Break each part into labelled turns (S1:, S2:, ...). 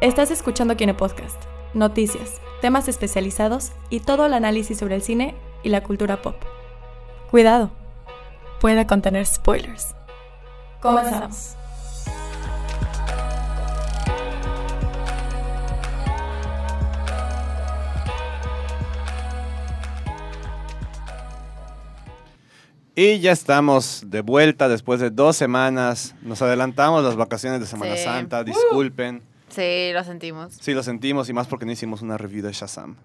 S1: Estás escuchando Kine Podcast, noticias, temas especializados y todo el análisis sobre el cine y la cultura pop. Cuidado, puede contener spoilers. Comenzamos.
S2: Y ya estamos de vuelta después de dos semanas. Nos adelantamos las vacaciones de Semana
S3: Sí.
S2: Santa, disculpen.
S3: Sí, lo sentimos.
S2: Sí, lo sentimos y más porque no hicimos una review de Shazam.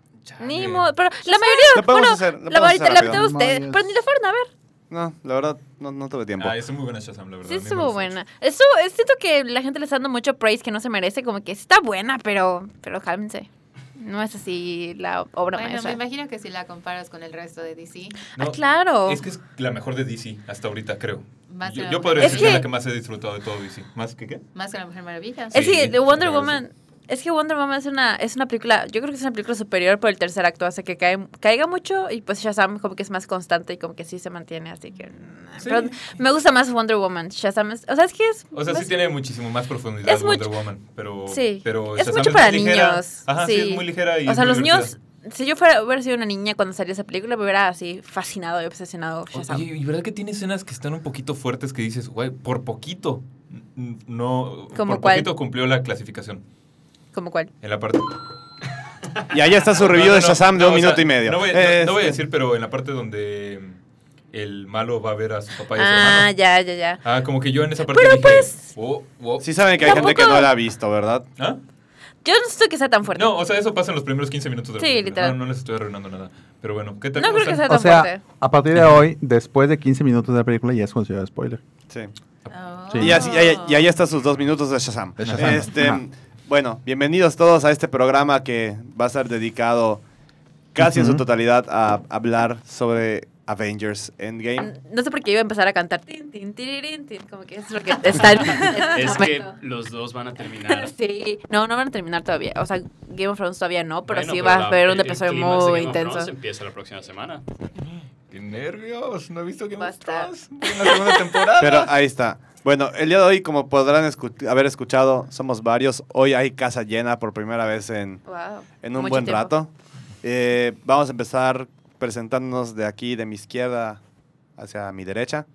S3: Ni modo, pero la mayoría,
S2: Lo podemos
S3: bueno,
S2: hacer, lo
S3: la,
S2: podemos
S3: mayoría-
S2: hacer
S3: la
S2: rápido.
S3: mitad de ustedes, pero ni la fueron a ver.
S2: No, la verdad, no, no tuve tiempo.
S4: Ah, es muy buena Shazam, la verdad.
S3: Sí,
S4: a mí me
S3: estuvo
S4: gustó
S3: buena. Eso, es- siento que la gente le está dando mucho praise que no se merece, como que sí está buena, pero, pero cálmense. No es así la obra
S5: Bueno, me
S3: maestra.
S5: imagino que si la comparas con el resto de DC,
S4: mucho.
S3: Ah,
S4: No,
S3: claro.
S4: Es que es la mejor de DC hasta ahorita, creo.
S5: Más
S4: yo,
S5: que
S4: yo
S5: la-
S4: podría
S3: Es
S4: decir que es
S3: que-
S4: la que más he disfrutado de todo DC. ¿Más que qué?
S5: más que la Mujer Maravilla.
S3: Es
S4: Sí,
S3: que de Wonder
S4: claro,
S3: Woman. Es que Wonder Woman es una, es una película, yo creo que es una película superior por el tercer acto, hace que cae- caiga mucho y pues Shazam como que es más constante y como que sí se mantiene, así que... mm,
S4: Sí.
S3: pero me gusta más Wonder Woman, Shazam es... O sea, es que es... pues,
S4: O sea,
S3: no
S4: sí
S3: sé.
S4: tiene muchísimo más profundidad
S3: Es
S4: Wonder
S3: mucho-
S4: Woman, pero,
S3: Sí.
S4: pero
S3: es
S4: Shazam
S3: mucho para
S4: muy
S3: niños.
S4: ligera. Ajá, sí. es muy ligera y
S3: O
S4: es
S3: sea,
S4: muy
S3: los niños...
S4: divertida.
S3: Si yo fuera, hubiera sido una niña cuando salió esa película, me hubiera así fascinado y obsesionado Shazam.
S4: Oye, y verdad que tiene escenas que están un poquito fuertes que dices, güey, por poquito. n- No,
S3: ¿Cómo
S4: por
S3: cuál?
S4: poquito cumplió la clasificación.
S3: ¿Como cuál?
S4: En la parte.
S2: Y allá está Ah, su review
S4: No, no,
S2: de
S4: no,
S2: Shazam de
S4: no,
S2: un
S4: o sea,
S2: minuto y medio.
S4: No voy, no-
S2: Este,
S4: no voy a decir, pero en la parte donde mm, el malo va a ver a su papá y a su
S3: Ah,
S4: hermano.
S3: ya, ya, ya.
S4: Ah, como que yo en esa parte
S3: Pero
S4: dije,
S3: pues-
S4: "Oh, oh".
S2: Sí saben que hay gente que
S3: Tampoco-
S2: no la ha visto, ¿verdad?
S4: ¿Ah?
S3: Yo no siento que sea tan fuerte.
S4: No, o sea, eso pasa en los primeros 15 minutos de la
S3: Sí,
S4: película.
S3: literal.
S4: No, no les estoy arruinando nada. Pero bueno, ¿qué tal?
S3: No
S4: ¿Cómo
S3: creo que
S4: están?
S3: sea
S6: O sea,
S3: fuerte.
S6: a partir de hoy, después de 15 minutos de la película, ya es considerado spoiler.
S2: Sí.
S5: Oh.
S3: Ah.
S6: Sí.
S2: Y, así- y ahí- y ahí están sus dos minutos de Shazam.
S6: De Shazam.
S2: Este,
S6: Ajá.
S2: bueno, bienvenidos todos a este programa que va a estar dedicado casi en su
S6: Ujú.
S2: totalidad a hablar sobre Avengers Endgame.
S3: No sé por qué iba a empezar a cantar. Tin, tin, tiririn, tin, como que es lo que está en este
S7: Es que
S3: momento.
S7: los dos van a terminar.
S3: Sí, no, no van a terminar todavía. O sea, Game of Thrones todavía no, pero
S7: Bueno,
S3: sí va
S7: la-
S3: a haber un
S7: el
S3: episodio
S7: clímax de
S3: muy
S7: Game of Thrones
S3: intenso.
S7: Empieza la próxima semana.
S4: ¡Qué nervios! No he visto Game of
S3: Basta.
S4: Thrones. Voy En la segunda temporada.
S2: Pero ahí está. Bueno, el día de hoy, como podrán escu- haber escuchado, somos varios. Hoy hay casa llena por primera vez en,
S3: Wow.
S2: en un
S3: Mucho
S2: buen
S3: tiempo.
S2: rato. Eh, vamos a empezar presentándonos de aquí, de mi izquierda hacia mi derecha.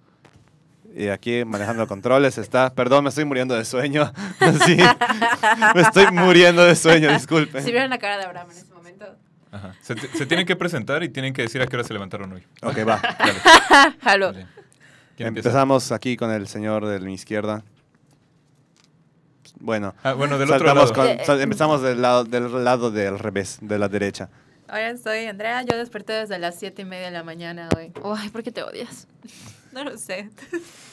S2: Y aquí manejando controles está. Perdón, me estoy muriendo de sueño. Sí, me estoy muriendo de sueño, disculpen.
S3: Si vieron la cara de Abraham en ese momento.
S4: Ajá. Se, t- se tienen que presentar y tienen que decir a qué hora se levantaron hoy.
S2: Ok, va.
S4: Dale,
S3: Ah, jalo.
S4: dale. ¿Quién empieza?
S2: Empezamos aquí con el señor de mi izquierda. Bueno,
S4: Ah, bueno, del otro
S2: saltamos
S4: lado.
S2: con-
S3: Eh, eh.
S2: sal- empezamos del lado, del lado del revés, de la derecha.
S5: Ahora soy Andrea, yo desperté desde las siete y media de la mañana hoy.
S3: Ay, ¿por qué te odias?
S5: No lo sé.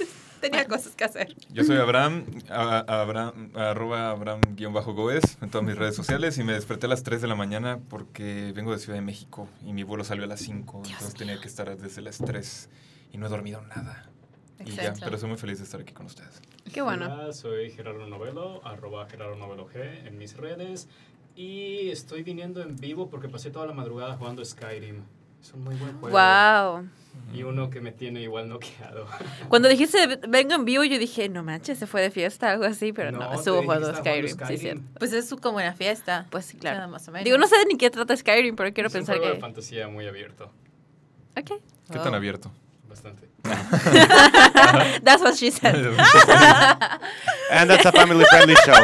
S5: Tenía cosas que hacer.
S4: Yo soy Abraham, a- a- Abraham arroba Abraham-Goes en todas mis redes sociales y me desperté a las 3 de la mañana porque vengo de Ciudad de México y mi vuelo salió a las 5, entonces tenía que estar desde las 3 y no he dormido nada. Y ya,
S5: Exacto.
S4: pero soy muy feliz de estar aquí con ustedes.
S3: Qué bueno.
S7: Hola, soy Gerardo Novelo, arroba Gerardo Novelo G en mis redes. Y estoy viniendo en vivo porque pasé toda la madrugada jugando Skyrim. Es un muy buen juego.
S3: Wow.
S7: Y uno que me tiene igual noqueado.
S3: Cuando dijiste vengo en vivo, yo dije, no manches, se fue de fiesta, algo así, pero no,
S7: te
S3: estuvo
S7: dije,
S3: jugando
S7: "Está
S3: Skyrim. Sí, cierto.
S5: Pues es su- como una fiesta.
S3: Pues sí,
S5: Nada
S3: claro.
S5: más o menos.
S3: Digo, no sé ni qué trata Skyrim, pero quiero
S7: es
S3: pensar
S7: un juego
S3: que.
S7: de fantasía muy abierto.
S3: Ok.
S4: ¿Qué tan
S5: Oh.
S4: abierto?
S7: Bastante.
S3: That's what she said.
S2: And that's a family friendly show.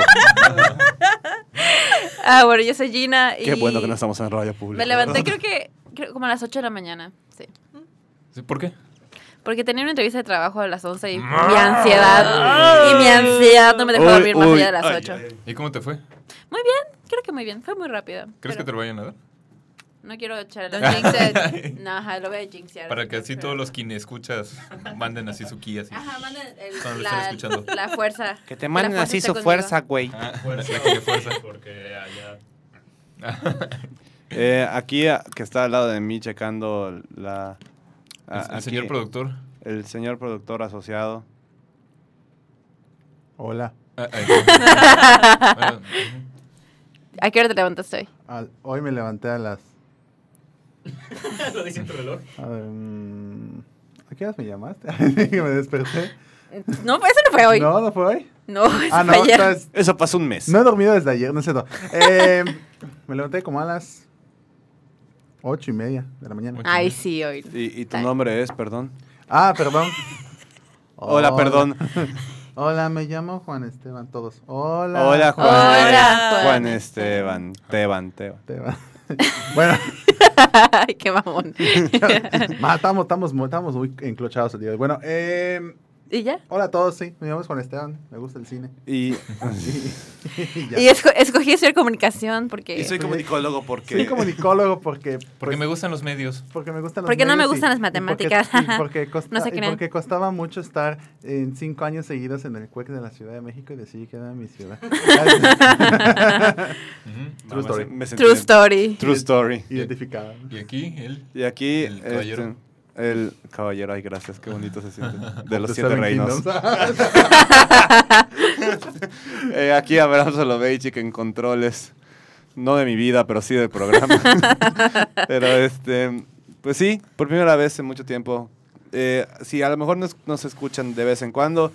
S3: Ah, bueno, yo soy Gina y
S2: Qué bueno que no estamos en radio pública.
S3: me levanté creo que creo como a las 8 de la mañana, sí.
S4: Sí, ¿Por qué?
S3: Porque tenía una entrevista de trabajo a las 11 y mi ansiedad y mi ansiedad no me dejó
S2: Uy,
S3: dormir más
S2: uy,
S3: allá de las
S2: ay,
S3: 8.
S2: ay, ay.
S4: ¿Y cómo te fue?
S3: Muy bien, creo que muy bien, fue muy rápido.
S4: ¿Crees que te
S3: pero
S4: lo vayan a dar?
S3: No quiero echar
S5: Don't
S3: la
S5: jinx
S3: No, ajá, lo voy a jinxear.
S4: Para que así
S3: pero-
S4: todos los quienes escuchas manden así su ki así.
S3: Ajá, manden el-
S4: Cuando lo
S3: la,
S4: estén escuchando.
S3: la fuerza.
S2: Que te
S3: manden
S2: manden
S3: La fuerza
S2: así
S3: así está
S2: su
S3: su conmigo.
S2: fuerza,
S3: fuerza,
S2: güey.
S4: Ah, bueno, la que fuerza.
S7: Porque allá
S2: Eh, aquí, a- que está al lado de mí checando la...
S4: El-
S2: a-
S4: El,
S2: aquí,
S4: señor productor.
S2: el señor productor asociado.
S6: Hola.
S4: Ah, ahí está. Bueno, ujú.
S3: ¿A qué hora te levantaste hoy?
S6: Al- hoy me levanté a las...
S7: lo dice tu reloj.
S6: a ver, mm, ¿A qué horas me llamaste? que me desperté.
S3: No, pues, eso no fue hoy.
S6: No, no fue hoy.
S3: No, es
S6: Ah, no,
S3: para allá.
S6: estás-
S2: Eso pasó un mes.
S6: no he dormido desde ayer, no es cierto. Eh, me levanté como a las ocho y media de la mañana.
S2: Ah.
S3: Ay, sí, hoy.
S2: Y, y tu
S3: Ay.
S2: nombre es, perdón.
S6: Ah, perdón.
S2: Hola, perdón.
S6: Hola, me llamo Juan Esteban, todos. Hola.
S2: Hola, Juan.
S3: Hola, Juan.
S2: Juan Esteban. Teban, Teban.
S6: Esteban. bueno,
S3: Ay, qué mamón.
S6: ma, estamos, estamos, mu- estamos muy enclochados el día de hoy. Bueno,
S2: em,
S6: eh,
S3: ¿Y ya?
S6: hola a todos, sí. Mi nombre es Juan Esteban, me gusta el cine.
S2: Y,
S6: Y ya.
S3: Y esco- escogí hacer comunicación porque...
S2: y soy comunicólogo porque...
S6: Soy comunicólogo porque... pues,
S4: Porque me gustan los medios.
S6: Porque me gustan los
S3: Porque no me
S6: medios y-
S3: gustan las
S6: y porque-
S3: matemáticas.
S6: y Porque, costa-
S3: No se
S6: y
S3: crean.
S6: porque costaba mucho estar en cinco años seguidos en el CUEC de la Ciudad de México y decidí quedarme en mi ciudad.
S4: Ujú.
S2: No, me
S6: True
S2: sen- me sentí
S3: True
S2: bien.
S3: story.
S2: True story.
S6: Identificada.
S4: Y aquí, él.
S2: Y aquí...
S4: El caballero.
S2: este, el caballero, ay, gracias, qué bonito se siente. De los
S6: The
S2: siete
S6: Seven
S2: reinos.
S6: Kingdoms.
S2: Eh, aquí Abraham Soloveitchik en controles. No de mi vida, pero sí del programa. pero este, pues sí, por primera vez en mucho tiempo. Eh, si a lo mejor nos, nos escuchan de vez en cuando,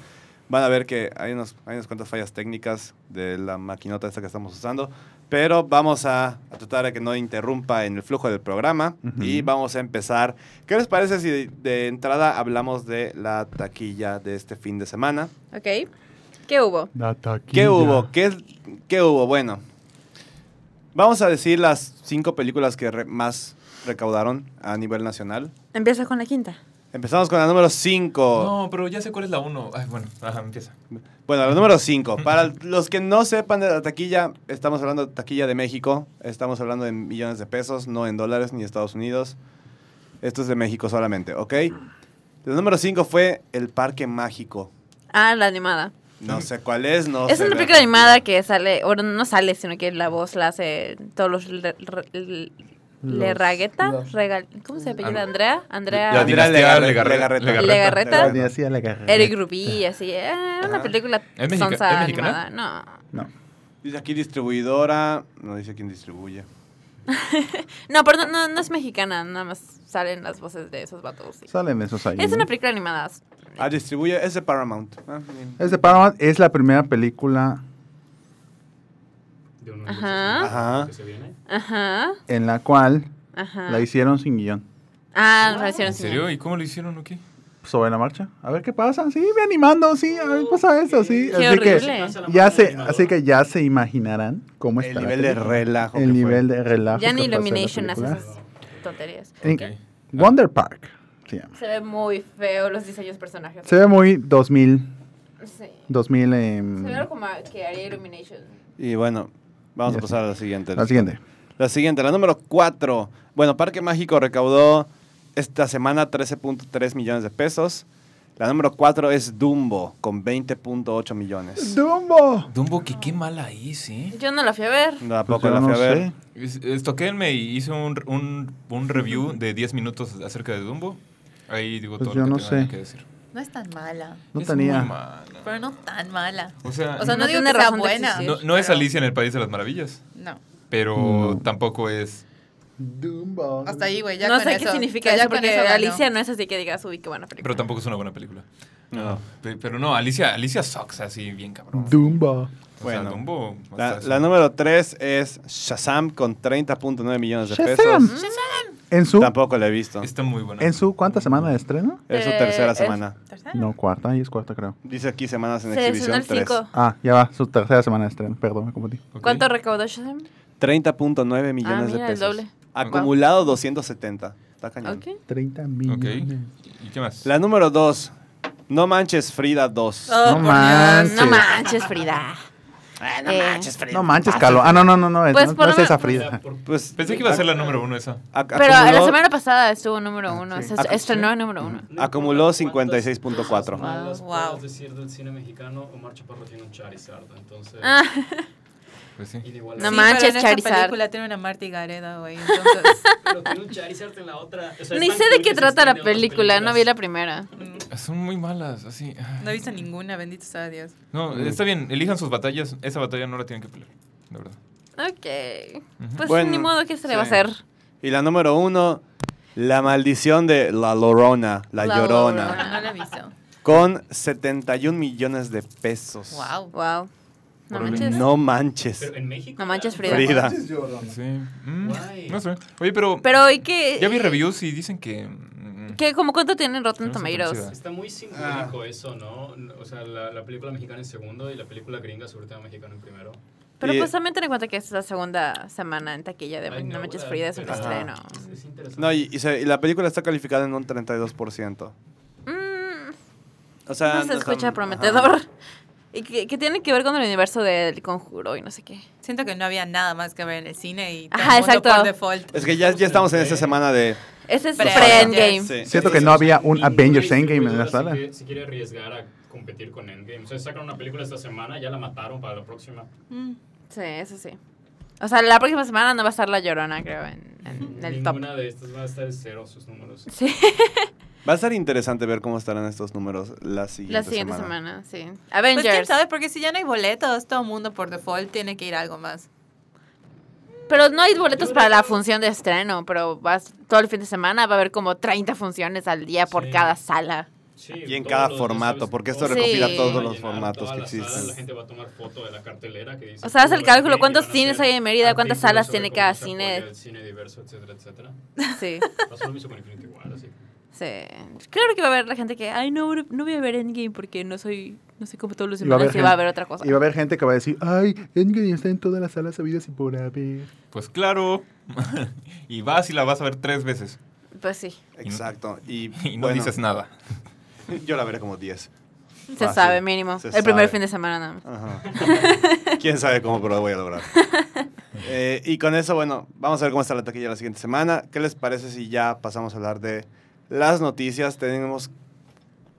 S2: van a ver que hay, unos, hay unas cuantas fallas técnicas de la maquinota esta que estamos usando. Pero vamos a, a tratar de que no interrumpa en el flujo del programa
S6: Ujú.
S2: y vamos a empezar. ¿Qué les parece si de- de entrada hablamos de la taquilla de este fin de semana?
S3: Ok. ¿Qué hubo?
S2: ¿Qué hubo? ¿Qué, es- ¿Qué hubo? Bueno, vamos a decir las cinco películas que re- más recaudaron a nivel nacional.
S3: Empieza con la quinta.
S2: Empezamos con la número 5.
S4: No, pero ya sé cuál es la uno. Ay, bueno, ajá, empieza.
S2: Bueno, la número 5. Para los que no sepan de la taquilla, estamos hablando de taquilla de México. Estamos hablando en millones de pesos, no en dólares ni Estados Unidos. Esto es de México solamente, ¿ok? La número 5 fue El Parque Mágico.
S3: Ah, la animada.
S2: No sé cuál es, no
S3: es
S2: sé
S3: una
S2: de
S3: película animada
S2: Argentina.
S3: que sale, o no sale, sino que la voz la hace todos los... Le, le- le-
S6: Los-
S3: Ragueta,
S6: los-
S3: Regal- ¿cómo se apellida?
S4: Ah,
S3: Andrea, Andrea,
S4: La
S2: Andrea
S4: dinastía
S2: Legarre-
S4: Legarre-
S2: Legarreta.
S4: Legarreta.
S3: Legarreta.
S6: La dinastía de la carrera.
S3: Eric Rubí, así, eh, una
S2: Ajá.
S3: película
S4: ¿Es mexica-
S3: sonsa
S4: es mexicana?
S3: animada, no.
S6: No.
S2: Dice aquí distribuidora, no dice quién distribuye.
S3: No, pero no, no, no es mexicana, nada más salen las voces de esos vatos. sí.
S6: Salen esos ahí.
S3: Es
S6: ¿no?
S3: una película animada.
S2: Ah, distribuye, es de Paramount. Ah, bien.
S6: Es de Paramount, es la primera película
S7: De unos
S3: Ajá.
S7: meses
S2: Ajá.
S7: que se viene.
S3: Ajá,
S6: en la cual
S3: ajá.
S6: la hicieron sin guión.
S3: Ah, no la hicieron
S4: ¿En
S3: sin-
S4: serio? ¿Y cómo lo hicieron o qué?
S6: Sobre la marcha. A ver qué pasa. Sí, me animando, sí, a ver qué pasa esto, sí.
S3: Qué
S6: así
S3: horrible.
S6: que
S7: Pasa la
S6: ya
S7: mano
S6: se,
S7: animadora.
S6: así que ya se imaginarán cómo está.
S2: El
S6: la
S2: nivel de
S6: película.
S2: relajo.
S6: El nivel de relajo.
S3: Ya
S6: que
S3: ni
S6: pasa en la
S3: Illumination hace
S6: película.
S3: esas tonterías.
S6: En
S4: Ok.
S6: Wonder Park se llama.
S3: Se ve muy feo los diseños de personajes.
S6: Se ve muy 2000,
S3: Sí.
S6: 2000 em,
S3: Se ve algo como que haría Illumination.
S2: Y bueno, vamos
S6: Ya
S2: a pasar a la siguiente.
S6: la siguiente.
S2: La siguiente, la número 4. Bueno, Parque Mágico recaudó esta semana 13.3 millones de pesos. La número 4 es Dumbo, con 20.8 millones.
S6: Dumbo.
S4: Dumbo, que qué mala es, ¿eh?
S3: Yo no la fui a ver.
S2: No, ¿A
S6: Pues
S2: poco
S6: yo
S2: la fui
S6: no
S2: a ver?
S6: sé.
S4: Es- Estoquéenme y hice un, un, un review de 10 minutos acerca de Dumbo. Ahí digo
S6: Pues
S4: todo
S6: yo
S4: lo que
S6: no
S4: tenga
S6: sé.
S4: que decir.
S5: No es tan mala.
S6: No
S4: Es
S6: tenía.
S4: muy mala.
S5: Pero no tan mala.
S4: O sea,
S5: O sea, no,
S3: No
S5: digo
S3: tiene
S5: que sea
S3: razón de
S5: buena.
S3: existir.
S4: no, no es
S5: pero-
S4: Alicia en el País de las Maravillas,
S5: No.
S4: pero
S6: No.
S4: tampoco es...
S6: Dumbo.
S5: Hasta ahí, güey. ya
S3: no
S5: con
S3: sé
S5: eso.
S3: qué significa
S5: O sea,
S3: eso,
S5: ya con
S3: porque
S5: eso ganó.
S3: Alicia no es así que digas, uy, qué buena película.
S4: Pero tampoco es una buena película.
S2: No.
S4: Pe- Pero no, Alicia, Alicia sucks así bien cabrón.
S6: Dumbo.
S4: O sea,
S2: Bueno.
S4: Dumbo...
S2: La,
S4: hasta
S2: la
S4: su-
S2: número 3 es Shazam, con 30.9 millones de pesos.
S6: Shazam. En su
S2: Tampoco la he visto.
S4: Está muy buena.
S6: en su cuánta semana de estreno?
S2: Es su
S3: Eh,
S2: tercera
S3: es-
S2: semana.
S5: ¿Tercera?
S6: No, cuarta, ahí es cuarta, creo.
S2: Dice aquí semanas en
S3: Se estrenó
S2: exhibición
S3: el
S2: 3.
S3: 5.
S6: Ah, ya va, su tercera semana de estreno, perdón, me confundí.
S4: Ok.
S3: ¿Cuánto recaudó Shazam?
S2: 30.9 millones
S3: Ah, mira,
S2: de
S3: el
S2: pesos.
S3: doble.
S2: Acumulado 270. Está cañón.
S3: Ok.
S6: 30
S4: Ok.
S6: millones.
S4: ¿Y qué más?
S2: La número 2. No manches Frida 2.
S3: Oh, por Dios,
S6: manches.
S3: no manches, Frida. Eh, no manches,
S6: No manches, Calo. Ah, no, no, no, no, es,
S3: Pues
S6: no,
S3: por
S6: no
S3: lo
S6: es esa
S3: menos-
S6: Frida.
S2: Pues
S4: Pensé que iba a ser la número uno esa.
S2: ac-
S3: Pero la
S2: acumuló-
S3: semana pasada estuvo número uno.
S6: Sí.
S3: se-
S2: Ah,
S3: estrenó en número uno.
S2: Acumuló
S7: Cosas
S2: 56.4.
S7: malas
S5: Wow.
S7: puedas decir del cine mexicano, Omar Chaparro tiene un Charizard, entonces...
S3: Ah,
S4: Pues sí.
S7: y de igual-
S3: No
S5: Sí,
S3: manches,
S5: pero en esta
S3: Charizard.
S5: película tiene una Marta y Gareda, güey. Entonces,
S7: Pero tiene un Charizard en la otra. o sea, es
S3: ni
S7: tan
S3: sé de
S7: cool
S3: qué
S7: que se
S3: trata la
S7: estrene otras
S3: película, no vi la
S7: películas.
S3: primera.
S4: Ah, Son muy malas, así. Ah.
S5: no he visto ninguna, bendito sea Dios.
S4: No, está bien, elijan sus batallas. Esa batalla no la tienen que pelear, la verdad.
S3: Ok.
S4: Ujú.
S3: Pues
S2: Bueno,
S3: ni modo, ¿qué se le va a
S2: sí.
S3: hacer?
S2: Y la número 1. La maldición de La Lorona. La,
S3: La
S2: Llorona.
S3: Llorona.
S5: No la he visto.
S2: con 71 millones de pesos.
S5: Wow.
S3: Wow. No
S4: Órale.
S3: manches.
S2: No manches.
S7: Pero en México.
S3: No manches, Frida.
S2: Frida.
S4: Sí. Mm,
S7: Guay.
S4: no sé. Oye, pero,
S3: Pero ¿y qué?
S4: ya vi reviews y dicen que... mm,
S3: ¿Qué, ¿Cómo cuánto tienen Rotten
S4: No sé,
S3: Tomatoes?
S4: parecida.
S7: Está muy simbólico
S3: Ah.
S7: eso, ¿no? O sea, la, la película mexicana en segundo y la película gringa sobre todo mexicana en primero.
S3: Pero
S2: Y-
S3: pues también ten en cuenta que es la segunda semana en taquilla de
S7: Ay,
S3: No Manches
S7: bueno,
S3: Frida, es un
S7: pero-
S3: estreno.
S7: Es- Es interesante.
S2: No, y, y se- y la película está calificada en un 32%.
S3: Mm,
S2: O sea,
S3: no se
S2: está-
S3: escucha
S2: ajá.
S3: prometedor. ¿Y qué, qué tiene que ver con el universo del conjuro y no sé qué?
S5: Siento que no había nada más que ver en el cine y todo
S3: Ajá,
S5: el mundo
S3: exacto.
S5: por default.
S2: Es que ya, ya estamos en esta semana de...
S3: Ese es
S5: Pre-
S3: pre-endgame.
S5: Avengers.
S2: sí.
S6: Siento que no había un
S7: Y
S6: Avengers
S7: Blade
S6: Endgame en
S7: Runner
S6: la
S7: sí
S6: sala.
S7: que- Si quiere arriesgar a competir con Endgame. O sea, sacan una película esta semana, ya la mataron para la próxima.
S5: Mm.
S3: Sí, eso sí. O sea, la próxima semana no va a estar la llorona, creo, en, en el top.
S7: Ninguna de estas va a estar en cero sus números.
S3: Sí,
S2: Va a ser interesante ver cómo estarán estos números la siguiente,
S3: la siguiente semana, sí. Avengers.
S5: Pues quién sabe, porque si ya no hay boletos, todo el mundo por default tiene que ir a algo más.
S3: Pero no hay boletos para la función de estreno, pero vas todo el fin de semana, va a haber como 30 funciones al día por
S7: Sí.
S3: cada sala.
S7: Sí,
S2: Y en
S7: todos
S2: cada
S7: los-
S2: formato,
S7: sabes,
S2: porque esto
S7: todos-
S3: recopila Sí. todos
S7: van a
S2: los
S7: llenar
S2: formatos
S7: todas
S2: que
S7: las salas,
S2: existen.
S7: La gente va a tomar foto de la cartelera que dice.
S3: O sea, haz el
S7: "Tú,
S3: cálculo,
S7: aquí
S3: ¿cuántos
S7: van a hacer
S3: cines hay en Mérida? ¿Cuántas
S7: artículos
S3: salas
S7: sobre
S3: tiene
S7: cómo
S3: cada
S7: se
S3: cine?
S7: apoya El cine diverso, etcétera, etcétera.
S3: Sí,
S7: Pasó lo mismo con Infinity War, así.
S3: sí. Claro que va a haber la gente que, ay, no, no voy a ver Endgame porque no soy, no soy como todos los
S6: Y va a
S3: demás
S6: haber
S3: que va a
S6: gente-
S3: haber otra cosa.
S6: Y va a haber gente que va a decir, ay, Endgame está en todas las salas habidas y por haber.
S4: Pues claro. y vas y la vas a ver tres veces.
S3: Pues sí,
S2: Exacto. Y,
S4: Y no
S2: bueno,
S4: dices nada.
S2: Yo la veré como 10.
S3: se
S2: Fácil.
S3: sabe mínimo.
S2: Se
S3: el
S2: sabe.
S3: primer fin de semana nada más.
S2: Ajá. Quién sabe cómo, pero lo voy a lograr. Eh, y con eso, bueno, vamos a ver cómo está la taquilla la siguiente semana. ¿Qué les parece si ya pasamos a hablar de las noticias? Tenemos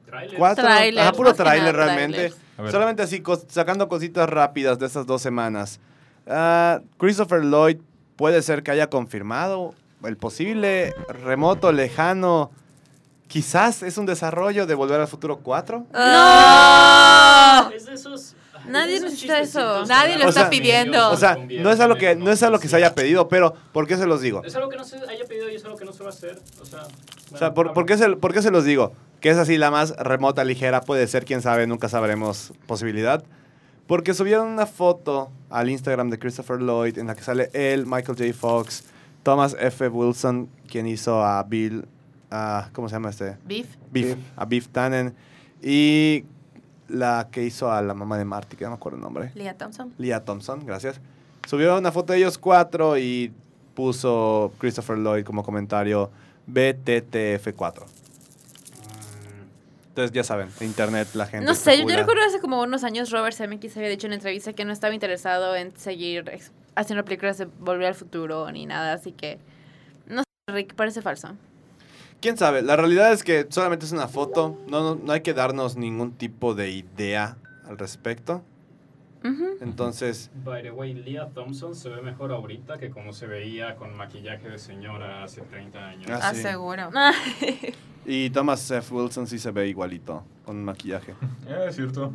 S7: Trailers.
S2: cuatro.
S3: Trailers,
S2: ajá, puro
S3: más que nada,
S2: trailer realmente.
S3: trailers.
S4: A ver.
S2: Solamente así, cos- sacando cositas rápidas de estas dos semanas. Ah, Christopher Lloyd puede ser que haya confirmado el posible remoto, lejano. Quizás es un desarrollo de Volver al Futuro 4.
S3: ¡No!
S7: Es de esos- es de
S3: Ah. Nadie
S7: esos
S3: necesita eso.
S7: chistecitos
S5: Nadie
S7: que
S5: lo
S7: dan
S2: está
S7: los niños
S5: pidiendo.
S7: y
S2: O sea,
S7: convierten
S2: no es algo que,
S7: en
S2: no es algo que se haya
S7: noticias.
S2: pedido, pero ¿por qué se los digo?
S7: Es algo que no se haya pedido y es algo que no se va a hacer. O sea,
S2: O sea, ¿por, por qué se, por qué se los digo? Que es así la más remota, ligera, puede ser, quién sabe, nunca sabremos posibilidad. Porque subieron una foto al Instagram de Christopher Lloyd en la que sale él, Michael J. Fox, Thomas F. Wilson, quien hizo a Bill, a- ¿cómo se llama este?
S5: Beef.
S2: Beef, a Beef Tannen, y la que hizo a la mamá de Marty, que no me acuerdo el nombre.
S5: Leah Thompson.
S2: Lia Thompson, gracias. Subió una foto de ellos cuatro y puso Christopher Lloyd como comentario BTTF4. Entonces ya saben, internet, la gente.
S3: No sé, yo, yo
S2: especula.
S3: recuerdo hace como unos años Robert Zemeckis había dicho en entrevista que no estaba interesado en seguir ex- haciendo películas de Volver al Futuro ni nada, así que no sé, Rick, parece falso.
S2: Quién sabe, la realidad es que solamente es una foto. No, no, no hay que darnos ningún tipo de idea al respecto.
S3: Ujú.
S2: Entonces,
S7: By the way, Leah Thompson se ve mejor ahorita que como se veía con maquillaje de señora hace 30 años.
S2: Ah,
S5: Ah,
S2: sí.
S5: seguro.
S3: Ah,
S2: y Thomas F. Wilson sí se ve igualito, con maquillaje.
S4: Ah, es cierto.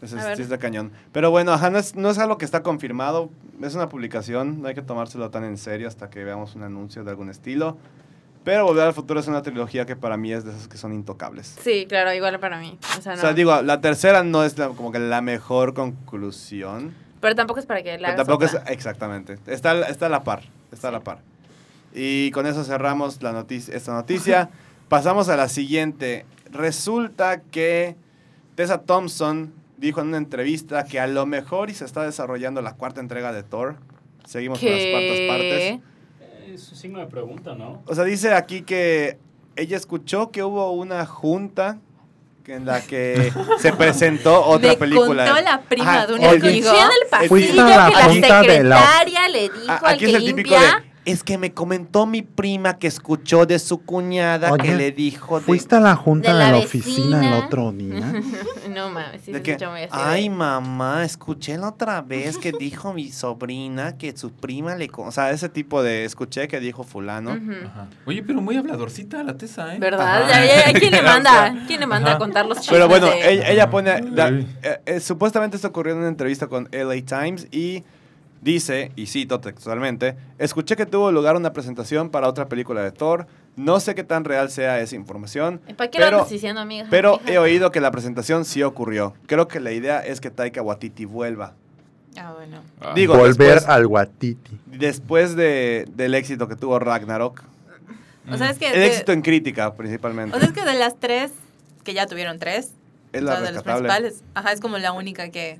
S2: Eso
S3: A
S2: es-
S3: ver.
S2: sí está cañón. Pero bueno, ajá, no es, no es algo que está confirmado. Es una publicación. No hay que tomárselo tan en serio hasta que veamos un anuncio de algún estilo. Pero Volver al Futuro es una trilogía que para mí es de esas que son intocables.
S3: sí, claro, igual para mí. O sea,
S2: O
S3: Ah, no.
S2: sea, digo, la tercera no es la- como que la mejor conclusión.
S3: pero tampoco es para que la
S2: Pero tampoco es exactamente. Está, al- está a la par. Está a la par. Y con eso cerramos la noticia, esta noticia. Pasamos a la siguiente. Resulta que Tessa Thompson dijo en una entrevista que a lo mejor y se está desarrollando la cuarta entrega de Thor. Seguimos con las cuartas partes.
S3: que
S7: Es un signo de pregunta, ¿no?
S2: O sea, dice aquí que ella escuchó que hubo una junta en la que se presentó otra
S5: Me
S2: película.
S5: contó la prima
S2: Ajá,
S5: de un
S2: oye,
S5: amigo.
S3: Escuché en el pasillo
S2: Fuiste
S3: que
S2: a
S6: la
S3: la,
S6: punta de la-
S3: secretaria le dijo
S2: A-
S3: al
S2: Ah, aquí
S3: que
S2: es el típico de,
S3: limpia.
S2: es que me comentó mi prima que escuchó de su cuñada que
S6: Oye,
S2: le dijo de,
S6: ¿Fuiste a la junta
S3: de
S6: de
S3: la
S6: la, oficina el
S3: vecina.
S6: otro día?
S3: no mames, sí,
S2: de
S3: se
S2: que,
S3: escucha muy así. de-
S2: ay mamá, escuché la otra vez que dijo mi sobrina que su prima le... co-". O sea, ese tipo de escuché que dijo fulano.
S3: Ujú.
S4: Ajá. Oye, pero muy habladorcita la tesa, ¿eh?
S3: ¿Verdad?
S4: Ajá.
S3: Ya- ya- ¿Quién le manda? ¿Quién le manda a
S4: Ajá.
S3: contar los chistes?
S2: Pero bueno,
S3: de-
S2: ella,
S6: Ah,
S2: ella pone... da-
S4: Uy.
S2: eh, eh, supuestamente esto ocurrió en una entrevista con LA Times y dice, y cito textualmente, escuché que tuvo lugar una presentación para otra película de Thor. No sé qué tan real sea esa información.
S3: ¿Para qué lo
S2: pero,
S3: andas diciendo, amiga?
S2: pero eh,
S3: Hija.
S2: he oído que la presentación sí ocurrió. Creo que la idea es que Taika Waititi vuelva.
S5: Ah, bueno.
S4: Ah,
S2: Digo,
S6: Volver
S2: después,
S6: al Guatiti.
S2: después de- del éxito que tuvo Ragnarok.
S5: O sea, es
S3: Eh,
S5: que.
S2: Mm, El
S5: de-
S2: éxito en crítica, principalmente.
S5: o sea, es que de las tres, que ya tuvieron tres,
S2: es
S5: o
S2: la
S5: sea, de los
S2: rescatable.
S5: principales, ajá, es como la única que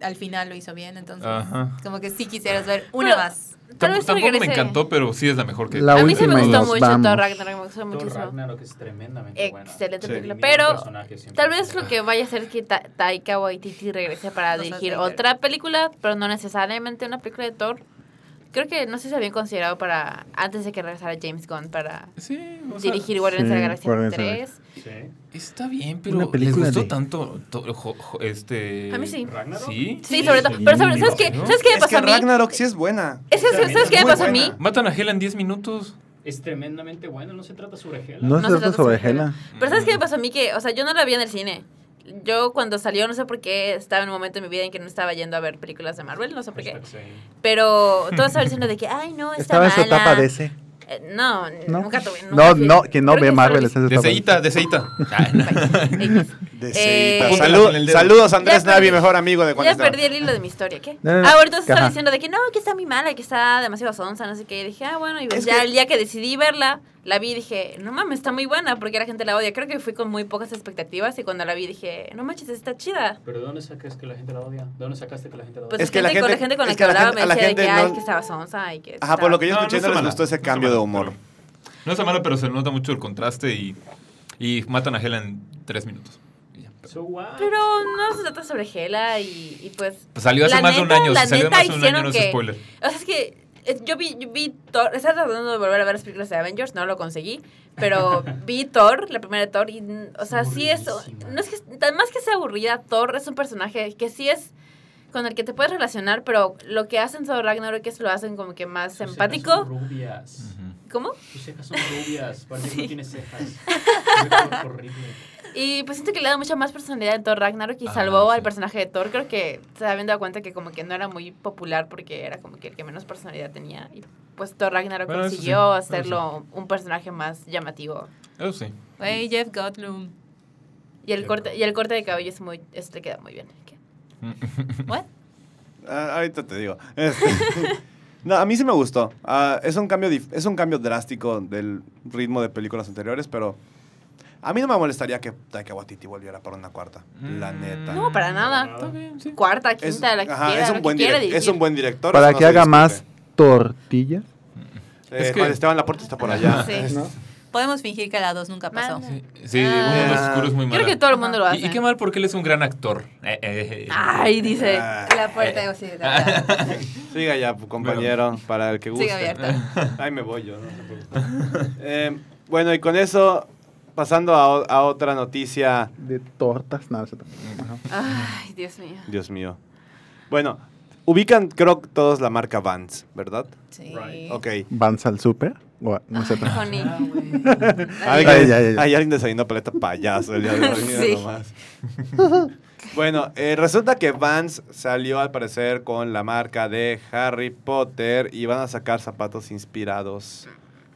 S5: al final lo hizo bien, entonces.
S4: Ajá.
S5: Como que sí quisieras ver una
S3: Pero-
S5: más.
S3: Tal
S4: Tamp-
S3: vez
S4: tampoco me
S3: regrese.
S4: encantó, pero sí es la mejor que.
S6: La
S3: a mí sí me
S6: última y
S3: gustó
S6: nos
S3: mucho
S6: vamos.
S3: Thor Ragnarok, me gustó
S7: Thor
S3: muchísimo.
S7: Ragnarok es tremendamente buena.
S3: Excelente
S2: Sí.
S3: película.
S7: Ni un
S3: Pero
S7: personaje siempre
S3: tal
S7: es
S3: vez lo
S7: igual.
S3: que vaya a ser que Ta- Taika Waititi regrese para
S5: No seas
S3: dirigir
S5: hater.
S3: otra película, pero no necesariamente una película de Thor. Creo que no sé si habían considerado para antes de que regresara James Gunn para
S4: Sí, o sea,
S3: dirigir Guardianes de la
S6: Sí,
S3: Galaxia
S6: Guardianes de la
S3: 3.
S7: Sí.
S4: Está bien, pero
S6: Una
S4: les
S6: película
S4: gustó
S6: de-
S4: tanto to- jo- jo- este
S3: A mí sí.
S7: ¿Ragnarok?
S4: Sí.
S3: Sí, sobre todo. Pero sobre, ¿sabes qué? ¿Sabes qué me
S2: Es
S3: pasó
S2: que
S3: a mí?
S2: Ragnarok sí es buena.
S3: Es que, ¿sabes, sabes qué me
S2: Muy
S3: pasó a mí?
S2: buena.
S4: Matan a Hela en 10 minutos.
S7: Es tremendamente buena, no se trata sobre Hela.
S6: No, se trata sobre Hela.
S3: Pero ¿sabes qué me pasó a mí? Que, o sea, yo no la vi en el cine. Yo cuando salió, no sé por qué, estaba en un momento de mi vida en que no estaba yendo a ver películas de Marvel, no sé por qué.
S7: Hashtag same.
S3: Pero todas estaban diciendo de que, ay, no, está
S6: Estaba en su
S3: mala.
S6: etapa DC.
S3: Eh, no,
S6: ¿No?
S3: nunca tuve.
S6: No,
S3: fui-
S6: no, que no
S3: creo
S6: ve Marvel.
S3: solo
S6: está en su etapa
S4: Deseita, deseita. Ah, no.
S3: vi- X.
S2: De
S3: Eh,
S2: Ceita.
S4: Júntala
S2: Salud-
S4: con el dedo.
S2: saludos, Andrés
S3: Ya
S2: Navi,
S3: perdí-
S2: mejor amigo de Juan
S3: Ya
S2: Esteban.
S3: perdí el hilo de mi historia, ¿qué?
S6: No, no, no.
S3: Ah, bueno, entonces
S6: Ajá.
S3: estaba diciendo de que no, que está muy mala, que está demasiado sonsa, no sé qué. Y dije, ah, bueno, y pues
S2: Es
S3: ya
S2: que-
S3: el día que decidí verla, la vi y dije, no mames, está muy buena, porque la gente la odia. Creo que fui con muy pocas expectativas y cucuando la vi dije, no manches, está chida.
S7: Pero ¿de dónde sacas que la gente la odia? ¿De dónde sacaste que la gente la odia?
S3: Pues
S2: Es que la
S3: con- la
S2: gente-
S3: gente con la
S2: es
S3: que
S2: que a la
S3: hablaba
S2: gente-
S3: me
S2: a la
S3: decía de que,
S2: gente
S3: ay,
S2: no-
S3: que estaba sonsa y que
S2: Ajá, por lo que yo
S4: No, no
S2: escuché
S4: está
S2: no, les
S4: mala,
S2: gustó
S4: no
S2: ese
S4: está
S2: cambio de
S4: mala,
S2: humor.
S4: pero- No está mala, pero se nota mucho el contraste y, y matan a Hela en 3 minutos. Y ya.
S7: So what?
S3: Pero no se trata sobre Gela y, y pues...
S4: Pues salió hace
S3: La
S4: más de
S3: neta-
S4: un año.
S3: la
S4: si salió
S3: neta
S4: más de un año,
S3: hicieron
S4: no es
S3: que-
S4: spoiler.
S3: O sea, es que eh, yo vi, yo vi Thor, estaba tratando de volver a ver las películas de Avengers, no lo conseguí, pero vi Thor, la primera de Thor, y, mm, o sea, sí es,
S7: Aburridísima.
S3: no es que, tan más que sea aburrida, Thor es un personaje que sí es con el que te puedes relacionar, pero lo que hacen sobre Ragnarok es lo hacen como que más
S7: Sus cejas
S3: empático.
S7: son Pues rubias.
S4: Ujú.
S3: ¿Cómo?
S7: Tus cejas son rubias. Parece que
S3: Sí.
S7: no tienes cejas. Es horrible.
S3: Y pues siento que le da mucha más personalidad en Thor Ragnarok y
S4: Ah,
S3: salvó
S4: sí.
S3: al personaje de Thor. Creo que se habían dado cuenta que como que no era muy popular porque era como que el que menos personalidad tenía. Y pues Thor Ragnarok
S4: Bueno, eso sí,
S3: consiguió
S4: eso
S3: hacerlo un personaje más llamativo.
S4: Eso sí.
S5: Güey, Jeff Goldblum.
S3: Y el corte, y el corte de cabello es muy, es- le queda muy bien. ¿Qué? What?
S2: Ah, ahorita te digo. Este, no, a mí sí me gustó. Ah, es, un cambio dif- es un cambio drástico del ritmo de películas anteriores, pero a mí no me molestaría que Taika Waititi volviera para una cuarta. La
S4: Mm.
S2: neta.
S3: No, para nada.
S4: Está bien, sí.
S3: Cuarta, quinta,
S2: Es,
S3: la que
S2: ajá,
S3: quiera,
S2: es,
S3: lo
S2: un buen
S3: que quiera
S2: direc- es
S3: dirigir.
S2: un buen director.
S6: Para
S2: no
S6: que
S2: se
S6: haga
S2: discute.
S6: más tortillas.
S2: Eh,
S4: Es que-
S2: Juan Esteban Laporte está por allá.
S3: Sí.
S6: ¿no?
S5: Podemos fingir que la dos nunca pasó.
S3: Man.
S4: Sí, sí
S3: Ah.
S4: uno de los oscuros muy malo.
S3: Creo que todo el mundo lo hace.
S4: Ah, Y, y qué mal porque él es un gran actor. Eh, eh, eh.
S3: Ay, dice.
S2: Ah,
S5: La
S3: Pues
S5: puerta de
S2: siga ya, pu- compañero, para el que guste.
S5: Sigue abierta.
S2: Ahí me voy yo, no se preocupe. Eh, bueno, y con eso, pasando a, o- a otra noticia.
S6: De tortas. Nada, eso Ajá.
S3: Ay, Dios mío.
S2: Dios mío. Bueno, ubican, creo que todos la marca Vans, ¿verdad?
S5: Sí.
S7: Right.
S2: Ok.
S6: ¿Vans al súper? o a- No sé. pero-
S3: Honey.
S4: Ah,
S2: Alguien,
S6: Ay, ya, ya, ya.
S2: ay, alguien desayunó paleta payaso el día de hoy, mira
S3: Sí.
S2: nomás. bueno, eh, resulta que Vans salió al parecer con la marca de Harry Potter y van a sacar zapatos inspirados.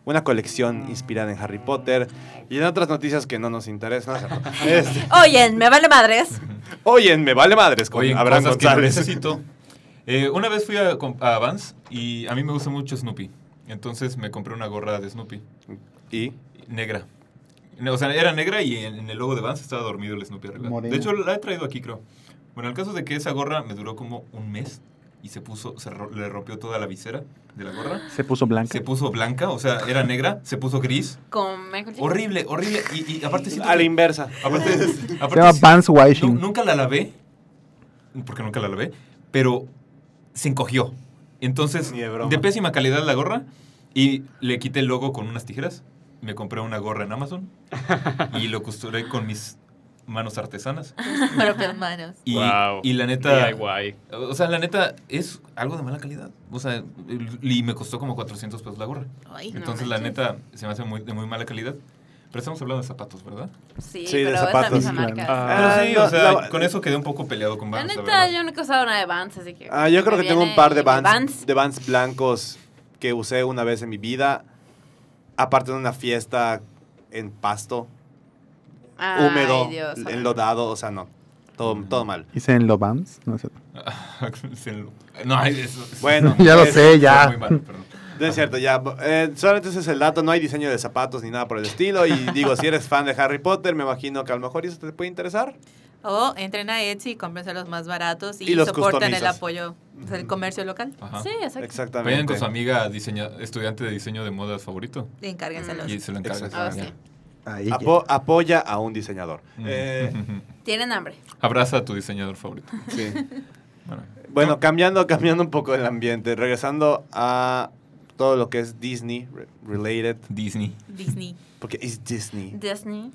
S2: Una colección inspirada en Harry Potter y en otras noticias que no nos interesan. Este,
S3: Oye, me vale madres.
S2: Oyen, me vale madres con
S4: Oye,
S2: Abraham
S4: cosas que no
S2: González.
S4: necesito. Eh, una vez fui a, com- a Vans y a mí me gusta mucho Snoopy. Entonces me compré una gorra de Snoopy,
S2: y
S4: negra. No, O sea, era negra y en, en el logo de Vans estaba dormido el Snoopy arriba.
S6: Morena.
S4: De hecho, la he traído aquí, creo. Bueno, el caso es de que esa gorra me duró como un mes y se puso, se ro- le rompió toda la visera de la gorra.
S6: Se puso blanca.
S4: Se puso blanca, o sea, era negra, se puso gris.
S3: Con Michael Jackson.
S4: Horrible, horrible. Y, y aparte siento
S2: a la
S4: que-
S2: inversa.
S4: Aparte,
S6: Se
S4: aparte
S6: llama
S4: sí-
S6: Vans
S4: nu-
S6: Washing.
S4: nunca la lavé, porque nunca la lavé, pero se encogió. Entonces,
S2: Ni de broma.
S4: de pésima calidad la gorra, y le quité el logo con unas tijeras, me compré una gorra en Amazon, y lo costuré con mis manos artesanas.
S5: Propias manos.
S4: Y,
S7: Wow.
S4: y la neta...
S7: DIY.
S4: O sea, la neta, es algo de mala calidad. O sea, y me costó como 400 pesos la gorra.
S5: Ay, no
S4: Entonces, la
S5: manches.
S4: neta, se me hace muy, de muy mala calidad. Pero estamos hablando de zapatos, ¿verdad?
S3: Sí,
S2: Sí, de
S3: pero es la
S2: zapatos.
S3: misma marca.
S7: Ah.
S4: Pero sí,
S2: no,
S4: o sea,
S2: la-
S4: con eso quedé un poco peleado con
S3: La
S4: Vans,
S3: neta,
S4: la verdad.
S3: yo nunca he usado una de Vans, así que.
S2: Ah, yo creo
S3: me
S2: que tengo
S3: viene
S2: un par de
S3: el
S2: Vans, de Vans blancos que usé una vez en mi vida. Aparte de una fiesta en pasto,
S3: Ay,
S2: húmedo,
S3: Dios, ay.
S2: enlodado, o sea, no. Todo,
S4: Mm.
S2: todo mal.
S6: Hice en Lobams, no es cierto.
S4: no, ay, eso, eso-
S2: Bueno,
S6: Ya lo
S2: es-
S6: sé, ya.
S4: Muy mal, perdón.
S2: No es cierto, ya. eh, solamente ese es el dato, no hay diseño de zapatos ni nada por el estilo. Y digo, si eres fan de Harry Potter, me imagino que a lo mejor eso te puede interesar.
S5: O entren a Etsy y cómprense los más baratos y,
S2: Y los
S5: soportan el
S2: customizas.
S5: apoyo del comercio local.
S4: Ajá.
S3: Sí, exacto.
S4: Vayan
S2: Exactamente.
S4: con su amiga diseña- estudiante de diseño de modas favorito
S5: Y encárguenselos.
S4: y se lo encargan.
S2: Exacto.
S3: Ah, sí.
S6: Ahí.
S2: Apo- apoya a un diseñador.
S4: Mm.
S2: Eh,
S3: Tienen hambre.
S4: Abraza a tu diseñador favorito.
S2: sí.
S4: Bueno,
S2: Bueno, cambiando, cambiando un poco el ambiente, regresando a todo lo que es Disney re- related,
S4: Disney.
S5: Disney.
S2: porque es Disney.
S3: Disney.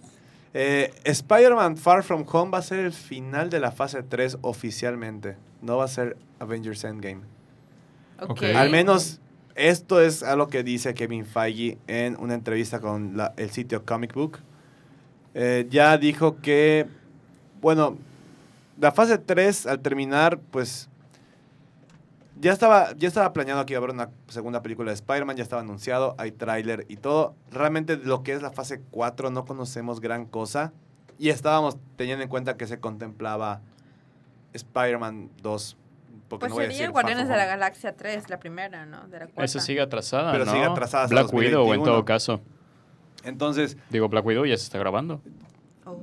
S2: Eh, Spider-Man Far From Home va a ser el final de la fase 3 oficialmente. No va a ser Avengers Endgame.
S3: Ok.
S4: Ok.
S2: Al menos esto es algo que dice Kevin Feige en una entrevista con la- el sitio Comic Book. Eh, ya dijo que, bueno, la fase 3 al terminar, pues ya estaba, ya estaba planeado que iba a haber una segunda película de Spider-Man, ya estaba anunciado, hay tráiler y todo. Realmente lo que es la fase 4 no conocemos gran cosa y estábamos teniendo en cuenta que se contemplaba Spider-Man 2. Porque
S3: Pues
S2: no voy a
S3: sería
S2: decir Far
S3: Guardianes
S2: From
S3: de la
S2: Home.
S3: Galaxia 3, la primera, ¿no? De la cuarta.
S8: Esa sigue atrasada,
S2: Pero
S8: ¿no?
S2: sigue atrasada hasta
S8: Black Widow, en
S2: 2021.
S8: todo caso.
S2: Entonces,
S8: Digo, Black Widow ya se está grabando.
S4: Oh.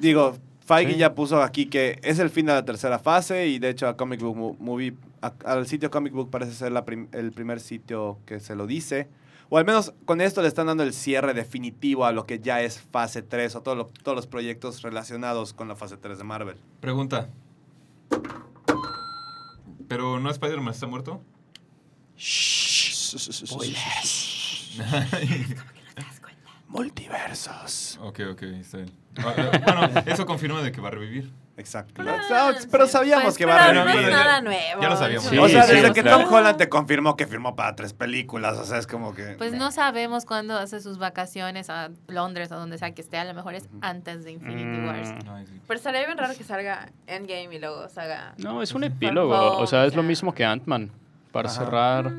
S2: digo, Feige
S8: Sí.
S2: ya puso aquí que es el fin de la tercera fase y de hecho a Comic Book Mo- Movie, a- al sitio Comic Book parece ser la prim- el primer sitio que se lo dice. O al menos con esto le están dando el cierre definitivo a lo que ya es fase 3 o todo lo- todos los proyectos relacionados con la fase 3 de Marvel.
S4: Pregunta. ¿Pero no Spider-Man está muerto?
S2: Multiversos.
S4: ok, ok, está bien. Ah, ah, Bueno, eso confirma de que va a revivir.
S2: Exacto.
S3: Ah,
S2: Ah, pero
S3: sí.
S2: sabíamos
S3: Pues,
S2: que va a
S3: pero
S2: revivir.
S3: No es nada nuevo.
S4: Ya lo sabíamos.
S8: Sí,
S2: o sea,
S8: sí,
S2: desde
S8: o
S2: que
S8: sea.
S2: Tom Holland te confirmó que firmó para tres películas, o sea, es como que...
S5: Pues no sabemos cuándo hace sus vacaciones a Londres o donde sea que esté. A lo mejor es antes de Infinity
S2: Mm.
S5: Wars.
S4: Ay, sí.
S3: Pero estaría bien raro que salga Endgame y luego salga. Mm,
S8: No, es un epílogo. O sea, es lo mismo que Ant-Man. Para
S2: Ajá.
S8: cerrar.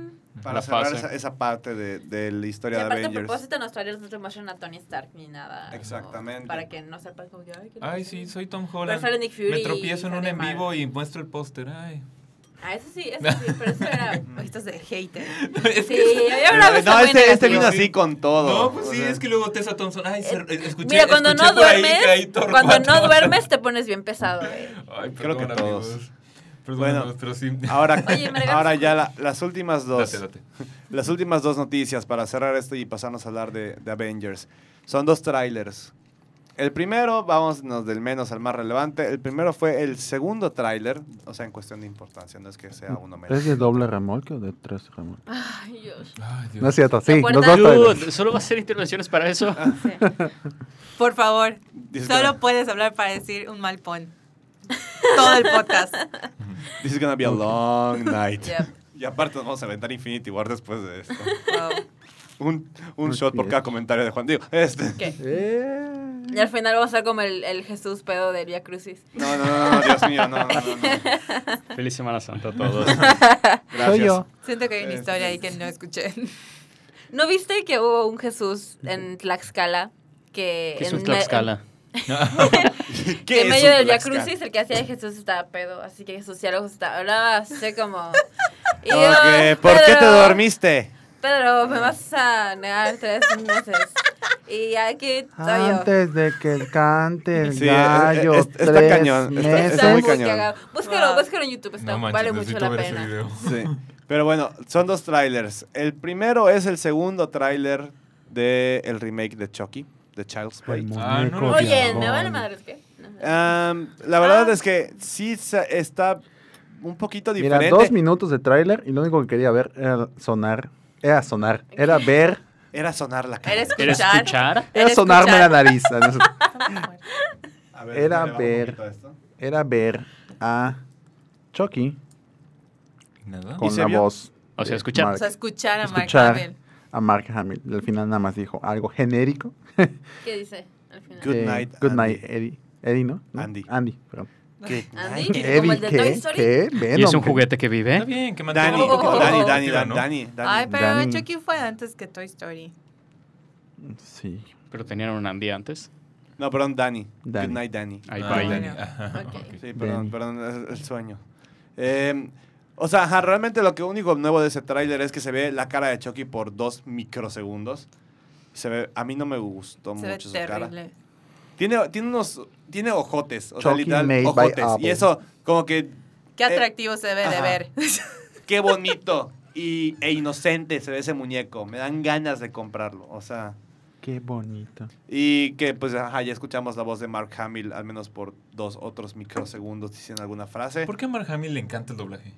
S2: Para
S8: la
S2: cerrar
S8: fase.
S2: esa, esa parte de, de la
S3: Y
S2: historia de
S3: aparte, a
S2: Avengers.
S3: propósito, nos trailers no te muestran a Tony Stark ni nada. ¿no?
S2: Exactamente.
S3: Para que no sepas como que. Ay, ¿qué
S4: Ay,
S3: pasó?
S4: sí, soy Tom Holland.
S3: sale Nick Fury
S4: Me tropiezo en
S3: y
S4: un
S3: sale
S4: en vivo
S3: Marvel.
S4: y muestro el póster. Ay.
S3: Ah, eso sí, eso sí. Pero eso era.
S5: Estos de hater.
S4: Es
S3: Sí,
S4: que-
S3: había hablado
S2: no, este, este vino
S4: Sí.
S2: así con todo.
S4: No, pues
S2: O
S4: sí,
S2: sea,
S4: es que luego Tessa Thompson. Ay, se-
S3: Eh,
S4: escuché.
S3: Mira, cuando
S4: escuché
S3: no
S4: por ahí
S3: duermes,
S4: que hay Thor
S3: cuando no
S4: cuatro.
S3: duermes te pones bien pesado, güey.
S4: Ay,
S2: Creo que
S4: perdón,
S2: todos.
S4: amigos. Perdón,
S2: Bueno.
S4: amigos, pero sí.
S2: Ahora,
S3: Oye, ¿me regalas
S2: ahora
S3: un
S2: ya la- las últimas dos.
S4: Date, date.
S2: Las últimas dos noticias para cerrar esto y pasarnos a hablar de, de Avengers. Son dos trailers. El primero, vámonos del menos al más relevante. El primero fue el segundo tráiler, o sea, en cuestión de importancia, no es que sea uno menos.
S6: ¿Es de doble remolque o de tres remolques?
S3: Ay, Dios.
S4: Ay, Dios.
S6: No es cierto, sí,
S3: La
S6: los
S3: puerta-
S6: dos trailers.
S8: Dude, solo va a ser intervenciones para eso.
S5: Por favor,
S2: Dices que
S5: solo
S2: no.
S5: puedes hablar para decir un mal pon. Todo el podcast.
S2: This is gonna be a long night.
S3: Yep.
S2: Y aparte nos vamos a aventar Infinity War después de esto.
S5: Wow.
S2: Un, un
S6: Así
S2: shot por
S6: es.
S2: cada comentario de Juan Diego. Este.
S6: Eh.
S3: Y al final vamos a estar como el, el Jesús pedo del Via Crucis.
S2: No, no, no, no, Dios mío, no, no, no, no.
S8: Feliz Semana Santa a todos.
S2: Gracias.
S6: Soy yo.
S5: Siento que hay una
S2: Eh,
S5: historia ahí que no escuché.
S3: ¿No viste que hubo un Jesús en Tlaxcala? Que
S8: ¿Qué es
S3: en
S8: un
S3: me-
S8: Tlaxcala?
S3: que en
S2: es
S3: medio
S2: un
S3: del Via
S2: Tlaxcala?
S3: Crucis, el que hacía de Jesús estaba pedo. Así que Jesús ya lo estaba, hablaba así como. y yo,
S2: Ok, ¿Por qué te
S3: Pedro,
S2: dormiste?
S3: Pedro, me vas a negar tres meses. Y aquí soy yo.
S6: Antes de que cante el
S2: Sí,
S6: gallo.
S4: eh,
S2: es- es- está
S6: tres
S2: cañón, está-
S6: meses.
S2: está muy cañón.
S3: cagado. Búscalo,
S5: Wow.
S3: búscalo en YouTube, está,
S4: No manches,
S3: vale mucho
S4: necesito
S3: la
S4: ver ese
S3: pena.
S4: video.
S2: Sí. Pero bueno, son dos trailers. El primero es el segundo trailer del remake de Chucky, de Child's Play.
S6: El
S4: Ah, no,
S6: muñeco
S3: Oye,
S4: Oye,
S6: diabólico.
S3: me vale madre, ¿qué? No, no.
S2: Am, la verdad
S3: Ah.
S2: es que sí se- está un poquito
S6: Mira,
S2: diferente.
S6: dos minutos de tráiler y lo único que quería ver era sonar. Era sonar. Era ver.
S2: Era sonar la
S5: Era
S2: cara.
S8: ¿Eres
S5: escuchar.
S8: escuchar?
S6: Era
S5: Era
S6: sonarme
S5: escuchar.
S6: la nariz. ¿no?
S2: A
S6: era
S2: le bajo un
S6: ver.
S2: poquito a esto.
S6: Era ver a Chucky
S4: Nada.
S6: con
S2: se
S6: la
S2: vio?
S6: voz.
S8: O sea,
S6: de
S8: escuchar.
S5: O sea, escuchar a Mark
S6: Escuchar.
S5: Hamill.
S6: a Mark Hamill. Al final nada más dijo algo genérico. Eh,
S3: ¿Qué dice al final?
S2: Good night,
S6: Good
S2: Andy.
S6: night, Eddie. Eddie, ¿no? ¿No?
S2: Andy.
S6: Andy, perdón.
S2: ¿Qué?
S3: Andy,
S2: Ay,
S3: como el
S6: Eddie,
S3: de Toy
S6: ¿qué?
S3: Story.
S6: ¿Qué?
S8: ¿Y es
S6: Venom,
S8: un
S6: ¿qué?
S8: juguete que
S4: Está
S8: vive?
S4: bien, que mantenga
S2: Dani,
S4: un poco
S2: Dani, Dani,
S4: positiva,
S2: Dani,
S4: ¿no?
S2: Dani, Dani.
S5: Ay, pero
S6: Dani.
S5: Chucky fue antes que Toy Story.
S6: Sí.
S8: Pero tenían un Andy antes.
S2: No, perdón, Dani.
S6: Dani.
S2: Good night, Danny.
S8: Ahí
S4: Ah,
S8: va.
S4: Dani.
S5: Ok.
S4: Ajá,
S5: Ok.
S4: ok.
S2: Sí,
S6: Dani.
S2: perdón, perdón, es el sueño. Eh, o sea, ajá, realmente lo que único nuevo de ese tráiler es que se ve la cara de Chucky por dos microsegundos. Se ve, a mí no me gustó
S3: Se ve
S2: mucho su cara. Eh,
S3: terrible.
S2: Tiene, tiene unos, tiene ojotes, o sea,
S6: Chucky
S2: literal,
S6: made by
S2: ojotes. Y
S6: Apple.
S2: eso, como que,
S3: Qué
S2: Eh,
S3: atractivo se debe de
S2: ajá.
S3: ver.
S2: qué bonito y, e inocente se ve ese muñeco. Me dan ganas de comprarlo, o sea...
S6: Qué bonito.
S2: Y que, pues, ajá, ya escuchamos la voz de Mark Hamill, al menos por dos otros microsegundos diciendo alguna frase.
S4: ¿Por qué a Mark Hamill le encanta el doblaje?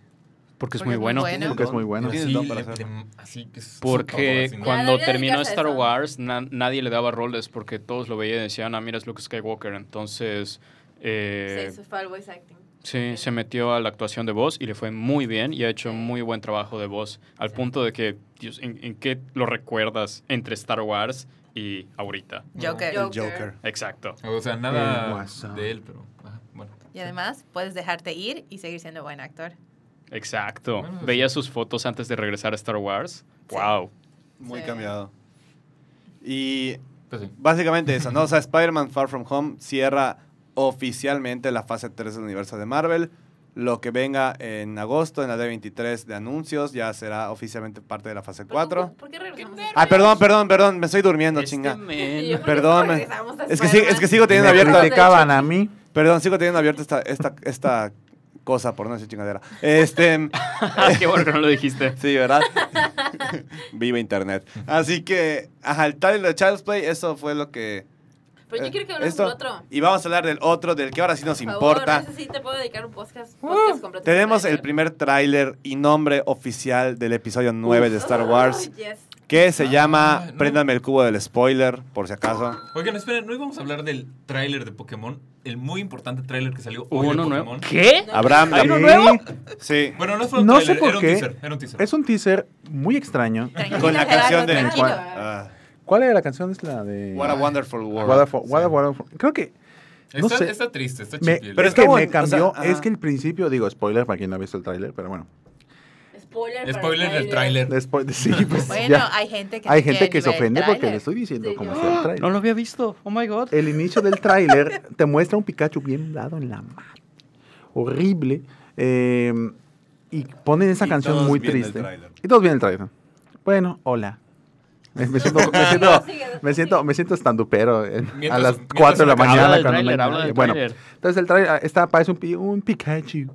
S8: Porque
S5: Porque
S8: es muy
S5: es muy
S8: bueno.
S5: bueno.
S2: Tiene el
S6: Porque es
S2: don,
S6: muy bueno.
S2: Ah, tiene el
S4: Así,
S2: don para
S4: le-
S2: hacerlo.
S4: le- así que es
S8: Porque
S4: su favor, así, ¿no?
S5: cuan-
S8: cuando
S5: debería
S8: terminó
S5: dedicarse a
S8: Star
S5: eso.
S8: Wars, na- nadie le daba roles porque todos lo veían y decían, ah, mira, es Luke Skywalker. Entonces, eh,
S3: Sí, su foul voice acting.
S8: sí, se metió a la actuación de voz y le fue muy bien y ha hecho muy buen trabajo de voz. Al punto de que, Dios, ¿en, en qué lo recuerdas entre Star Wars y ahorita?
S3: Joker.
S2: El Joker.
S8: Exacto.
S4: Ah, O sea,
S6: El
S4: nada
S6: guasón.
S4: de él, pero. ajá, bueno.
S5: Y además, puedes dejarte ir y seguir siendo buen actor.
S8: Exacto.
S4: Bueno,
S8: Veía sus fotos antes de regresar a Star Wars. Wow.
S2: Muy
S5: Sí.
S2: cambiado. Y
S4: Pues sí.
S2: básicamente eso, ¿no? O sea, Spider-Man Far From Home cierra oficialmente la fase 3 del universo de Marvel. Lo que venga en agosto, en la D23 de anuncios, ya será oficialmente parte de la fase 4.
S3: ¿Por qué regresamos?
S2: Ah, perdón, perdón, perdón, me estoy durmiendo,
S8: Este
S2: chinga.
S8: men.
S2: Perdón, me- Es que, sí, es que sigo teniendo
S6: Me
S2: abierta
S6: criticaban a mí.
S2: Perdón, sigo teniendo abierta esta, esta, esta cosa, por no decir chingadera. Este,
S8: Ah, Qué bueno que no lo dijiste.
S2: sí, ¿verdad? Viva internet. Así que, ajá, el tal y lo de Child's Play, eso fue lo que...
S3: Pero
S2: eh,
S3: yo quiero que hablemos
S2: esto.
S3: del otro.
S2: Y vamos a hablar del otro, del que ahora sí nos
S3: Por
S2: importa. Uh,
S3: Favor, ese sí te puedo dedicar un podcast, podcast completo.
S2: Tenemos
S3: Para
S2: el
S3: ver.
S2: primer tráiler y nombre oficial del episodio 9 de Star Wars,
S3: Oh, yes.
S2: que se llama
S4: Ah, no.
S2: Préndanme el cubo del spoiler, por si acaso.
S4: Oigan, esperen, ¿no íbamos a hablar del tráiler de Pokémon? El muy importante tráiler que salió hoy de
S8: Uno
S4: Pokémon.
S8: nuevo. ¿Qué?
S2: Abraham,
S8: ¿Hay
S2: la-
S8: uno nuevo?
S2: Sí.
S4: Bueno, no fue un
S6: No
S4: tráiler,
S6: sé por
S4: era
S6: qué.
S4: un teaser. Era un teaser.
S6: Es un teaser muy extraño.
S5: Tranquilo,
S2: Con la
S5: Gerardo,
S2: canción de...
S5: tranquilo.
S2: Ah,
S6: ¿Cuál era la canción? Es la de...
S2: What a Wonderful World.
S6: What a fo- What a
S4: Sí.
S6: Wonderful- Creo que... No
S4: está,
S6: sé.
S4: está triste, está
S6: me-
S4: chipiel.
S2: Pero
S6: es
S2: está
S6: que me
S2: bueno,
S6: cambió.
S2: o sea,
S6: es
S2: ajá.
S6: que el principio, digo, spoiler para quien no ha visto el tráiler, pero bueno.
S3: Spoiler. para
S4: Spoiler del
S3: tráiler.
S4: tráiler.
S6: Después, sí, pues
S5: Bueno,
S6: ya.
S5: hay gente que
S6: Hay
S5: se
S6: gente
S5: queda
S6: que se
S5: nivel
S6: ofende porque
S5: tráiler.
S6: le estoy diciendo
S3: Sí,
S6: cómo
S3: yo-
S6: está el tráiler.
S8: No lo había visto. Oh my god.
S6: El inicio del tráiler te muestra un Pikachu bien dado en la mano. Horrible. Eh, y ponen esa
S2: Y
S6: canción
S2: todos
S6: muy
S2: viendo el
S6: triste.
S2: tráiler.
S6: Y todos vienen el tráiler. Bueno, hola. Me, me siento, me siento, me siento, me siento estandupero eh, a
S4: Mientras-
S6: las
S4: mientras
S6: 4 de la
S4: habla
S6: mañana.
S8: Habla del
S6: cuando no hay
S8: tráiler,
S6: nadie.
S8: habla del
S6: bueno,
S8: tráiler.
S6: entonces el tráiler ah, está, aparece un, pi- un Pikachu.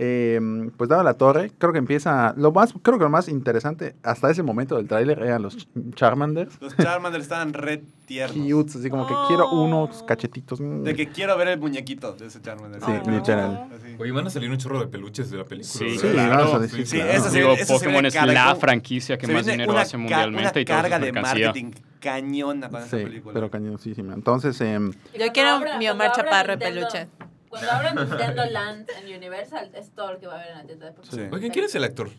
S6: Eh, pues dado la torre, creo que empieza. Lo más, creo que lo más interesante hasta ese momento del tráiler eran los Ch- Charmanders.
S2: Los Charmander estaban re tiernos.
S6: Cutes, así como que quiero unos cachetitos. mm.
S2: Oh. De que quiero ver el muñequito de ese Charmander.
S6: Sí, literal.
S2: Así.
S4: Oye, van a salir un chorro de peluches de la película.
S8: Sí,
S4: ¿verdad?
S8: Sí, claro. vamos a
S6: decir,
S2: Sí,
S6: claro.
S2: eso sí,
S8: Digo,
S2: eso sí
S8: Pokémon
S2: viene
S8: es
S2: cara-
S8: la
S2: como-
S8: franquicia que
S2: Se
S8: más
S2: viene
S8: dinero
S2: una
S8: hace
S2: ca-
S8: mundialmente
S2: una
S8: y todo
S2: carga
S8: es
S2: de
S8: mercancía.
S2: marketing cañona con esa
S6: Sí,
S2: película.
S6: pero cañoncísima. Entonces, em,
S5: Yo quiero mi Omar Chaparro de peluche.
S3: Cuando abran Nintendo Land en Universal, es todo lo que va a haber en la tienda de Pokémon.
S2: Sí.
S4: Oigan, ¿quién es el actor?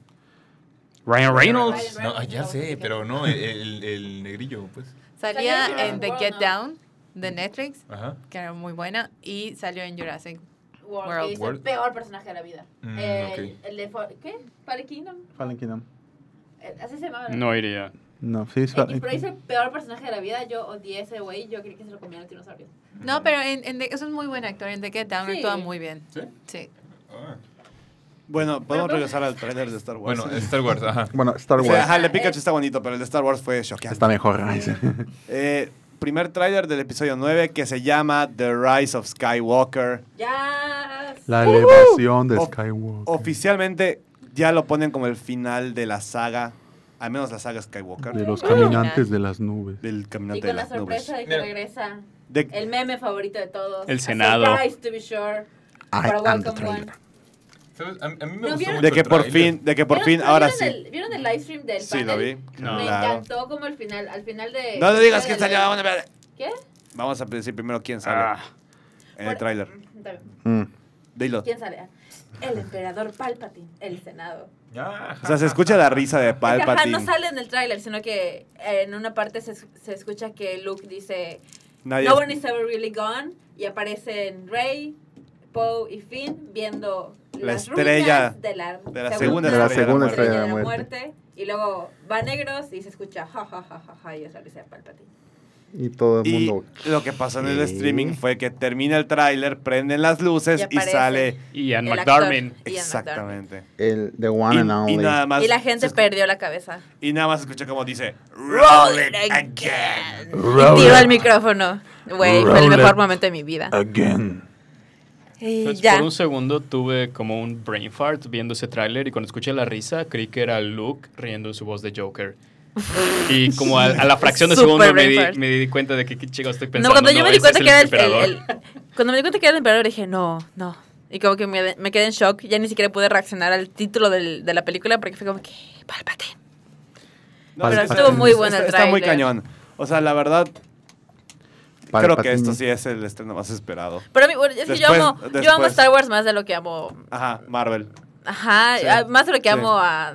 S8: Ryan
S3: Ryan
S8: Reynolds.
S4: No, ah, ya sé, pero no, el, el- el negrillo, pues.
S5: Salía
S3: Salió
S5: en
S3: en
S5: The
S3: World
S5: Get
S3: Now.
S5: Down de Netflix,
S4: Ajá.
S5: que era muy buena, y salió en Jurassic.
S3: World,
S5: World.
S3: que es el
S4: World.
S3: peor personaje de la vida.
S4: Mm,
S3: Eh,
S4: ok.
S3: el de For- ¿Qué? ¿Fallen Kingdom?
S6: Fallen Kingdom.
S3: Eh, Así se llamaba.
S8: No iría.
S6: No, sí, es Fallen
S3: X, pero es
S6: Kingdom.
S3: el peor personaje de la vida. Yo odié ese güey. Yo creí que se lo comían los dinosaurios.
S5: No, pero en, en The- eso es muy buen actor. En The Get Down
S3: Sí.
S5: actúa muy bien.
S4: ¿Sí?
S5: Sí.
S4: Ah.
S2: Bueno,
S3: Pero-
S2: podemos
S3: pero-
S2: regresar al trailer de Star Wars.
S4: Bueno, Star Wars, ajá.
S6: Bueno, Star
S2: O sea,
S6: Wars
S2: ajá, el de
S8: Eh,
S2: Pikachu está bonito, pero el de Star Wars fue choqueante.
S6: está mejor. ay, sí.
S2: Eh, primer tráiler del episodio 9 que se llama The Rise of Skywalker.
S3: Ya.
S6: La elevación de
S2: O-
S6: Skywalker.
S2: Oficialmente ya lo ponen como el final de la saga, al menos la saga Skywalker,
S6: De los caminantes de las nubes.
S2: del
S3: Y
S2: caminante de
S3: con la
S2: las nubes.
S3: sorpresa de que
S4: Mira.
S3: regresa
S2: De-
S3: el meme favorito de todos.
S8: El
S3: A
S8: Senado.
S3: surprise, to be sure.
S6: I
S3: Para
S6: am the
S3: Welcome
S6: trailer.
S3: One.
S4: ¿Sabes? A, a mí me
S3: ¿No
S4: gustó
S3: vieron?
S4: mucho
S2: de
S4: el
S2: que por
S4: tráiler.
S2: fin, de que por
S3: ¿Vieron-
S2: fin,
S3: pero
S2: ahora
S3: vieron
S2: sí.
S3: El, ¿Vieron el live stream del
S2: Sí, lo
S3: panel?
S2: vi.
S8: No.
S3: Me
S2: Claro.
S3: encantó como el final, al final de...
S2: No le digas que
S3: de la-
S2: salió. Vamos a ver.
S3: ¿Qué?
S2: Vamos a decir primero quién sale
S8: Ah,
S2: en el tráiler.
S3: Está bien.
S6: Mm.
S2: Dilo.
S3: ¿Quién sale? Ah, El emperador Palpatine, el senado.
S4: Ah,
S2: O sea, se escucha la risa de
S3: Es que, ajá,
S2: Palpatine.
S3: no sale en el tráiler, sino que eh, en una parte se, se escucha que Luke dice
S2: Nadie
S3: No one is ever really gone y aparecen Rey, Poe y Finn viendo
S2: La
S3: las
S2: estrella
S3: ruinas de la,
S2: de la segunda
S6: De la
S2: estrella
S6: segunda
S2: de la muerte.
S6: estrella de
S3: de
S6: la
S3: la muerte. y luego va negros y se escucha ja ja ja ja ja y es la risa de Palpatine.
S6: Y todo el
S2: Y
S6: mundo.
S2: lo que pasó en el
S6: ¿qué?
S2: streaming fue que termina el tráiler, prenden las luces y,
S3: Y aparece.
S2: sale.
S8: Ian
S3: El actor.
S8: McDarmin.
S3: Ian
S2: Exactamente.
S6: El The One and
S2: Y,
S6: Only.
S2: y nada más.
S3: Y la gente
S2: se escu-
S3: perdió la cabeza.
S2: Y nada más escuché como dice:
S3: Roll
S2: Roll
S3: it
S2: it again.
S3: again. Y tiró el micrófono. Güey, fue el
S6: Roll it.
S3: mejor momento de mi vida.
S6: Again.
S3: Y
S8: Entonces,
S3: ya.
S8: Pues, Por un segundo tuve como un brain fart viendo ese tráiler y cuando escuché la risa creí que era Luke riendo su voz de Joker. y como a, a la fracción de
S3: Super
S8: segundo me
S3: brain
S8: di,
S3: fart.
S8: me di cuenta de que qué chico estoy
S3: No,
S8: pensando.
S3: cuando yo me di
S8: ese es
S3: cuenta que era el,
S8: emperador.
S3: el- el- Cuando me di cuenta que era el emperador, dije, no, no. Y como que me, me quedé en shock. Ya ni siquiera pude reaccionar al título del- de la película porque fue como que. Pálpate.
S2: No,
S6: Pero
S2: está-
S6: estuvo muy
S3: bueno el
S2: está, está muy
S3: tráiler.
S2: cañón. O sea, la verdad, creo que
S6: Palpatine.
S2: esto sí es el estreno más esperado.
S3: Pero a mí, bueno, es que yo
S2: Después-
S3: amo, yo amo
S2: después.
S3: Star Wars más de lo que amo.
S2: Ajá, Marvel.
S3: Ajá,
S2: Sí.
S3: ah, más de lo
S2: Sí.
S3: que amo a.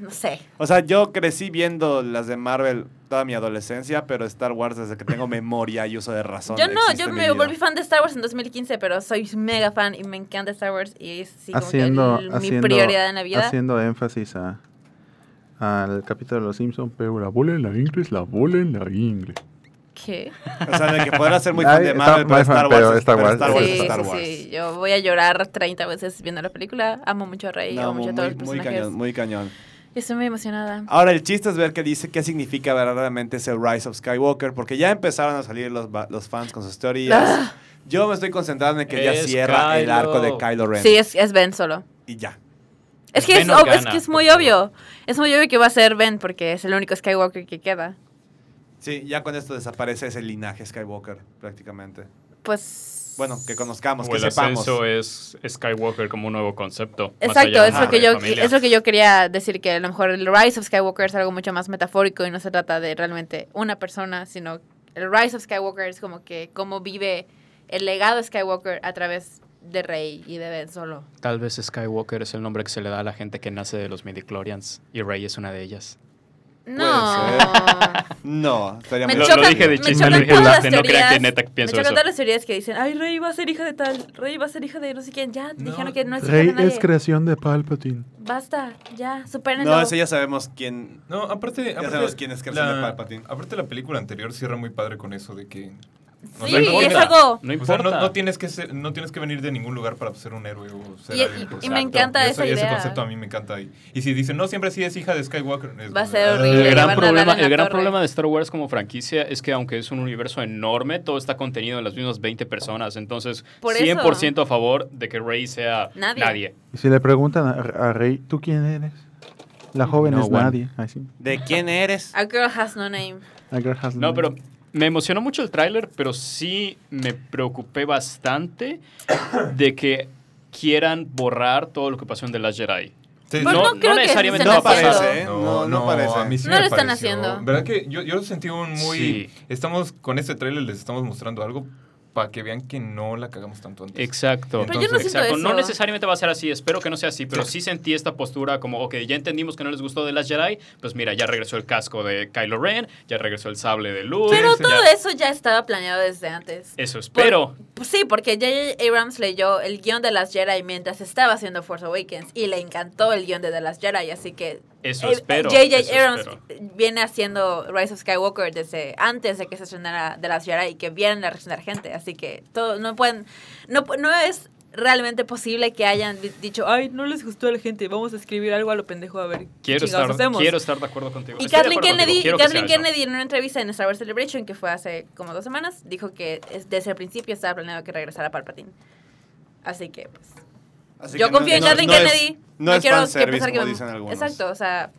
S3: No sé.
S2: O sea, yo crecí viendo las de Marvel toda mi adolescencia, pero Star Wars desde que tengo memoria y uso de razón.
S3: Yo no,
S2: existe
S3: yo
S2: en mi
S3: me
S2: vida.
S3: volví fan de Star Wars en 2015, pero soy mega fan y me encanta Star Wars y es sí, como que
S6: haciendo,
S3: el- mi
S6: haciendo,
S3: prioridad en la vida.
S6: haciendo énfasis a, al capítulo de los Simpsons, pero la bola en la inglés, la bola en la inglés.
S3: ¿Qué?
S2: O sea, de que podrás ser muy fan
S6: Ay,
S2: de
S6: está
S2: Marvel, pero
S6: muy fan,
S2: Star Wars,
S6: pero
S2: es-
S6: Star
S2: pero
S6: Wars.
S2: Star Wars
S3: sí,
S2: es Star
S3: sí,
S2: Wars.
S3: sí, yo voy a llorar 30 veces viendo la película. Amo mucho a Rey,
S2: No,
S3: amo
S2: muy,
S3: mucho a todos los
S2: muy
S3: personajes.
S2: cañón, muy cañón.
S3: Yo estoy muy emocionada.
S2: Ahora, el chiste es ver qué dice, qué significa verdaderamente ese Rise of Skywalker, porque ya empezaron a salir los, ba- los fans con sus
S3: Ah.
S2: teorías. Yo me estoy concentrando en que ya
S8: Es
S2: cierra el
S8: Kylo.
S2: arco de Kylo Ren.
S3: Sí, es, es Ben solo.
S2: Y ya.
S3: Es que es,
S8: Pues Ben nos
S3: ob- es
S8: gana,
S3: que es
S8: por
S3: muy
S8: favor.
S3: obvio. Es muy obvio que va a ser Ben porque es el único Skywalker que queda.
S2: Sí, ya con esto desaparece ese linaje Skywalker, prácticamente.
S3: Pues.
S2: Bueno, que conozcamos,
S8: Como
S2: que
S8: el
S2: sepamos.
S8: ascenso es Skywalker como un nuevo concepto. más
S3: Exacto,
S8: allá
S3: es
S8: de
S3: lo, que
S8: la
S3: yo,
S8: familia.
S3: es lo que yo quería decir, que a lo mejor el Rise of Skywalker es algo mucho más metafórico y no se trata de realmente una persona, sino el Rise of Skywalker es como que cómo vive el legado de Skywalker a través de Rey y de Ben Solo.
S8: Tal vez Skywalker es el nombre que se le da a la gente que nace de los midichlorians y Rey es una de ellas.
S3: No.
S2: No, estaría
S3: Me
S2: muy
S8: Lo-
S3: choca-
S8: lo dije de
S3: me
S8: chisme,
S3: chocan
S8: lo dije de
S3: todas
S8: chiste,
S3: las
S8: no crean que
S3: teorías.
S8: neta
S3: Me
S8: pienso
S3: chocan
S8: eso.
S3: todas las teorías que dicen, ay, Rey va a ser hija de tal, Rey va a ser hija de no sé quién, ya
S4: No,
S3: dijeron que no es hija
S6: Rey
S3: de nadie.
S6: es creación de Palpatine.
S3: Basta, ya, supérenlo.
S2: No, eso ya sabemos quién.
S4: No, aparte. aparte
S2: sabemos quién es Kersen de Palpatine.
S4: Aparte, la película anterior cierra muy padre con eso de que. o
S3: Sí,
S4: sea, no
S3: es
S4: tiene-
S3: algo...
S8: No
S4: O sea,
S8: importa.
S4: no, no tienes que ser- no tienes que venir de ningún lugar para ser un héroe o ser
S3: Y- y-
S4: alguien.
S3: y me encanta esa
S4: y ese
S3: idea.
S4: concepto a mí me encanta. Y, y si dicen, no, siempre sí es hija de "Ah, Skywalker. es
S3: Va a
S4: como-
S3: ser horrible.
S8: El
S3: le van
S8: gran,
S3: a dar en
S8: problema,
S3: la
S8: el gran
S3: torre.
S8: problema de Star Wars como franquicia es que aunque es un universo enorme, todo está contenido en las mismas 20 personas. Entonces,
S3: Por eso.
S8: 100% a favor de que Rey sea
S3: Nadie.
S8: nadie.
S6: Y si le preguntan a, a Rey, ¿tú quién eres? La joven
S2: No
S6: es
S2: one.
S6: nadie. Ay, sí.
S2: ¿De quién eres?
S3: A girl has no name.
S6: A girl has
S8: No,
S6: name.
S8: pero me emocionó mucho el tráiler, pero sí me preocupé bastante de que quieran borrar todo lo que pasó en The Last Jedi.
S4: Sí,
S3: Pues
S8: no,
S3: no creo que
S8: necesariamente
S3: estén
S8: no
S2: haciendo.
S8: parece.
S2: ¿eh? No, no parece.
S4: a mí sí
S3: No
S4: me
S3: lo están
S4: pareció.
S3: haciendo.
S4: ¿Verdad que yo, yo lo sentí un muy...
S8: Sí.
S4: Estamos, con este trailer les estamos mostrando algo para que vean que no la cagamos tanto antes.
S8: Exacto.
S4: Pero yo no
S3: siento
S8: Exacto.
S3: eso.
S8: No necesariamente va a ser así, espero que no sea así, pero sí sentí esta postura como, ok, ya entendimos que no les gustó de las Jedi, pues mira, ya regresó el casco de Kylo Ren, ya regresó el sable de Luke.
S3: Pero
S8: ya-
S3: todo eso ya estaba planeado desde antes.
S8: Eso
S3: Por-
S8: espero.
S3: pues sí, porque J.J. Abrams leyó el guión de Las Jedi mientras estaba haciendo Force Awakens y le encantó el guión de The Last Jedi, así que
S8: Eso
S3: eh,
S8: espero. eso
S3: J.J. Abrams
S8: espero.
S3: viene haciendo Rise of Skywalker desde antes de que se estrenara The Last Jedi y que vieran la reacción de la gente, así que todo no pueden no pu- no es realmente posible que hayan di- dicho, "Ay, no les gustó a la gente, vamos a escribir algo a lo pendejo a ver." qué
S8: Quiero
S3: chingados
S8: estar,
S3: hacemos".
S8: quiero estar de acuerdo contigo.
S3: Y
S8: Estoy de
S3: Kathleen
S8: acuerdo contigo,
S3: Kennedy,
S8: quiero que
S3: Kathleen
S8: sea eso.
S3: Kennedy en una entrevista en Star Wars Celebration, que fue hace como dos semanas, dijo que es- desde el principio estaba planeado que regresara Palpatine. Así que, pues.
S2: Así
S3: yo
S2: que no-
S3: confío en
S2: no-
S3: Kathleen
S2: no es-
S3: Kennedy.
S2: no es
S3: quiero
S2: fanservice,
S3: pensar
S2: como
S3: me-
S2: dicen algunos.
S3: Exacto, o sea.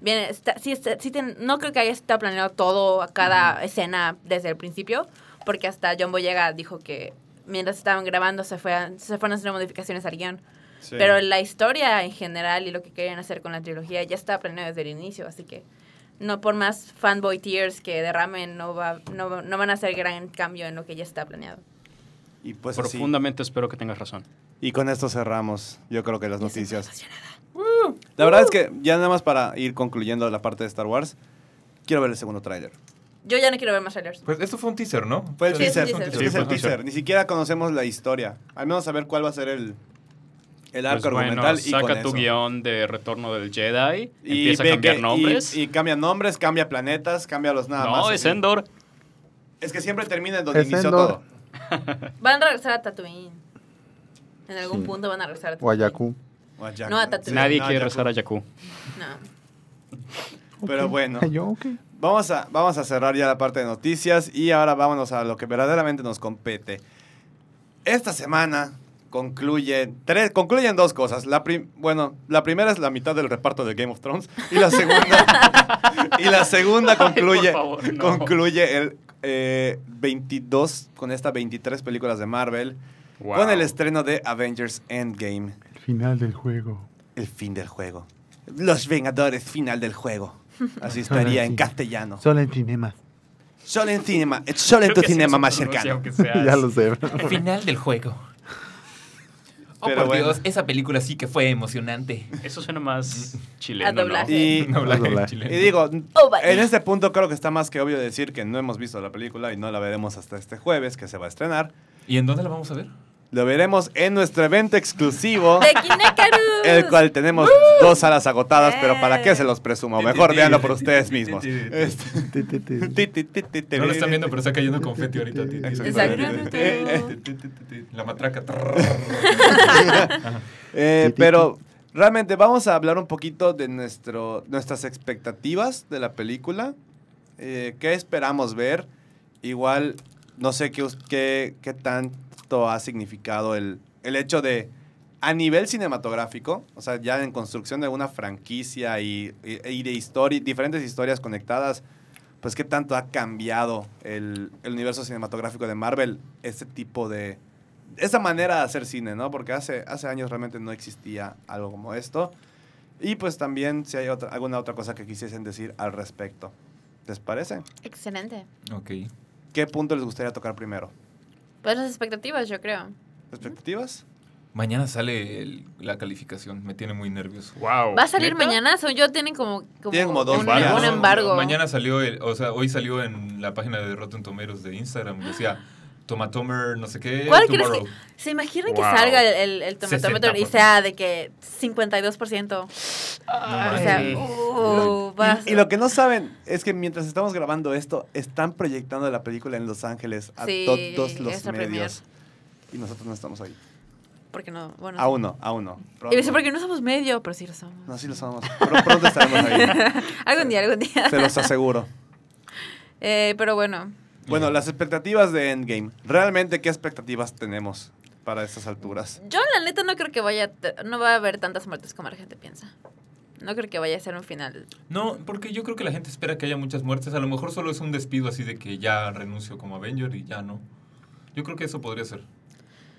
S3: Bien, está- sí está- sí ten- no creo que haya estado planeado todo, a cada escena desde el principio, porque hasta John Boyega dijo que mientras estaban grabando se, fue a- se fueron haciendo modificaciones al guión.
S2: Sí.
S3: Pero la historia en general y lo que querían hacer con la trilogía ya está planeado desde el inicio, así que no por más fanboy tears que derramen, no, va, no, va- no van a hacer gran cambio en lo que ya está planeado.
S2: Y pues así.
S8: Profundamente espero que tengas razón.
S2: Y con esto cerramos, yo creo que las noticias. Uh, La verdad es que ya nada más para ir concluyendo la parte de Star Wars, quiero ver el segundo tráiler.
S3: Yo ya no quiero ver más trailers.
S4: Pues esto fue un teaser, ¿no?
S2: Fue el
S3: Sí, es un
S2: teaser,
S3: teaser.
S2: es
S8: Sí,
S2: el
S8: fue un
S2: teaser. Ni siquiera conocemos la historia. Al menos saber cuál va a ser el, el arco
S8: Pues bueno,
S2: argumental y con
S8: saca tu
S2: eso.
S8: guión de Retorno del Jedi,
S2: Y
S8: empieza a
S2: ve
S8: cambiar
S2: que- y-
S8: nombres.
S2: Y, cambia nombres, cambia planetas, cambia los nada
S8: no,
S2: más.
S8: es Endor.
S2: Es que siempre termina en donde
S6: Es en
S2: inició
S6: Dora.
S2: todo.
S3: Van a regresar a Tatooine. En algún
S6: Sí.
S3: punto van a regresar a Tatooine.
S6: Guayacú.
S2: O a Jakku.
S3: No, a Tatooine.
S8: Nadie
S2: No,
S8: quiere
S2: Jakku.
S8: rezar a Jakku.
S3: No.
S2: Pero bueno.
S6: Ay, yo, ok.
S2: Vamos a, vamos a cerrar ya la parte de noticias y ahora vámonos a lo que verdaderamente nos compete. Esta semana concluyen, tres, concluyen dos cosas. La prim- bueno, la primera es la mitad del reparto de Game of Thrones y la segunda, y la segunda
S8: Ay, por
S2: concluye,
S8: favor, no.
S2: concluye el eh, 22 con estas 23 películas de Marvel con el estreno de Avengers Endgame,
S6: El final del juego.
S2: el fin del juego. Los Vengadores, final del juego. Así estaría en
S6: Sí.
S2: castellano.
S6: Solo en cinema.
S2: Solo en cinema, eh, solo en tu cinema más cercano.
S6: ya lo sé.
S9: El final del juego. Oh,
S2: Pero
S9: por
S2: bueno.
S9: Dios, esa película sí que fue emocionante.
S8: Eso suena más
S3: A
S8: chileno, ¿no?
S3: doblaje.
S2: Y,
S4: No habla
S6: Hola.
S2: y
S4: chileno.
S2: digo,
S3: Oh, vaya.
S2: en este punto creo que está más que obvio decir que no hemos visto la película y no la veremos hasta este jueves que se va a estrenar.
S9: ¿Y en dónde la vamos a ver?
S2: Lo veremos en nuestro evento exclusivo,
S3: ¡De Kinecarus!
S2: el cual tenemos dos salas agotadas, pero ¿para qué se los presumo? Mejor véanlo por ustedes mismos. Este-
S6: Ti, ti, ti.
S4: No lo están viendo, pero está cayendo confeti ahorita. La matraca.
S2: Eh, pero realmente vamos a hablar un poquito de nuestro, nuestras expectativas de la película. Eh, ¿Qué esperamos ver? Igual, no sé qué, us- qué, qué tanto ha significado el, el hecho de, a nivel cinematográfico, o sea, ya en construcción de una franquicia y, y- y de histori- diferentes historias conectadas, pues qué tanto ha cambiado el, el universo cinematográfico de Marvel, este tipo de, esa manera de hacer cine, ¿no? Porque hace, hace años realmente no existía algo como esto. Y pues también si hay otra, alguna otra cosa que quisiesen decir al respecto. ¿Les parece?
S3: Excelente.
S4: Ok.
S2: ¿Qué punto les gustaría tocar primero?
S3: Pues las expectativas, yo creo.
S2: ¿Expectativas?
S4: Mañana sale el- la calificación. Me tiene muy nervioso.
S8: Wow.
S3: Va a salir
S8: ¿Neta?
S3: mañana, según yo, tienen como, como,
S2: Tienen como dos
S3: un,
S2: varias.
S3: un embargo.
S4: Mañana salió, el- o sea, hoy salió en la página de Rotten Tomatoes de Instagram. Decía, Tomatomer, no sé qué,
S3: ¿Cuál crees
S4: tomorrow.
S3: ¿Se imaginan
S8: Wow.
S3: que salga el, el, el tomatómetro y
S4: 60%.
S3: sea de que 52%? Ah, o sea,
S8: Ay.
S3: uh,
S2: Y-
S3: vas-
S2: y, lo que no saben es que mientras estamos grabando esto, están proyectando la película en Los Ángeles a
S3: Sí,
S2: todos los
S3: es la premier.
S2: medios. Y nosotros no estamos ahí.
S3: Porque no, bueno.
S2: Aún no, aún no.
S3: Y me
S2: Pronto.
S3: dice, porque no somos medio, pero sí lo somos.
S2: No, sí lo sabemos. Pero pronto estaremos ahí.
S3: algún día, algún día.
S2: Se los aseguro.
S3: Eh, pero bueno,
S2: Bueno, las expectativas de Endgame. ¿Realmente qué expectativas tenemos para estas alturas?
S3: yo la neta no creo que vaya, a te- no va a haber tantas muertes como la gente piensa. No creo que vaya a ser un final.
S4: No, porque yo creo que la gente espera que haya muchas muertes. A lo mejor solo es un despido así de que ya renuncio como Avenger y ya no. Yo creo que eso podría ser.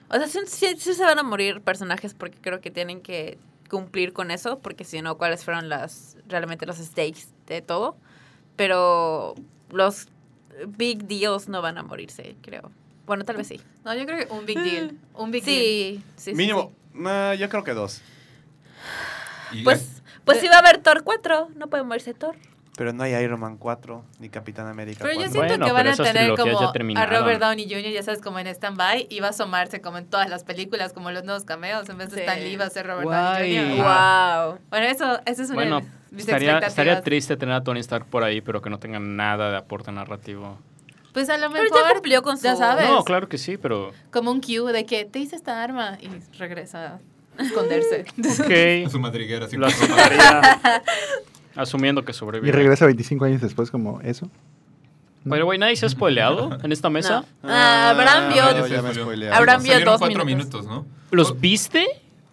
S3: O sea, sí, sí- sí se van a morir personajes porque creo que tienen que cumplir con eso, porque si no, ¿cuáles fueron las realmente los stakes de todo? Pero los big deals no van a morirse, creo. Bueno, tal vez sí.
S5: No, yo creo que un big deal. Un big deal.
S3: Sí, sí. sí,
S2: Mínimo,
S3: sí.
S2: nah, yo creo que dos.
S4: Y
S3: Pues,
S5: Eh,
S3: pues sí va a haber Thor 4, no puede morirse Thor.
S2: Pero no hay Iron Man 4 ni Capitán América
S5: Pero yo
S2: 4.
S5: siento
S8: Bueno,
S5: que van
S8: pero
S5: a
S8: esas
S5: tener
S8: trilogías
S5: como
S8: ya
S5: a
S8: terminaron.
S5: Robert Downey Jr., ya sabes, como en stand-by, y va a asomarse como en todas las películas, como los nuevos cameos. En vez de
S3: Sí.
S5: Stan Lee va a ser Robert
S8: Guay.
S5: Downey Jr.
S3: Wow.
S5: Bueno, eso, eso es una
S8: Bueno,
S5: de mis
S8: estaría,
S5: expectativas.
S8: estaría triste tener a Tony Stark por ahí, pero que no tenga nada de aporte narrativo.
S5: Pues a lo
S3: Pero
S5: mejor.
S3: ya cumplió con su...
S5: ya sabes.
S8: No, claro que sí, pero...
S5: Como un cue de que te hice esta arma y regresa a esconderse.
S4: es
S8: Ok,
S4: su madriguera. Así
S8: lo
S4: que-
S8: aceptaría asumiendo que sobrevive.
S6: Y regresa 25 años después como eso.
S8: Pero, güey, ¿nadie se ha spoileado en esta mesa?
S3: No. Ah, Abraham
S2: ya
S3: vio...
S4: ya se
S2: me
S4: murió.
S2: spoilearon.
S3: Abraham vio
S4: Salieron
S3: dos
S4: cuatro
S3: minutos.
S4: minutos, ¿no?
S8: ¿Los viste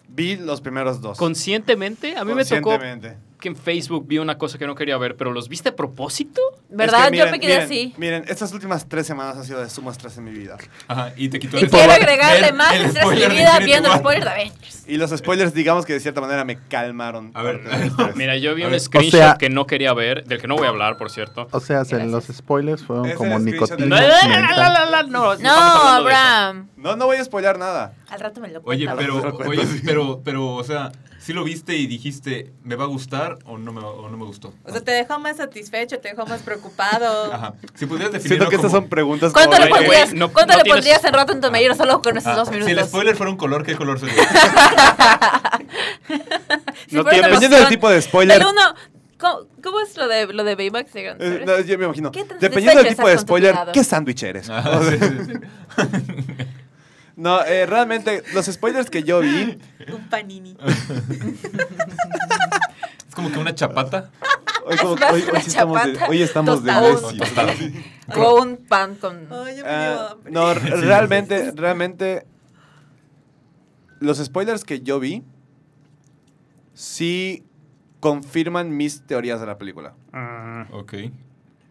S2: Vi los primeros dos.
S8: conscientemente? A mí me tocó
S2: Conscientemente.
S8: que en Facebook vi una cosa que no quería ver, pero ¿los viste a propósito?
S3: ¿Verdad?
S2: Es que
S3: Yo
S2: miren,
S3: me quedé
S2: miren,
S3: así.
S2: Miren, estas últimas tres semanas han sido de sumo estrés en mi vida.
S4: Ajá, y te quitó
S3: Y
S4: el
S3: quiero
S4: spoiler.
S3: agregarle
S4: Ver
S3: más
S4: el
S3: estrés a mi
S4: spoiler de
S3: vida
S4: Infinity
S3: viendo
S4: War.
S3: spoilers de Avengers.
S2: Y los spoilers, digamos que de cierta manera me calmaron.
S4: A ver,
S2: parte del estrés.
S8: Mira, yo vi
S4: A
S8: un
S4: ver, o
S8: screenshot
S6: sea-
S8: que no quería ver, del que no voy a hablar, por cierto.
S6: O sea, se-
S3: Gracias.
S6: los spoilers fueron
S2: Ese
S6: como
S2: es
S6: nicotina.
S2: screenshot
S8: No,
S2: del-
S6: mental.
S8: no,
S3: No,
S8: estamos hablando de eso.
S3: Abraham.
S2: No, no voy a spoilear nada.
S5: Al rato me lo
S4: Oye,
S5: cuentas.
S4: pero,
S2: Cuentas.
S4: oye, pero, pero, o sea, si lo viste y dijiste, ¿me va a gustar o no me, va- o no me gustó?
S5: O sea, te dejó más satisfecho, te dejó más preocupado.
S4: Ajá. Si pudieras definirlo
S2: Siento que estas
S4: como-
S2: son preguntas
S3: ¿Cuánto
S2: como
S3: le
S2: de-
S8: Güey, güey,
S3: pondrías,
S8: no-
S3: ¿cuánto
S8: no
S3: le
S8: tienes-
S3: pondrías en Rotten Tomatoes solo con esos
S4: Ah,
S3: dos
S4: Si el
S3: minutos?
S4: spoiler fuera un color, ¿qué color sería?
S3: Si fuera una
S8: no tienes-
S2: Dependiendo del
S3: emoción,
S2: tipo de spoiler,
S3: Del uno, ¿Cómo, cómo es lo de, lo de Baymax?
S2: Eh, no, yo me imagino.
S3: ¿Qué tan
S2: Dependiendo del
S3: satisfecho
S2: tipo de
S3: estás con tu
S2: spoiler,
S3: cuidado?
S2: ¿qué sándwich eres?
S4: Ah, sí, sí, sí.
S2: No, eh, realmente, los spoilers que yo vi.
S3: Un panini.
S4: Es como que una chapata.
S2: Hoy, como- hoy- hoy sí estamos de, hoy estamos de
S3: Tostado.
S2: Messi.
S4: Tostada.
S3: O un pan con...
S2: Ah, no, r- realmente, realmente. Los spoilers que yo vi. Sí confirman mis teorías de la película.
S4: Ok.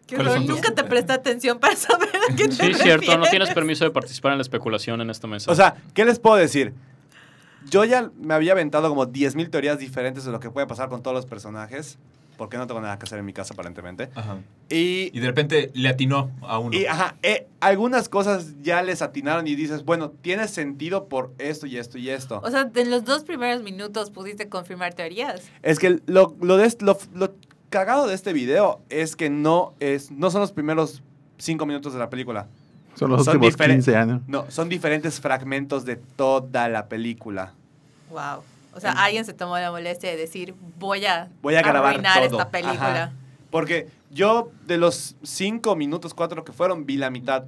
S5: Qué
S4: ¿Cuáles son
S5: horror,
S4: tus-
S5: Nunca te presta atención para saber a qué te
S8: Sí, cierto, no
S5: refieres.
S8: tienes permiso de participar en la especulación en este esta mesa.
S2: O sea, ¿qué les puedo decir? Yo ya me había aventado como 10.000 teorías diferentes de lo que puede pasar con todos los personajes. Porque no tengo nada que hacer en mi casa, aparentemente.
S4: Ajá.
S2: Y
S4: Y de repente le atinó a uno.
S2: Y ajá, eh, algunas cosas ya les atinaron y dices, bueno, tiene sentido por esto y esto y esto.
S5: O sea, en los dos primeros minutos pudiste confirmar teorías.
S2: es que lo, lo, de est- lo, lo cagado de este video es que no, es, no son los primeros cinco minutos de la película.
S6: Son los
S2: Son
S6: últimos
S2: diferen-
S6: 15 años.
S2: No, son diferentes fragmentos de toda la película.
S5: Wow. O sea, alguien se tomó la molestia de decir, voy a,
S2: Voy a grabar
S5: arruinar
S2: todo.
S5: esta película.
S2: Ajá. Porque yo de los cinco minutos, cuatro que fueron, vi la mitad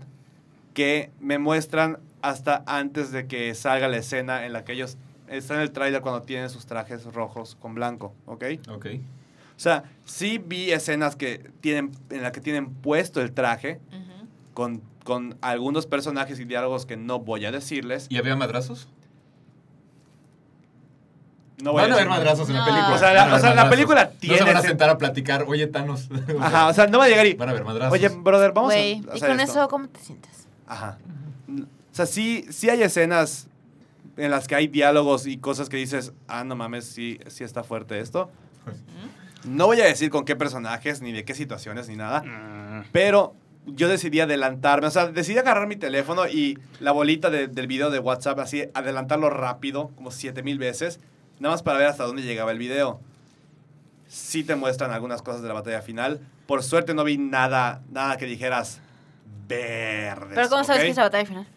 S2: que me muestran hasta antes de que salga la escena en la que ellos están en el tráiler cuando tienen sus trajes rojos con blanco, ¿ok?
S4: Ok.
S2: O sea, sí vi escenas que tienen, en las que tienen puesto el traje
S5: Ujú.
S2: con, con algunos personajes y diálogos que no voy a decirles.
S4: ¿Y había madrazos?
S2: No voy
S4: Van a haber
S2: decir-
S4: madrazos en la
S5: No.
S4: película.
S2: O sea,
S4: Van
S2: la-
S4: a haber
S2: o sea, la
S4: madrazos.
S2: película
S4: No se van
S2: tiene-
S4: a sentar a platicar, oye, Thanos.
S2: Ajá, o sea, no va a llegar y...
S4: Van a haber madrazos.
S2: Oye, brother, vamos
S3: Güey,
S2: a
S3: y
S2: hacer
S3: con
S2: esto".
S3: eso, ¿cómo te sientes?
S2: Ajá. N- O sea, sí, sí hay escenas en las que hay diálogos y cosas que dices, ah, no mames, sí, sí está fuerte esto. No voy a decir con qué personajes, ni de qué situaciones, ni nada,
S8: Mm.
S2: pero yo decidí adelantarme. O sea, decidí agarrar mi teléfono y la bolita de- del video de WhatsApp, así, adelantarlo rápido, como 7000 veces, nada más para ver hasta dónde llegaba el video. Sí te muestran algunas cosas de la batalla final. Por suerte no vi nada, nada que dijeras verdes.
S3: Pero ¿cómo sabes
S2: ¿ok?
S3: que es la batalla final?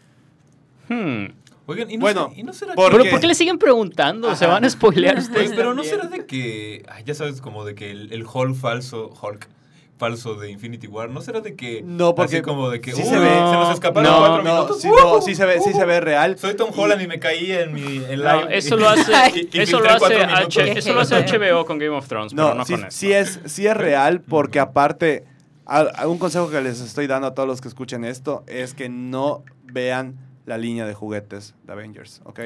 S8: Hmm.
S4: Oigan, ¿y no,
S2: Bueno,
S4: será- y no será
S2: por-
S4: que-
S8: ¿Pero
S2: qué?
S8: por qué le siguen preguntando? ¿Se
S2: Ajá.
S8: van a spoilear ustedes?
S4: Oye, pero no será de que. ay, ya sabes, como de que el, el Hulk falso. Hulk falso de Infinity War. ¿No será de que.
S2: No, porque
S4: Así como de que.
S2: sí
S4: "Uy,
S2: se ve.
S4: nos escaparon
S8: No,
S4: cuatro
S2: "Uh, no,
S4: minutos.
S2: sí,
S4: Uh,
S2: no, sí se ve, sí se ve real.
S4: Soy Tom Holland y me caí en mi. En
S8: No,
S4: la-
S8: eso lo
S4: y-
S8: hace,
S4: y
S8: eso lo
S4: filtré
S8: hace,
S4: cuatro minutos.
S8: H- eso lo hace HBO con Game of Thrones,
S2: No,
S8: Pues, pero no
S2: sí,
S8: con esto.
S2: sí es, sí es real porque aparte, al- algún consejo que les estoy dando a todos los que escuchen esto es que no vean la línea de juguetes de Avengers, ¿ok?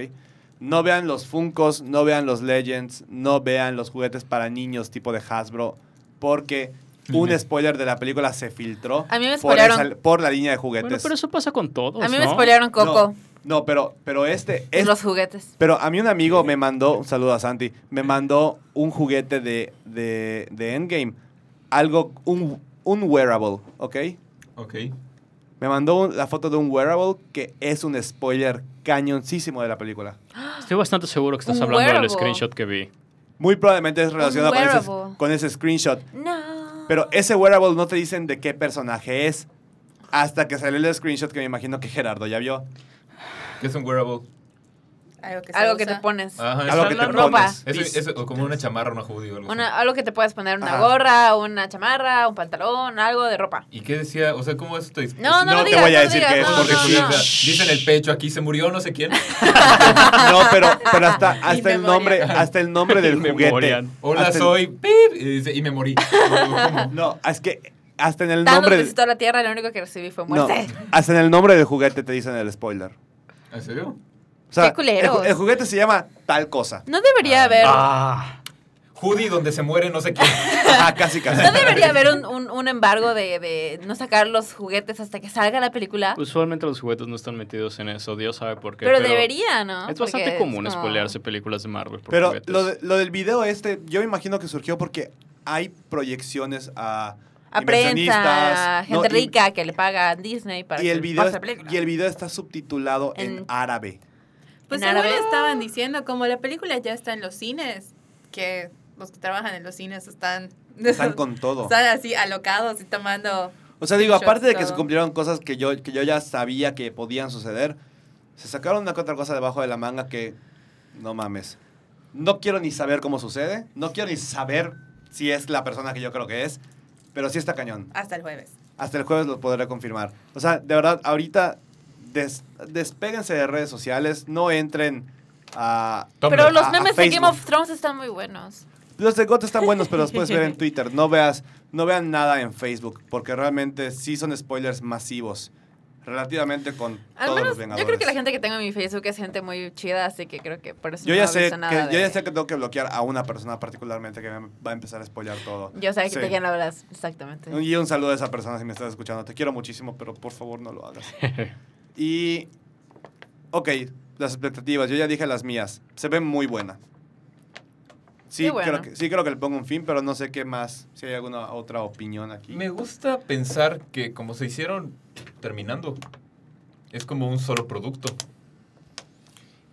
S2: No vean los Funkos, no vean los Legends, no vean los juguetes para niños tipo de Hasbro, porque un spoiler de la película se filtró
S3: A mí me
S2: por,
S3: spoilearon.
S2: por la línea de juguetes.
S8: Bueno, pero eso pasa con todos,
S3: A mí me
S8: ¿no?
S3: spoilearon Coco
S2: pues No, no, pero, pero este,
S3: en
S2: este
S3: los juguetes.
S2: Pero a mí un amigo me mandó, un saludo a Santi, me mandó un juguete de, de, de Endgame, algo, un, un wearable, ¿ok?
S4: Ok.
S2: Me mandó un- la foto de un wearable que es un spoiler cañoncísimo de la película.
S8: Estoy bastante seguro que estás
S3: Un
S8: hablando
S3: wearable.
S8: del screenshot que vi.
S2: Muy probablemente es relacionado con ese,
S3: wearable.
S2: con ese screenshot.
S3: No.
S2: Pero ese wearable no te dicen de qué personaje es hasta que sale el screenshot que me imagino que Gerardo ya vio.
S4: Que es un wearable.
S5: Algo que, se
S3: Algo que
S5: usa.
S3: te pones.
S2: Ah,
S4: Ajá, es-
S2: Algo que te
S3: hablando- ropa.
S2: pones.
S4: Eso, eso, o como una chamarra, una hoodie o algo así.
S3: Una, algo que te puedas poner, una
S2: Ajá.
S3: gorra, una chamarra, un pantalón, algo de ropa.
S4: ¿Y qué decía? O sea, ¿cómo eso te dice?
S3: No, no,
S2: Pues No
S3: lo
S2: te
S3: digas,
S2: voy a
S3: no lo
S2: decir
S3: digas,
S2: que es
S3: no,
S4: eh, Porque
S3: no,
S4: sí,
S3: no.
S4: o sea, dice en el pecho, aquí se murió no sé quién.
S2: No, pero, pero hasta, hasta el
S5: Inmemorial.
S2: nombre, hasta el nombre del juguete.
S8: Memorial.
S4: Hola,
S2: Hasta el-
S4: soy pip, y, dice, y me morí. ¿Cómo?
S2: No, es que hasta en el
S3: Thanos
S2: nombre.
S3: visitó la Tierra y lo único que recibí fue
S2: no,
S3: muerte.
S2: hasta en el nombre del juguete te dicen el spoiler.
S4: ¿En serio?
S2: O sea,
S3: Qué culeros.
S2: el ju- El, juguete se llama tal cosa.
S3: No, debería haber...
S8: Ah,
S4: Hoodie donde se muere no sé quién.
S2: Ajá, casi, casi.
S3: No debería haber un, un- un embargo de, de no sacar los juguetes hasta que salga la película.
S8: usualmente los juguetes no están metidos en eso, Dios sabe por qué.
S3: pero, debería, ¿no?
S8: Es bastante
S3: Porque
S8: común
S3: como-
S8: spoilearse películas de Marvel por
S2: Pero
S8: juguetes.
S2: lo, de- lo del video este, yo me imagino que surgió porque hay proyecciones a.
S3: A prensa, a
S2: inversionistas, ¿no?
S3: gente
S2: Y-
S3: rica que le paga a Disney para
S2: Y
S3: que
S2: el, video,
S3: pase la película.
S2: y el video está subtitulado en,
S3: En-
S2: árabe.
S5: Pues
S3: En
S5: según
S3: árabe.
S5: estaban diciendo, como la película ya está en los cines, que los que trabajan en los cines están,
S2: Están con todo.
S5: están así alocados y tomando...
S2: O sea, digo,
S5: Shots,
S2: aparte de que
S5: todo.
S2: se cumplieron cosas que yo, que yo ya sabía que podían suceder, se sacaron una que otra cosa debajo de la manga que no mames. No quiero ni saber cómo sucede, no quiero ni saber si es la persona que yo creo que es, pero sí está cañón.
S3: Hasta el jueves.
S2: Hasta el jueves lo podré confirmar. O sea, de verdad, ahorita des- despéguense de redes sociales, no entren a...
S4: Tumblr.
S5: Pero los
S2: Ah, a- a
S5: memes de Game
S2: Facebook.
S5: of Thrones están muy buenos.
S2: Los de GOT están buenos, pero los puedes ver en Twitter. No veas, no vean nada en Facebook, porque realmente sí son spoilers masivos. Relativamente con
S3: Al
S2: todos
S3: menos,
S2: los
S3: yo
S2: Vengadores.
S3: creo que la gente que tengo en mi Facebook es gente muy chida, así que creo que por eso
S2: Yo
S3: no
S2: ya,
S3: he
S2: sé
S3: visto
S2: que,
S3: nada de...
S2: yo ya sé que tengo que bloquear a una persona particularmente que me va a empezar a spoilear todo.
S3: Yo sé que
S2: Sí.
S3: te quieren hablar, exactamente.
S2: Y un saludo a esa persona si me estás escuchando. Te quiero muchísimo, pero por favor no lo hagas. y. Ok, las expectativas. Yo ya dije las mías. Se ven muy buena. Sí,
S3: Qué bueno.
S2: creo que, sí, creo que le pongo un fin, pero no sé qué más. Si hay alguna otra opinión aquí.
S4: Me gusta pensar que como se hicieron terminando, es como un solo producto.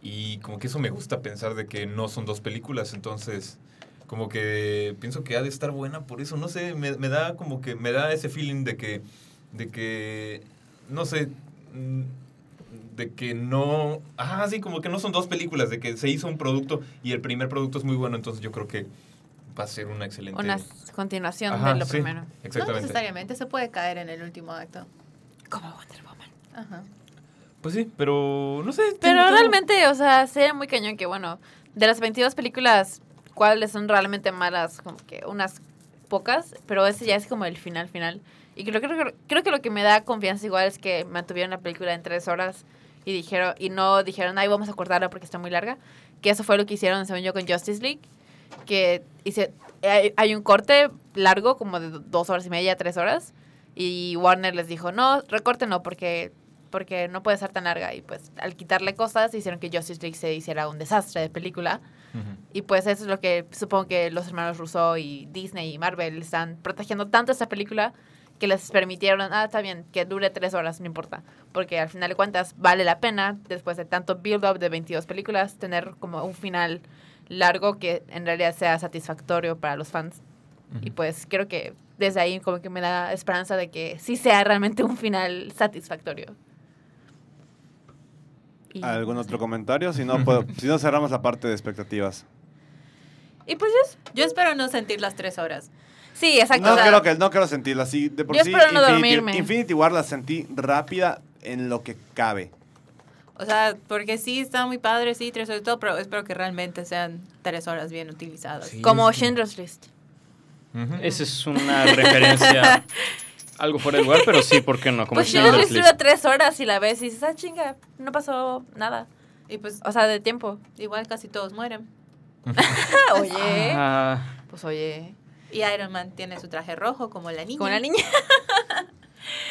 S4: Y como que eso me gusta pensar de que no son dos películas, entonces como que pienso que ha de estar buena por eso, no sé, me, me da como que me da ese feeling de que de que no sé mm, de que no, ah, sí, como que no son dos películas, de que se hizo un producto y el primer producto es muy bueno, entonces yo creo que va a ser una excelente
S3: Una continuación
S4: Ajá,
S3: de lo
S4: sí,
S3: primero. pues
S5: No
S4: Exactamente.
S5: necesariamente, se puede caer en el último acto.
S3: Como Wonder Woman.
S5: Ajá.
S4: Pues sí, pero no sé.
S3: Pero
S4: tengo-
S3: realmente, o sea, sería muy cañón que, bueno, de las 22 películas, ¿cuáles son realmente malas? Como que unas pocas, pero ese ya es como el final final. Y creo, creo, creo- creo que lo que me da confianza igual es que mantuvieron la película en tres horas y dijeron y no dijeron, ay, vamos a cortarla porque está muy larga. Que eso fue lo que hicieron, según yo, con Justice League. Que hice, hay, hay un corte largo, como de do- dos horas y media, tres horas. Y Warner les dijo, no, recórtenlo porque porque no puede ser tan larga. Y pues al quitarle cosas hicieron que Justice League se hiciera un desastre de película.
S4: Ujú.
S3: Y pues eso es lo que supongo que los hermanos Russo y Disney y Marvel están protegiendo tanto esta película que les permitieron, ah, está bien, que dure tres horas, no importa. Porque al final de cuentas vale la pena, después de tanto build-up de 22 películas, tener como un final largo que en realidad sea satisfactorio para los fans. Y pues creo que desde ahí como que me da esperanza de que sí sea realmente un final satisfactorio. Y-
S2: ¿Algún otro comentario? Si no, puedo- si no cerramos la parte de expectativas.
S3: Y pues yo...
S5: Yo espero no sentir las tres horas.
S3: Sí, exacto.
S2: No
S3: o sea,
S2: creo, que, no quiero sentirla así. De por
S3: Yo
S2: sí,
S3: espero no
S2: Infinity,
S3: dormirme.
S2: Infinity War la sentí rápida en lo que cabe.
S5: O sea, porque sí, está muy padre, sí, tres horas y todo, pero espero que realmente sean tres horas bien utilizadas.
S4: Sí,
S3: Como
S4: es que-
S3: Schindler's List.
S4: Ujú.
S8: Esa es una referencia algo fuera de lugar, pero sí, ¿por qué no? Como
S3: pues
S8: Schindler's
S3: Schindler's List dura
S8: List.
S3: tres horas y la ves y dices, ah, chinga, no pasó nada.
S5: Y pues,
S3: O sea, de tiempo.
S5: igual casi todos mueren.
S3: Ah, oye.
S8: Ah,
S3: Pues oye.
S5: Y Iron Man tiene su traje rojo, como la niña.
S3: Con la niña.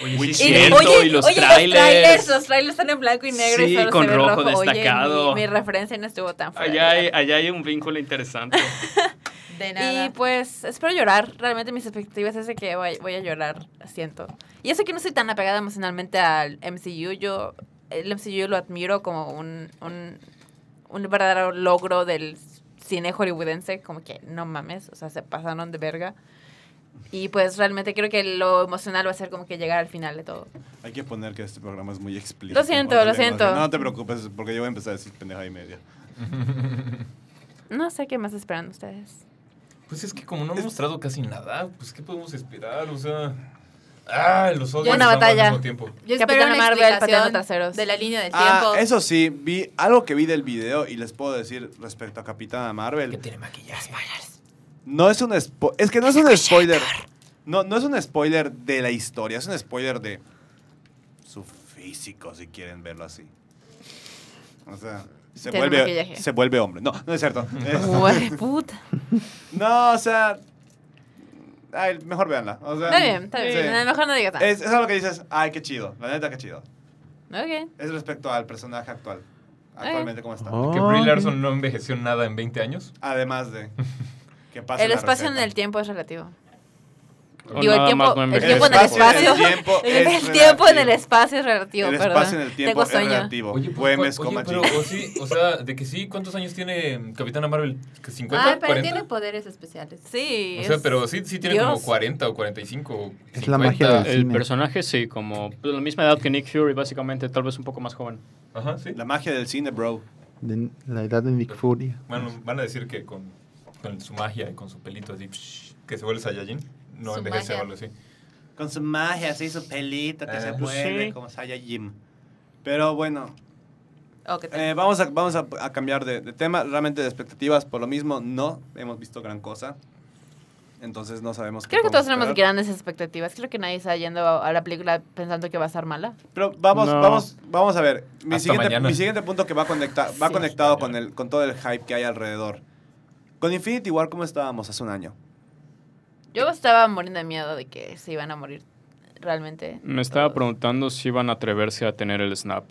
S8: Oye, sí,
S4: Y-
S8: cierto, y los trailers.
S3: Los trailers están en blanco y negro
S8: Sí,
S3: y solo
S8: con
S3: se ve
S8: rojo
S3: rojo,
S8: destacado.
S3: Oye, mi, mi referencia no estuvo tan fuerte.
S8: allá, hay, allá hay un vínculo interesante.
S5: De nada.
S3: Y pues espero llorar. Realmente mis expectativas es de que voy, voy a llorar, siento. Y eso que no soy tan apegada emocionalmente al MCU, yo el MCU lo admiro como un, un, un verdadero logro del cine hollywoodense, como que no mames, o sea, se pasaron de verga. Y pues realmente creo que lo emocional va a ser como que llegar al final de todo.
S2: Hay que poner que este programa es muy explícito.
S3: Lo siento,
S2: Ahorita
S3: lo
S2: le digo,
S3: siento.
S2: No te preocupes, porque yo voy a empezar a decir pendeja y media.
S3: No sé qué más esperan ustedes.
S4: Pues es que como no han mostrado casi nada, pues ¿qué podemos esperar? O sea... Ah, los odios
S3: Una
S4: ambos
S3: batalla.
S4: al mismo tiempo.
S5: Yo
S3: Capitana
S5: espero una
S3: Marvel,
S5: explicación
S3: pateando traseros.
S5: de la línea del
S2: Ah,
S5: tiempo.
S2: eso sí, vi algo que vi del video y les puedo decir respecto a Capitana Marvel.
S4: tiene maquillaje.
S2: No es un spo- es que no es un spoiler. No, no es un spoiler de la historia, es un spoiler de su físico, si quieren verlo así. O sea, se
S3: Tiene
S2: vuelve,
S3: maquillaje.
S2: se vuelve hombre. No, no es cierto. Es-
S3: Uy, puta.
S2: no, o sea. ay, mejor véanla. O sea,
S3: Está bien, está bien.
S2: sí.
S3: A lo mejor no digas nada.
S2: Es, es algo que dices, ay, qué chido. La neta, qué chido.
S3: Ok.
S2: Es respecto al personaje actual.
S3: Eh.
S2: Actualmente, ¿cómo está?
S6: Oh.
S4: Que Brie Larson no envejeció nada en 20 años.
S2: Además de que pasa
S3: El espacio en el tiempo es relativo.
S8: O
S3: Digo, el
S8: nada
S3: tiempo,
S8: más no
S3: el
S8: envejece.
S3: tiempo en el espacio.
S2: El tiempo
S3: El
S2: es
S3: tiempo en el
S2: relativo.
S3: espacio es relativo,
S2: El
S3: perdón.
S2: espacio en el tiempo
S3: Tengo
S2: es
S3: sueño.
S2: relativo.
S4: Oye, pues,
S2: Güemes,
S4: oye,
S2: coma
S4: pero
S2: chi.
S4: o sí, o sea, de que sí, ¿cuántos años tiene Capitana Marvel? ¿Que ¿50?
S5: Ah, pero
S4: 40?
S5: tiene poderes especiales.
S3: Sí.
S4: O sea,
S3: es-
S4: pero sí, sí tiene como
S3: Dios.
S4: 40 o 45 o
S6: Es la magia
S4: 50.
S6: del-
S8: El
S6: Cine.
S8: personaje sí, como pues, la misma edad que Nick Fury, básicamente, tal vez un poco más joven.
S4: Ajá, sí.
S2: La magia del cine, bro.
S6: De la edad de Nick Fury.
S4: Bueno, van a decir que con con su magia y con su pelito así, psh, que se vuelve Saiyajin. No
S5: Su
S4: envejece
S5: magia.
S4: o algo así.
S2: Con su magia, así su pelito que
S4: Ah,
S2: se
S4: pues
S2: vuelve
S8: sí.
S2: como Saiyajin. Pero bueno,
S3: Oh,
S5: O que te-
S2: eh, vamos, a, vamos a, a cambiar de, de tema. Realmente de expectativas, por lo mismo, no hemos visto gran cosa. Entonces no sabemos
S3: Creo
S2: qué
S3: que
S2: podemos
S3: todos tenemos
S2: esperar.
S3: grandes expectativas. Creo que nadie está yendo a a la película pensando que va a estar mala.
S2: Pero vamos,
S8: No.
S2: vamos, vamos a ver. Mi
S4: Hasta
S2: siguiente,
S4: mañana.
S2: mi siguiente punto que va, conecta, va
S3: Sí.
S2: conectado con, el, con todo el hype que hay alrededor. Con Infinity War, ¿cómo estábamos hace un año?
S3: Yo estaba muriendo de miedo de que se iban a morir realmente.
S8: Me estaba
S3: todos.
S8: preguntando si iban a atreverse a tener el snap.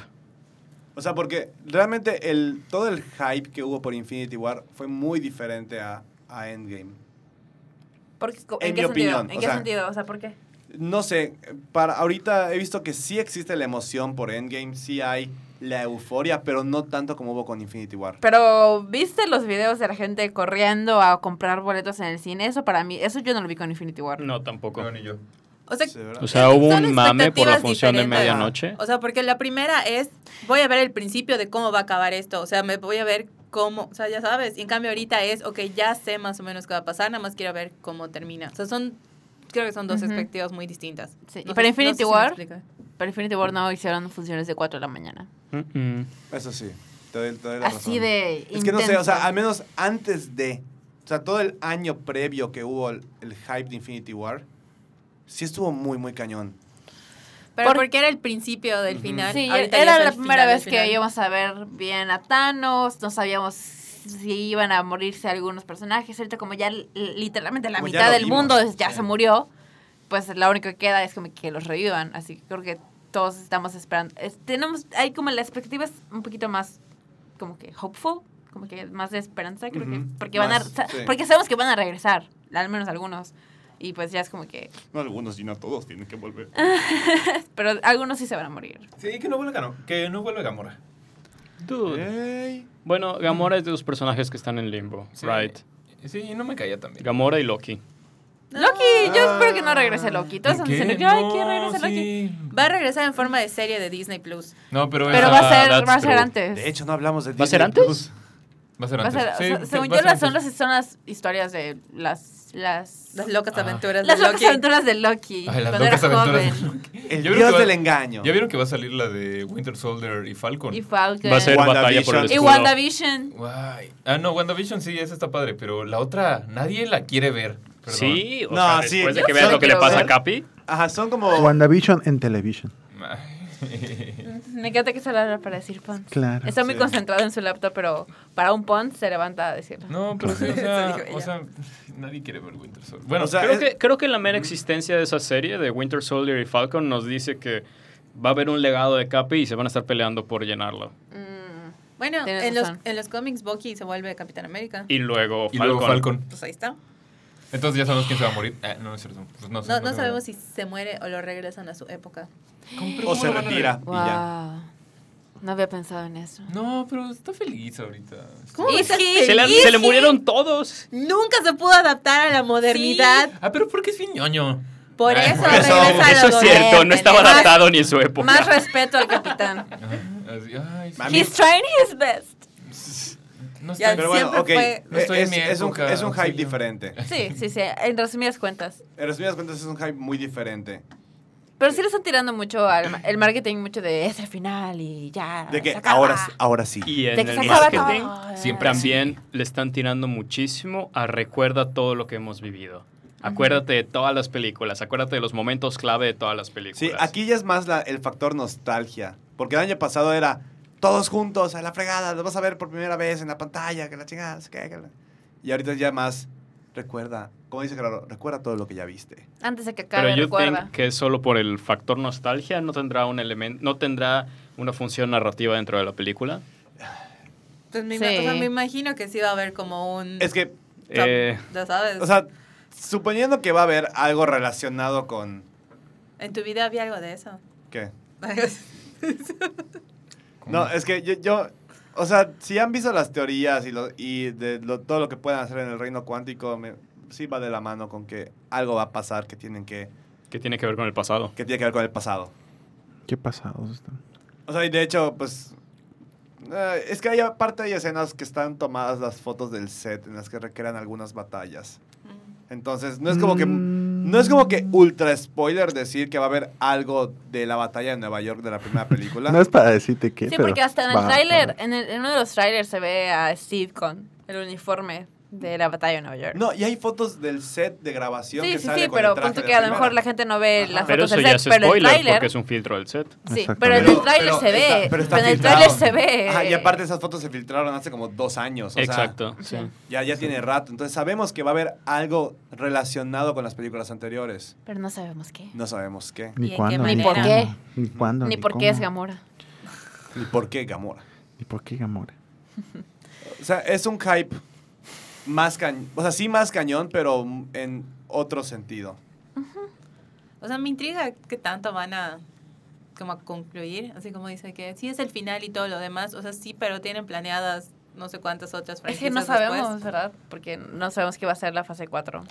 S2: O sea, porque realmente el, todo el hype que hubo por Infinity War fue muy diferente a, a Endgame.
S3: Porque, co-
S2: En
S3: ¿En, qué
S2: mi
S3: sentido?
S2: opinión,
S3: ¿En
S2: o
S3: qué
S2: sea-
S3: sentido? O sea, ¿por qué?
S2: No sé, para ahorita he visto que sí existe la emoción por Endgame, sí hay la euforia, pero no tanto como hubo con Infinity War.
S3: Pero, ¿viste los videos de la gente corriendo a comprar boletos en el cine? Eso para mí, eso yo no lo vi con Infinity War.
S8: No, tampoco.
S4: No, ni yo.
S5: o sea,
S2: Sí, ¿verdad?
S8: O sea, hubo
S5: Son
S8: un mame por la
S5: expectativas
S8: función de
S5: diferentes.
S8: medianoche.
S5: O sea, porque la primera es, voy a ver el principio de cómo va a acabar esto. O sea, me voy a ver cómo, o sea, ya sabes. Y en cambio ahorita es, ok, ya sé más o menos qué va a pasar, nada más quiero ver cómo termina. O sea, son, creo que son dos
S3: Ujú.
S5: expectativas muy distintas.
S3: Sí,
S5: No
S3: y para
S5: sé- no sé
S3: Infinity
S5: si me
S3: War-
S5: explico.
S3: Pero Infinity War no hicieron funciones de 4 de la mañana.
S8: Mm-mm.
S2: Eso sí, te doy, te doy la
S3: Así
S2: razón.
S3: de
S2: Es que no sé, o sea,
S3: intenso.
S2: al menos antes de. O sea, todo el año previo que hubo el, el hype de Infinity War, sí estuvo muy, muy cañón.
S5: Pero
S3: Por-
S5: porque era el principio del
S2: Ujú.
S5: final.
S3: Sí,
S5: ahorita ya
S3: era
S5: es
S3: la
S5: el
S3: primera
S5: final del
S3: vez
S5: final.
S3: que íbamos a ver bien a Thanos, no sabíamos si iban a morirse algunos personajes, ahorita como ya li- literalmente la
S2: Como ya
S3: mitad
S2: lo
S3: del
S2: vimos.
S3: mundo es- ya
S2: Sí.
S3: se murió, pues lo único que queda es como que los revivan, así que creo que todos estamos esperando. Es- tenemos, hay como las expectativas un poquito más como que hopeful, como que más de esperanza, creo que,
S2: Ujú,
S3: porque van
S2: más,
S3: a, sa-
S2: sí.
S3: porque sabemos que van a regresar, al menos algunos. Y pues ya es como que...
S2: No algunos, sino todos tienen que volver.
S3: Ah. Pero algunos sí se van a morir.
S4: Sí, que no vuelva Gamora. Que no vuelva Gamora.
S8: Dude. Bueno, Gamora es de los personajes que están en limbo,
S4: Sí.
S8: right?
S4: Sí, no me caía también.
S8: Gamora y Loki.
S3: Loki,
S4: Ah.
S3: yo espero que no regrese Loki. Todos están diciendo que, ay, que regrese Loki.
S4: sí.
S5: Va a regresar en forma de serie de Disney Plus.
S4: No, pero,
S3: Pero
S4: esa-
S8: Ah,
S3: va a ser,
S8: that's
S3: va a ser
S8: true.
S3: antes.
S2: De hecho, no hablamos de
S8: ¿Va a ser
S2: Disney
S8: antes?
S2: Plus.
S4: va a ser
S3: Va a
S4: antes.
S3: ser- o sea,
S4: Sí,
S3: según
S4: va a
S3: yo,
S4: ser
S3: las son,
S4: antes.
S3: las, son las historias de las. Las,
S5: Las locas
S4: Ah.
S5: aventuras
S3: las
S5: de
S3: locas
S5: Loki.
S3: aventuras de Loki.
S4: Ay, las
S3: cuando era
S4: locas aventuras de
S3: joven.
S4: Loki.
S2: El
S4: Ya vieron
S2: dios
S4: que va-
S2: del engaño.
S4: ¿Ya vieron que va a salir la de Winter Soldier y Falcon?
S3: Y Falcon.
S8: Va a ser batalla por el
S3: Y
S8: escudo.
S3: WandaVision.
S4: Guay. Ah, no, WandaVision sí, esa está padre, pero la otra nadie la quiere ver. Perdón.
S8: Sí, o
S2: No, ¿eh?
S8: sea,
S2: sí.
S8: después de
S2: Yo
S8: que veas
S3: sí
S8: lo que le
S3: quiero
S8: pasa a
S3: ver.
S8: Capi.
S2: Ajá, son como...
S6: WandaVision en Television.
S4: Ay.
S3: Me encanta que se la para decir Pons.
S6: Claro.
S3: Está muy
S2: Sí.
S3: concentrado en su laptop, pero para un Pons se levanta a decirlo.
S4: No, pero sí, o
S5: Eso
S4: sea,
S5: dijo ella.
S4: o sea, nadie quiere ver Winter Soldier. Bueno,
S2: O sea,
S8: Creo
S2: es-
S8: que, creo que la mera existencia de esa serie, de Winter Soldier y Falcon, nos dice que va a haber un legado de Capi y se van a estar peleando por llenarlo.
S3: Mm,
S5: Bueno,
S3: Tienes
S5: en los,
S3: razón.
S5: en los cómics Bucky se vuelve Capitán América.
S8: Y luego
S4: y
S8: Falcon.
S4: luego Falcon.
S5: Pues ahí está.
S4: Entonces ya sabemos quién se va a morir. Ah, no, no es cierto. Pues no, sé,
S5: No,
S4: no
S5: no
S4: sé.
S5: sabemos si se muere o lo regresan a su época.
S2: O se retira y ya.
S3: wow. No había pensado en eso.
S4: No, pero está feliz ahorita.
S5: ¿Cómo
S3: Y
S5: estás
S3: sí.
S8: Se le,
S5: feliz?
S8: se le murieron todos.
S5: Nunca se pudo adaptar a la modernidad.
S4: Ah, pero porque es bien ñoño.
S5: Por
S4: Ay, pues,
S5: eso
S4: por eso-
S5: regresa a
S8: Eso es
S5: los
S8: cierto, no estaba
S3: Más-
S8: adaptado ni en su época.
S3: Más respeto al capitán.
S4: Ah, así, ay, sí.
S2: Mami.
S3: He's trying his best.
S4: No
S5: Ya,
S4: estoy-
S2: Pero bueno, ok.
S5: Siempre fue-
S2: eh,
S4: No estoy en
S2: es,
S4: mi
S2: es un,
S4: época,
S2: es un
S4: o sea,
S2: hype
S4: yo-
S2: diferente.
S3: Sí, sí, sí. En resumidas cuentas.
S2: En resumidas cuentas, es un hype muy diferente.
S3: Pero sí le están tirando mucho al ma- el marketing, mucho de es el final y ya.
S2: De que
S3: se acaba".
S2: ahora, ahora sí.
S8: Y en
S3: De que
S8: el
S3: se acaba
S8: marketing
S3: todo.
S4: siempre así.
S8: también le están tirando muchísimo a recuerda todo lo que hemos vivido. Acuérdate de todas las películas, acuérdate de los momentos clave de todas las películas.
S2: Sí, aquí ya es más la- el factor nostalgia. Porque el año pasado era todos juntos, a la fregada, los vas a ver por primera vez en la pantalla, que la chingada, no sé qué, que la- Y ahorita ya más, recuerda, como dice Gerardo, recuerda todo lo que ya viste.
S3: Antes de que acabe,
S8: Pero yo
S3: recuerda.
S8: creo que solo por el factor nostalgia no tendrá un elemento, no tendrá una función narrativa dentro de la película.
S5: Pues me,
S3: Sí.
S5: ima- o sea, me imagino que sí va a haber como un...
S2: Es que,
S5: o sea,
S8: Eh,
S5: ya sabes.
S2: o sea, suponiendo que va a haber algo relacionado con...
S5: en tu vida había algo de eso.
S2: ¿Qué?
S5: Pero
S2: No, es que yo, yo- o sea, si han visto las teorías y, lo- y de lo- todo lo que pueden hacer en el reino cuántico, me- sí va de la mano con que algo va a pasar que, tienen que,
S8: que tiene que ver con el pasado.
S2: que tiene que ver con el pasado.
S6: Qué pasados están.
S2: O sea, y de hecho, pues Eh, es que hay aparte hay escenas que están tomadas las fotos del set en las que recrean algunas batallas.
S3: Mm.
S2: Entonces, no es como que no es como que ultra spoiler decir que va a haber algo de la batalla de Nueva York de la primera película.
S6: No es para decirte que.
S3: Sí, porque hasta en el tráiler, eh, en, el- en uno de los trailers se ve a Steve con el uniforme de la batalla de Nueva York.
S2: No, y hay fotos del set de grabación
S3: sí,
S2: que
S3: sí,
S2: sale
S3: sí,
S2: con
S3: pero
S2: el traje
S3: punto
S2: de
S3: que a lo
S2: primera.
S3: mejor la gente no ve
S2: Ajá.
S3: las
S8: Pero
S3: fotos
S8: eso
S3: del
S8: ya es
S3: set, pero en el
S8: spoiler porque
S3: tráiler...
S8: es un filtro del set.
S3: Sí,
S6: Exactamente.
S3: pero en
S6: Pero-
S3: el tráiler
S2: pero
S3: se ve.
S2: está- pero está
S3: en el
S2: filtrado.
S3: tráiler se ve.
S2: Ajá, y aparte esas fotos se filtraron hace como dos años. o sea,
S8: Exacto. sí.
S2: ya ya tiene rato. Entonces sabemos que va a haber algo relacionado con las películas anteriores.
S3: Pero no sabemos qué.
S2: No sabemos qué.
S5: ¿Y en
S6: Ni
S5: qué
S6: cuándo.
S3: manera? Ni
S6: cómo,
S3: por qué.
S6: Ni cuándo.
S3: Ni por qué es
S6: cómo,
S3: Gamora.
S2: Ni por qué Gamora.
S6: Ni por qué Gamora.
S2: O sea, es un hype más cañón. O sea, sí más cañón, pero en otro sentido.
S5: O sea, me intriga qué tanto van a como a concluir, así como dice que sí es el final y todo lo demás, o sea, sí, pero tienen planeadas no sé cuántas otras
S3: Es
S5: franquicias
S3: que no
S5: después.
S3: sabemos, ¿verdad? Porque no sabemos qué va a ser la fase 4.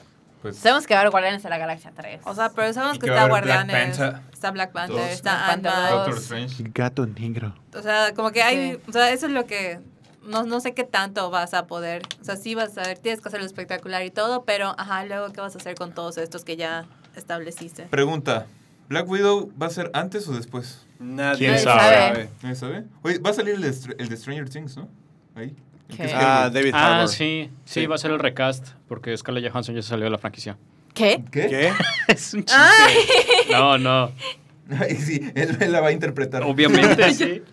S4: Pues,
S3: Sabemos que va a haber Guardianes de la Galaxia 3.
S5: O sea, pero sabemos
S4: Y
S5: que
S4: que
S5: está
S4: va a haber Black
S5: Guardianes,
S4: Panther.
S5: está Black Panther,
S4: Dos.
S5: está
S3: Black Panther
S5: Ant-Man,
S3: dos.
S4: Doctor Strange.
S6: Gato negro.
S5: o sea, como que hay,
S3: Sí.
S5: o sea, eso es lo que no, no sé qué tanto vas a poder, o sea, sí vas a ver, tienes que hacerlo espectacular y todo, pero ajá, luego qué vas a hacer con todos estos que ya estableciste.
S4: Pregunta. ¿Black Widow va a ser antes o después?
S2: Nadie
S8: ¿Quién sabe?
S4: ¿Nadie sabe? Oye, va a salir el de, Str- el de Stranger Things, ¿no? Ahí. El que
S3: ¿Qué?
S4: es
S2: Ah,
S4: Harvard.
S2: David
S8: Ah,
S2: Harbour.
S8: sí, sí,
S4: Sí.
S8: va a ser el recast porque Scarlett Johansson ya se salió de la franquicia.
S3: ¿Qué?
S4: ¿Qué?
S2: ¿Qué?
S8: es un chiste. No, no.
S4: Ay, sí, él, él la va a interpretar.
S8: Obviamente, sí.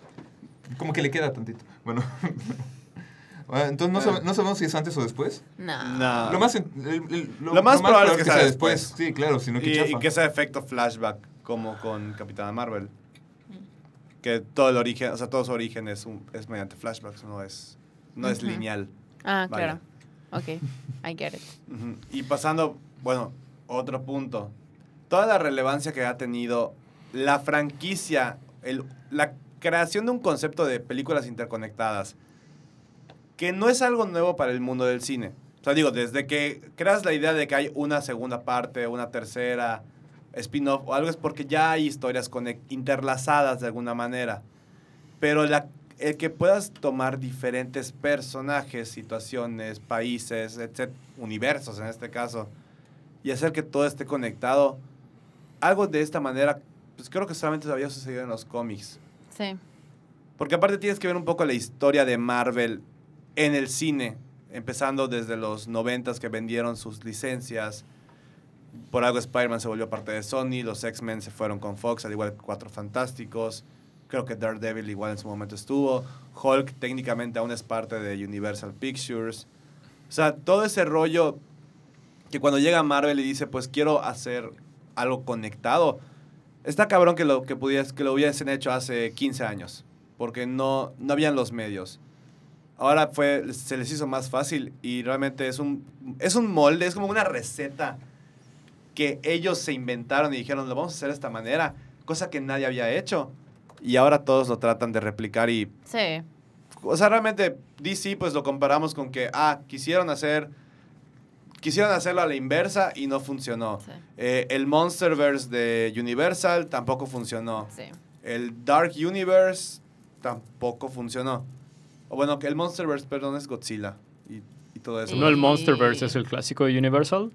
S4: Como que le queda tantito. Bueno. Ah, Entonces, ¿no, sabe- no sabemos si es antes o después?
S3: No.
S2: No.
S4: Lo más, en- el- el-
S2: Lo más probable es que sea después.
S4: Sí, claro, sino que
S2: y,
S4: chafa.
S2: y que sea efecto flashback, como con Capitana Marvel. Que todo el origen, o sea, todo su origen es, un- es mediante flashbacks, no es, no es
S3: Ujú.
S2: lineal.
S3: Ah,
S2: Vaya.
S3: claro. Ok, I get it.
S2: Ujú. Y pasando, bueno, otro punto. Toda la relevancia que ha tenido la franquicia, el- la creación de un concepto de películas interconectadas, que no es algo nuevo para el mundo del cine. O sea, digo, desde que creas la idea de que hay una segunda parte, una tercera, spin-off o algo, es porque ya hay historias conec- interlazadas de alguna manera. Pero la, el que puedas tomar diferentes personajes, situaciones, países, etc., universos en este caso, y hacer que todo esté conectado, algo de esta manera, pues creo que solamente había sucedido en los cómics.
S3: Sí.
S2: Porque aparte tienes que ver un poco la historia de Marvel en el cine, empezando desde los 90 que vendieron sus licencias. Por algo Spider-Man se volvió parte de Sony, los X-Men se fueron con Fox, al igual que Cuatro Fantásticos. Creo que Daredevil igual en su momento estuvo. Hulk técnicamente aún es parte de Universal Pictures. O sea, todo ese rollo que cuando llega Marvel y dice, pues quiero hacer algo conectado, está cabrón que lo, que pudieras, que lo hubiesen hecho hace 15 años porque no, no habían los medios. Ahora fue, se les hizo más fácil y realmente es un, es un molde, es como una receta que ellos se inventaron y dijeron, lo vamos a hacer de esta manera, cosa que nadie había hecho. Y ahora todos lo tratan de replicar y,
S3: Sí.
S2: o sea, realmente DC pues lo comparamos con que, ah, quisieron hacer, quisieron hacerlo a la inversa y no funcionó.
S3: Sí.
S2: Eh, el Monsterverse de Universal tampoco funcionó.
S3: Sí.
S2: El Dark Universe tampoco funcionó. O bueno, que el Monsterverse, perdón, es Godzilla y, y todo eso.
S8: No el Monsterverse es el clásico de Universal.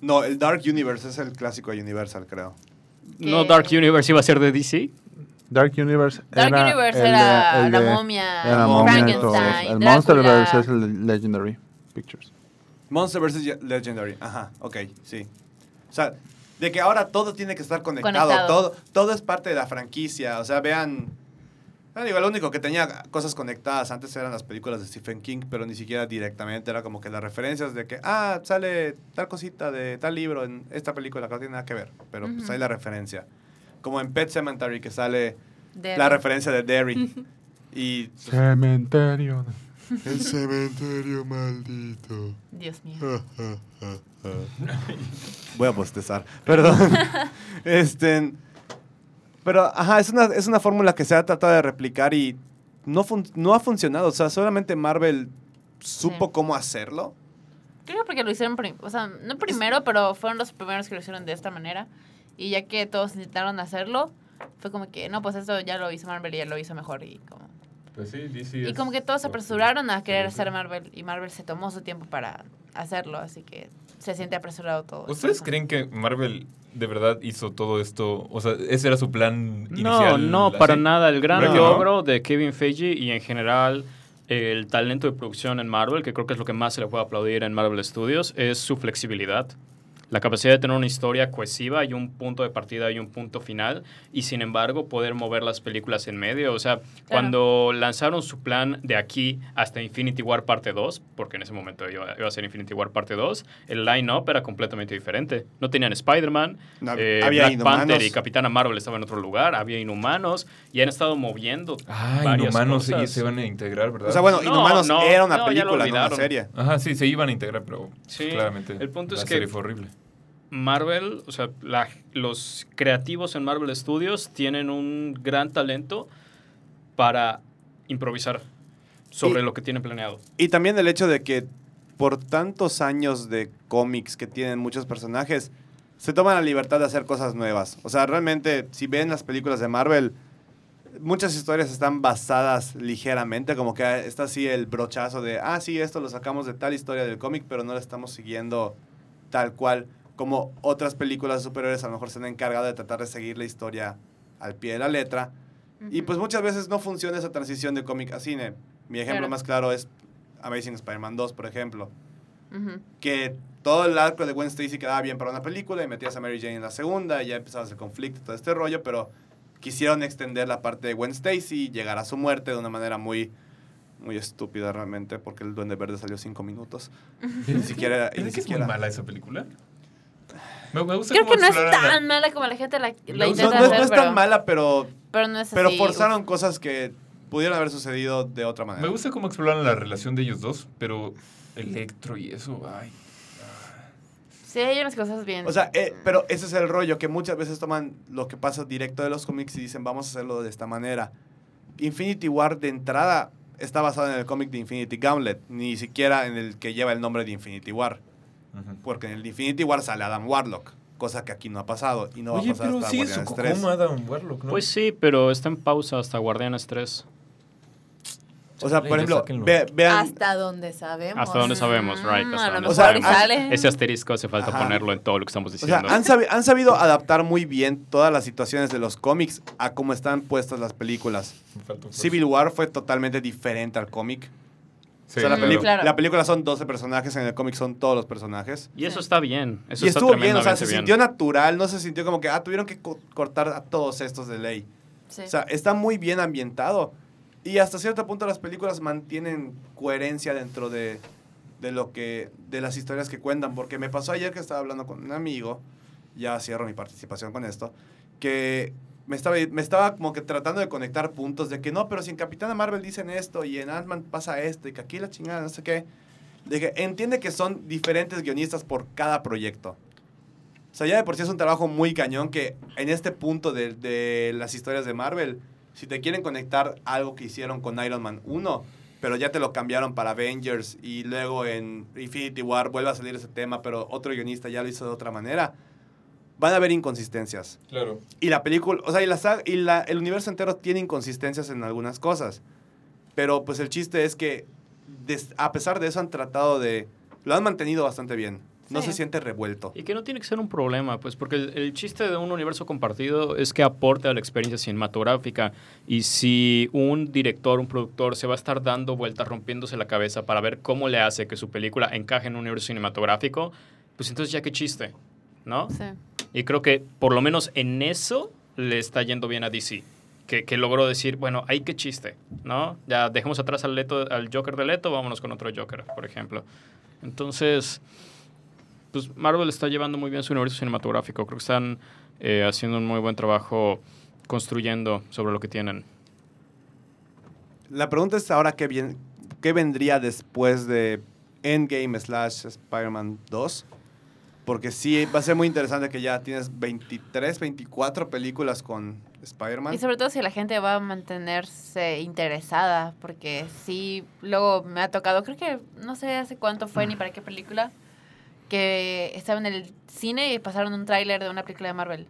S2: No, el Dark Universe es el clásico de Universal, creo.
S8: No
S3: Que-
S8: Dark Universe iba a ser de DC.
S6: Dark Universe
S3: Dark
S6: era
S3: Universe
S6: el de-
S3: era
S6: el
S3: la
S6: de-
S3: momia,
S6: era la momia y
S3: Frankenstein,
S6: todo eso. El
S3: Drácula.
S6: Monsterverse es el Legendary Pictures.
S2: Monsterverse es Ye- Legendary. Ajá, ok, sí. O sea, de que ahora todo tiene que estar conectado.
S3: Conectado.
S2: Todo, todo es parte de la franquicia. O sea, vean... ah, digo, lo único que tenía cosas conectadas antes eran las películas de Stephen King, pero ni siquiera directamente. Era como que las referencias de que, ah, sale tal cosita de tal libro en esta película que no tiene nada que ver. Pero pues
S3: Ujú.
S2: hay la referencia. Como en Pet Cemetery, que sale
S5: De-
S2: la referencia de Derry. y
S6: Cementerio.
S10: El cementerio maldito.
S3: Dios mío.
S2: Voy a bostezar. Perdón. este. Pero, ajá, es una, es una fórmula que se ha tratado de replicar y no, fun- no ha funcionado. O sea, solamente Marvel supo
S3: Sí.
S2: cómo hacerlo.
S3: Creo que porque lo hicieron, prim- o sea, no primero, pero fueron los primeros que lo hicieron de esta manera. Y ya que todos intentaron hacerlo, fue como que, no, pues eso ya lo hizo Marvel y ya lo hizo mejor. Y como,
S4: Pues sí, DC
S3: Y
S4: es-
S3: como que todos se apresuraron a querer
S4: Sí, sí.
S3: hacer Marvel y Marvel se tomó su tiempo para hacerlo, así que se siente apresurado todo.
S4: ¿Ustedes creen que Marvel de verdad hizo todo esto? O sea, ¿ese era su plan
S8: No,
S4: inicial?
S8: no, para
S4: así?
S8: nada. El gran
S4: ¿Verdad que no?
S8: logro de Kevin Feige y en general eh, el talento de producción en Marvel, que creo que es lo que más se le puede aplaudir en Marvel Studios, es su flexibilidad. La capacidad de tener una historia cohesiva y un punto de partida y un punto final, y sin embargo poder mover las películas en medio. O sea, cuando lanzaron su plan de aquí hasta Infinity War parte 2, porque en ese momento iba, iba a ser Infinity War parte 2, el line-up era completamente diferente. No tenían Spider-Man,
S2: No,
S8: eh,
S2: había
S8: Black
S2: inhumanos.
S8: Panther y Capitana Marvel estaban en otro lugar, había inhumanos y han estado moviendo.
S4: Ah,
S8: varias
S4: inhumanos
S8: cosas.
S4: y se iban a integrar, ¿verdad?
S2: O sea, bueno,
S8: No,
S2: Inhumanos
S8: no,
S2: era una
S8: no, ya
S2: película,
S8: lo
S2: no una
S8: olvidaron.
S2: serie.
S4: Ajá, sí, se iban a integrar, pero
S8: Sí,
S4: claramente
S8: el punto
S4: la
S8: es que-
S4: serie fue horrible.
S8: Marvel, o sea, la- los creativos en Marvel Studios tienen un gran talento para improvisar sobre
S2: Y-
S8: lo que tienen planeado.
S2: Y también el hecho de que por tantos años de cómics que tienen muchos personajes, se toman la libertad de hacer cosas nuevas. O sea, realmente, si ven las películas de Marvel, muchas historias están basadas ligeramente, como que está así el brochazo de, ah, sí, esto lo sacamos de tal historia del cómic, pero no la estamos siguiendo tal cual, como otras películas superiores a lo mejor se han encargado de tratar de seguir la historia al pie de la letra. Y pues muchas veces no funciona esa transición de cómic a cine. Mi ejemplo
S3: Claro.
S2: más claro es Amazing Spider-Man 2, por ejemplo.
S3: Ujú.
S2: Que todo el arco de Gwen Stacy quedaba bien para una película y metías a Mary Jane en la segunda y ya empezabas el conflicto, todo este rollo, pero quisieron extender la parte de Gwen Stacy y llegar a su muerte de una manera muy, muy estúpida realmente, porque el Duende Verde salió cinco minutos. Y ni siquiera... y ni
S4: ¿Es que es muy
S2: siquiera-
S4: mala esa película? Me, me gusta
S3: Creo
S4: cómo
S3: que no es
S4: exploraron la-
S3: tan mala como la gente la, la
S4: No,
S2: No, no
S3: intenta
S2: es, no
S3: hacer,
S2: es
S3: pero,
S2: tan mala, pero,
S3: pero no es
S2: pero
S3: así.
S2: forzaron cosas que pudieron haber sucedido de otra manera.
S4: Me gusta cómo exploran la relación de ellos dos, pero Electro y eso, ay.
S3: Sí, hay unas cosas bien.
S2: O sea, eh, pero ese es el rollo, que muchas veces toman lo que pasa directo de los cómics y dicen, vamos a hacerlo de esta manera. Infinity War de entrada está basado en el cómic de Infinity Gauntlet, ni siquiera en el que lleva el nombre de Infinity War,
S4: Ujú.
S2: porque en el de Infinity War sale Adam Warlock, cosa que aquí no ha pasado y no va
S4: Oye,
S2: a pasar
S4: pero
S2: hasta
S4: sigue su
S2: Guardianes 3.
S4: cocoma Adam Warlock, ¿no?
S8: Pues sí, pero está en pausa hasta Guardianes 3.
S2: O sea, por
S4: Chale,
S2: ejemplo,
S4: sáquenlo.
S2: ve- vean...
S5: Hasta donde sabemos.
S8: Hasta donde sabemos,
S3: Mm,
S8: right.
S3: a
S8: Hasta
S3: lo
S8: donde
S3: mejor
S2: sea,
S3: y
S8: sabemos.
S2: ah,
S3: sale.
S8: Ese asterisco hace falta
S2: Ajá.
S8: ponerlo en todo lo que estamos
S2: O sea,
S8: diciendo.
S2: han, sabi- han sabido adaptar muy bien todas las situaciones de los cómics a cómo están puestas las películas.
S4: Me faltó por-
S2: Civil War fue totalmente diferente al cómic.
S4: Sí,
S2: O sea, la,
S4: claro.
S2: peli-
S3: Claro.
S2: la película son 12 personajes, en el cómic son todos los personajes.
S8: y eso está bien. Eso
S2: y
S8: está
S2: estuvo bien, o sea,
S8: tremendamente
S2: se
S8: bien.
S2: sintió natural, no se sintió como que, ah, tuvieron que co- cortar a todos estos de ley.
S3: Sí.
S2: O sea, está muy bien ambientado. Y hasta cierto punto las películas mantienen coherencia dentro de, de lo que de las historias que cuentan. Porque me pasó ayer que estaba hablando con un amigo, ya cierro mi participación con esto, que me estaba, me estaba como que tratando de conectar puntos de que no, pero si en Capitana Marvel dicen esto y en Ant-Man pasa esto y que aquí la chingada, no sé qué. De que entiende que son diferentes guionistas por cada proyecto. O sea, ya de por sí es un trabajo muy cañón que en este punto de, de las historias de Marvel, si te quieren conectar algo que hicieron con Iron Man 1, pero ya te lo cambiaron para Avengers y luego en Infinity War vuelve a salir ese tema, pero otro guionista ya lo hizo de otra manera, van a haber inconsistencias.
S4: Claro.
S2: Y la película, o sea, y, la, saga- y la- el universo entero tiene inconsistencias en algunas cosas. Pero pues el chiste es que des- a pesar de eso han tratado de... Lo han mantenido bastante bien. No
S3: Sí.
S2: se siente revuelto.
S8: Y que no tiene que ser un problema, pues, porque el, el chiste de un universo compartido es que aporte a la experiencia cinematográfica. Y si un director, un productor, se va a estar dando vueltas, rompiéndose la cabeza para ver cómo le hace que su película encaje en un universo cinematográfico, pues entonces ya qué chiste, ¿no?
S3: Sí.
S8: Y creo que por lo menos en eso le está yendo bien a DC. Que, que logró decir, bueno, hay que chiste, ¿no? Ya dejemos atrás al, Leto, al Joker de Leto, vámonos con otro Joker, por ejemplo. Entonces, pues Marvel está llevando muy bien su universo cinematográfico. Creo que están eh, haciendo un muy buen trabajo construyendo sobre lo que tienen.
S2: La pregunta es ahora qué, bien, qué vendría después de Endgame slash Spider-Man 2. Porque sí, va a ser muy interesante que ya tienes 23, 24 películas con Spider-Man.
S3: Y sobre todo si la gente va a mantenerse interesada, porque sí, luego me ha tocado, creo que no sé hace cuánto fue ni para qué película, que estaba en el cine y pasaron un tráiler de una película de Marvel.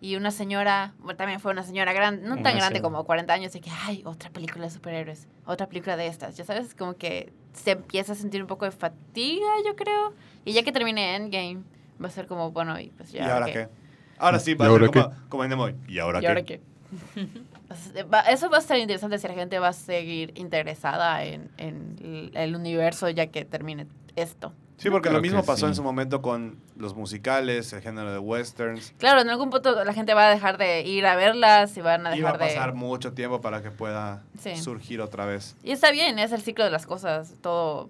S3: Y una señora, bueno, también fue una señora grande, no
S8: Una
S3: tan grande
S8: señora.
S3: como 40 años, de que, ay, otra película de superhéroes, otra película de estas. Ya sabes, como que se empieza a sentir un poco de fatiga, yo creo. Y ya que termine Endgame, va a ser como, bueno, y pues ya.
S2: ¿Y ahora
S3: ok.
S2: qué? Ahora sí, va
S10: ¿Y
S2: a ser
S10: ahora
S2: como, como en The Moy. ¿Y ahora
S3: ¿Y ahora
S2: qué?
S3: qué? Va- Eso va a ser interesante si la gente va a seguir interesada en, en el- el universo ya que termine esto.
S2: Sí, porque
S4: Creo
S2: lo mismo
S4: que
S2: pasó en
S4: sí.
S2: su momento con los musicales, el género de westerns.
S3: Claro, en algún punto la gente va a dejar de ir a verlas y van a
S2: Iba
S3: dejar
S2: a pasar
S3: de...
S2: mucho tiempo para que pueda
S3: Sí.
S2: surgir otra vez.
S3: Y está bien, es el ciclo de las cosas. Todo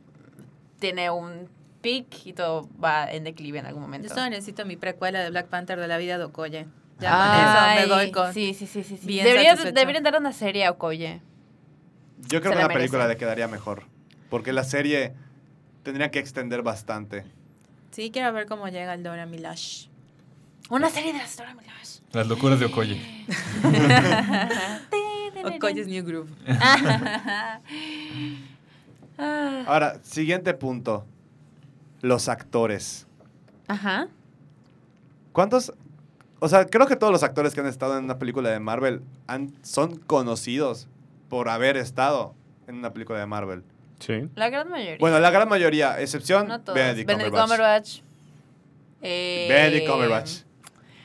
S3: tiene un peak y todo va en declive en algún
S5: Yo
S3: momento.
S5: solo necesito mi precuela de Black Panther de la vida de Okoye. Ya
S3: Ah. Ay,
S5: con eso me voy con.
S3: Sí, sí, sí. sí, sí.
S5: bien
S3: Debería-
S5: satisfecha.
S3: deberían dar una serie a Okoye.
S2: Yo creo
S3: Se
S2: que
S3: la
S2: una película
S3: merece.
S2: le quedaría mejor. Porque la serie tendría que extender bastante.
S5: Sí, quiero ver cómo llega el Dora Milash.
S3: Una serie de las Dora Milaje.
S4: Las locuras de Okoye.
S5: Okoye's New Group.
S3: Ah,
S2: Ahora, siguiente punto. Los actores.
S3: Ajá.
S2: ¿Cuántos? O sea, creo que todos los actores que han estado en una película de Marvel han- son conocidos por haber estado en una película de Marvel.
S8: Sí.
S3: La gran mayoría.
S2: Bueno, la gran mayoría, excepción
S3: no todos.
S2: Benedict Cumberbatch.
S3: Cumberbatch. Eh,
S2: Benedict Cumberbatch.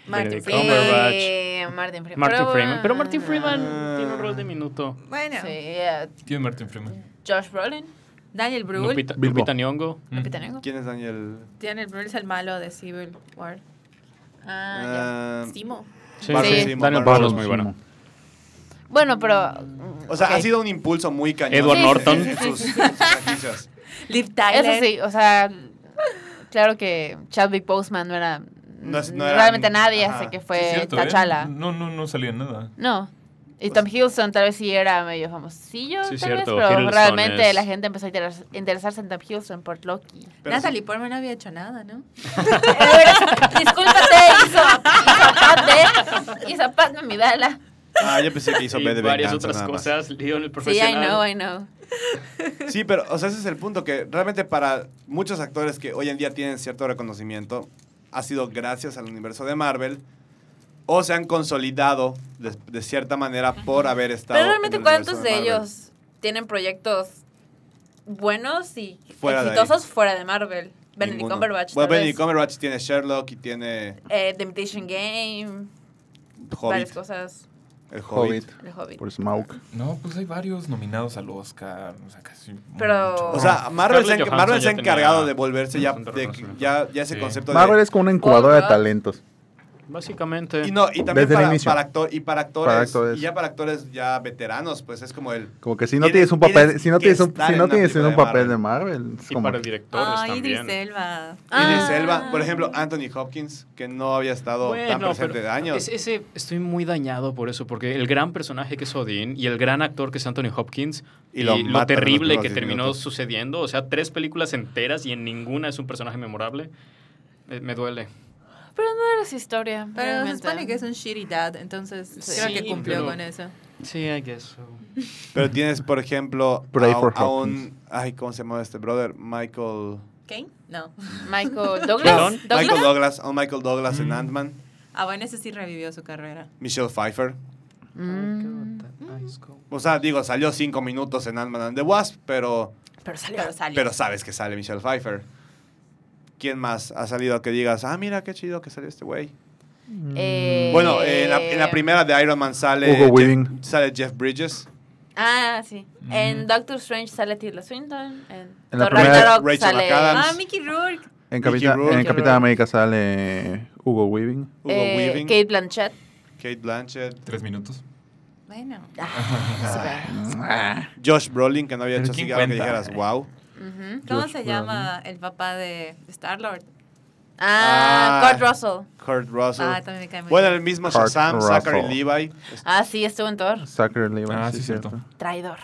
S5: Martin
S8: Benedict
S5: Freeman.
S3: Eh, Martin Freeman.
S8: Martin
S3: Pero,
S8: Freeman. Pero
S3: ah,
S8: Martin Freeman
S2: ah.
S8: tiene un rol diminuto.
S5: Bueno,
S3: Sí, eh,
S4: ¿Quién es Martin Freeman?
S3: Josh Brolin.
S5: Daniel Brühl.
S8: Lupita,
S6: Bilbo.
S8: Lupita Nyong'o.
S4: Mm.
S3: Lupita Nyong'o.
S2: ¿Quién es Daniel?
S5: Daniel Brühl es el malo de Civil War.
S2: Ah,
S3: Ah,
S5: ya. Simo.
S8: Sí.
S2: Barry
S3: Sí.
S2: Simon,
S8: Daniel
S2: Barry
S8: Brühl es
S2: Simon.
S8: muy bueno.
S3: ya. Bueno, pero.
S2: O sea,
S3: ok.
S2: ha sido un impulso muy cañón.
S8: Edward
S2: en-
S8: Norton.
S2: en sus- sus franquicias.
S5: Liv
S3: Eso
S5: Tyler.
S3: sí, o sea, claro que Chadwick Boseman no era,
S2: No es- no era-
S3: realmente nadie,
S2: ajá.
S3: hasta que
S4: Sí,
S3: fue
S4: cierto, ¿eh?
S3: T'Challa.
S4: No, no, no salía en nada.
S3: No. Y Tom Hiddleston tal vez sí era medio famosillo,
S8: Sí,
S3: tal
S8: cierto,
S3: vez, pero
S8: Hiddleston
S3: realmente
S8: es-
S3: la gente empezó a interes- interesarse en Tom Hiddleston por Loki.
S2: Pero
S5: Natalie Portman no había hecho nada, ¿no?
S3: Discúlpate, Eh, hizo, zapate, y zapate mi dala.
S2: Ah, yo pensé que hizo
S8: Y
S2: B de
S8: varias
S2: venganza,
S8: otras
S2: nada más.
S8: cosas. Lío en el
S7: Pues
S3: Sí, I
S8: profesional.
S3: know, I know.
S2: Sí, pero, o sea, ese es el punto que realmente para muchos actores que hoy en día tienen cierto reconocimiento, ha sido gracias al universo de Marvel o se han consolidado de, de cierta manera por haber estado.
S3: Pero
S2: en
S3: realmente,
S2: el
S3: ¿cuántos
S2: universo
S3: de
S2: Marvel?
S3: ellos tienen proyectos buenos y
S2: Fuera de
S3: exitosos fuera de Marvel? Benedict
S2: Ninguno.
S3: Cumberbatch.
S2: Bueno,
S3: tal
S2: Benedict
S3: vez.
S2: Cumberbatch tiene Sherlock y tiene
S3: Eh, The Imitation Game,
S2: Hobbit.
S3: varias cosas.
S2: El Hobbit.
S6: Hobbit,
S3: El Hobbit.
S6: por Smaug.
S4: No, pues hay varios nominados al Oscar. O sea, casi.
S3: Pero-
S4: mucho.
S2: O sea, Marvel, se, ha-
S8: Ah,
S2: Marvel se ha
S8: Scarlett Johansson ya
S2: encargado
S8: tenía
S2: de volverse ya,
S8: bastante
S2: de-
S8: reconocimiento.
S2: ya, ya ese
S8: Sí.
S2: concepto
S6: Marvel
S2: de...
S6: es como una incubadora de
S3: Paul Rudd.
S6: talentos.
S8: Básicamente.
S2: Y no, y también
S6: Desde el
S2: para,
S6: inicio.
S2: para actor, y para actores,
S6: Para actores.
S2: y ya para actores ya veteranos, pues es como el...
S6: Como que si no
S2: Tienes-
S6: tienes un papel,
S2: tienes
S6: si no
S2: que
S6: tienes un,
S2: estar
S6: si
S2: en
S6: no
S2: una
S6: tienes
S2: película
S6: un
S2: de
S6: papel de Marvel, es
S8: Y
S6: como
S8: para
S6: que-
S8: directores
S5: Ay,
S8: también.
S5: Idris Elba.
S2: Idris
S3: Ah.
S2: Elba, por ejemplo, Anthony Hopkins, que no había estado tan presente
S8: pero
S2: de años.
S8: es- ese, estoy muy dañado por eso, porque el gran personaje que es Odín y el gran actor que es Anthony Hopkins
S2: Y
S8: y,
S2: lo
S8: lo,
S2: matan en los
S8: terrible
S2: primeros
S8: que
S2: 10
S8: terminó
S2: minutos.
S8: sucediendo, o sea, tres películas enteras y en ninguna es un personaje memorable, eh, me duele.
S3: Pero no era su historia.
S5: Pero se
S3: realmente.
S5: supone que es un shitty dad, entonces
S8: Sí,
S5: creo que cumplió
S8: pero-
S5: con eso.
S8: Sí, I guess
S2: Pero tienes, por ejemplo,
S6: Pray
S2: a,
S6: for
S2: a un... Ay, ¿cómo se llama este brother? Michael...
S5: ¿Kane? No.
S3: Michael
S2: Perdón,
S3: Douglas. Douglas.
S2: Michael Douglas, a un Michael Douglas
S8: Mm.
S2: en Ant-Man,
S5: Ah, bueno, ese sí revivió su carrera.
S2: Michelle Pfeiffer.
S3: Mm,
S2: O sea, digo, salió cinco minutos en Ant-Man and the Wasp, pero,
S3: pero salió.
S5: Pero salió.
S2: pero sabes que sale Michelle Pfeiffer. ¿Quién más ha salido que digas, ah, mira qué chido que salió este güey?
S8: Mm.
S3: Eh,
S2: Bueno, eh, en, la, en la primera de Iron Man sale,
S6: Hugo
S2: Jeff-
S6: Weaving.
S2: sale Jeff Bridges.
S3: Ah, sí.
S4: Mm.
S3: En Doctor Strange sale Tilda Swinton. En,
S6: En la
S3: Thor
S6: primera,
S3: Ragnarok
S2: Rachel
S3: sale.
S2: McAdams.
S5: Ah, Mickey Rourke.
S6: En,
S2: Mickey
S6: Capitán-
S2: Rourke.
S6: en Capitán América sale Hugo Weaving.
S2: Hugo
S3: eh,
S2: Weaving,
S3: Kate Blanchett.
S2: Kate Blanchett,
S4: Tres minutos.
S5: Bueno.
S3: Ah, super.
S2: Josh Brolin, que no había
S4: Pero
S2: hecho
S4: ¿quién
S2: así algo que
S4: cuenta?
S6: Eh.
S2: dijeras, wow.
S3: Ujú.
S5: ¿Cómo
S6: Josh
S5: se llama Ah, el papá de Star-Lord?
S3: Ah,
S2: Ah.
S3: Kurt Russell.
S2: Kurt Russell.
S5: Ah, también me cae muy
S2: bueno,
S5: bien.
S2: el mismo
S6: Kurt
S2: Shazam,
S6: Russell.
S2: Zachary Levi.
S3: Ah, sí, estuvo en Thor.
S6: Zachary Levi,
S4: Ah,
S6: sí,
S4: sí,
S6: cierto.
S4: cierto.
S3: Traidor.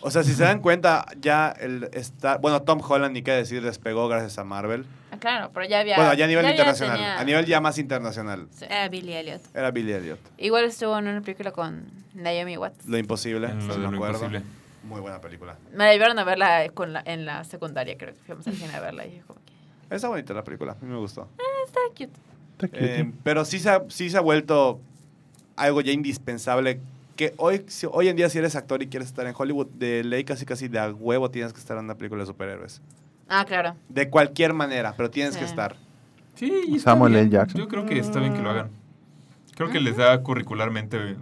S2: O sea, si se dan cuenta, ya el está, bueno, Tom Holland ni qué decir, despegó gracias a Marvel.
S3: Ah, claro, pero ya había.
S2: bueno, ya a nivel internacional,
S3: tenía-
S2: a nivel ya más internacional.
S3: Sí.
S5: Eh, Billy Elliot.
S2: Era Billy Elliot.
S3: Igual estuvo en una película con Naomi Watts.
S2: Lo imposible,
S4: En
S2: si
S4: Mm. lo de
S2: me
S4: lo
S2: acuerdo.
S4: imposible.
S2: Muy buena película.
S3: Me la llevaron a verla con la- en la secundaria, creo que fuimos al cine a verla. Y yo como que,
S2: Está bonita la película, a mí me gustó.
S3: está cute.
S2: Eh, pero sí se, ha, sí se ha vuelto algo ya indispensable. Que hoy, si- hoy en día, si eres actor y quieres estar en Hollywood, de ley casi casi de a huevo tienes que estar en una película de superhéroes.
S3: Ah, claro.
S2: De cualquier manera, pero tienes que
S3: Sí.
S2: estar.
S4: Sí, y está
S6: Samuel
S4: bien.
S6: L. Jackson.
S4: Yo creo que está bien que lo hagan. Creo que les da curricularmente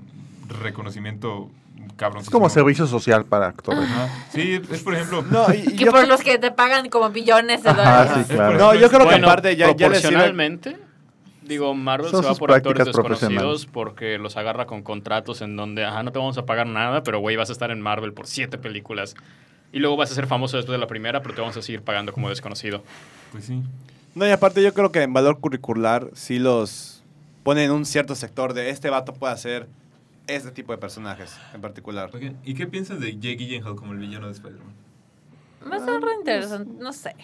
S4: reconocimiento cabrón.
S6: Es como servicio social para actores.
S3: Ah.
S4: Ajá. Sí, es por ejemplo.
S2: No, y- y
S3: Que
S2: yo
S3: por
S2: creo-
S3: los que te pagan como billones de
S6: Ajá,
S3: dólares.
S6: sí,
S4: es por
S6: claro.
S4: ejemplo,
S2: no, yo creo que
S8: Bueno,
S2: aparte ya, ya les sirve.
S8: proporcionalmente, digo, Marvel
S6: Son
S8: se va
S6: sus
S8: por actores
S6: prácticas
S8: desconocidos porque los agarra con contratos en donde, ajá, no te vamos a pagar nada, pero güey, vas a estar en Marvel por siete películas. Y luego vas a ser famoso después de la primera, pero te vamos a seguir pagando como desconocido.
S4: Pues sí.
S2: No, y aparte yo creo que en valor curricular sí los ponen en un cierto sector de este vato puede hacer este tipo de personajes en particular.
S4: Oigan, ¿y qué piensas de Jake Gyllenhaal como el villano de Spider-Man?
S3: Me suena re interesante. No sé.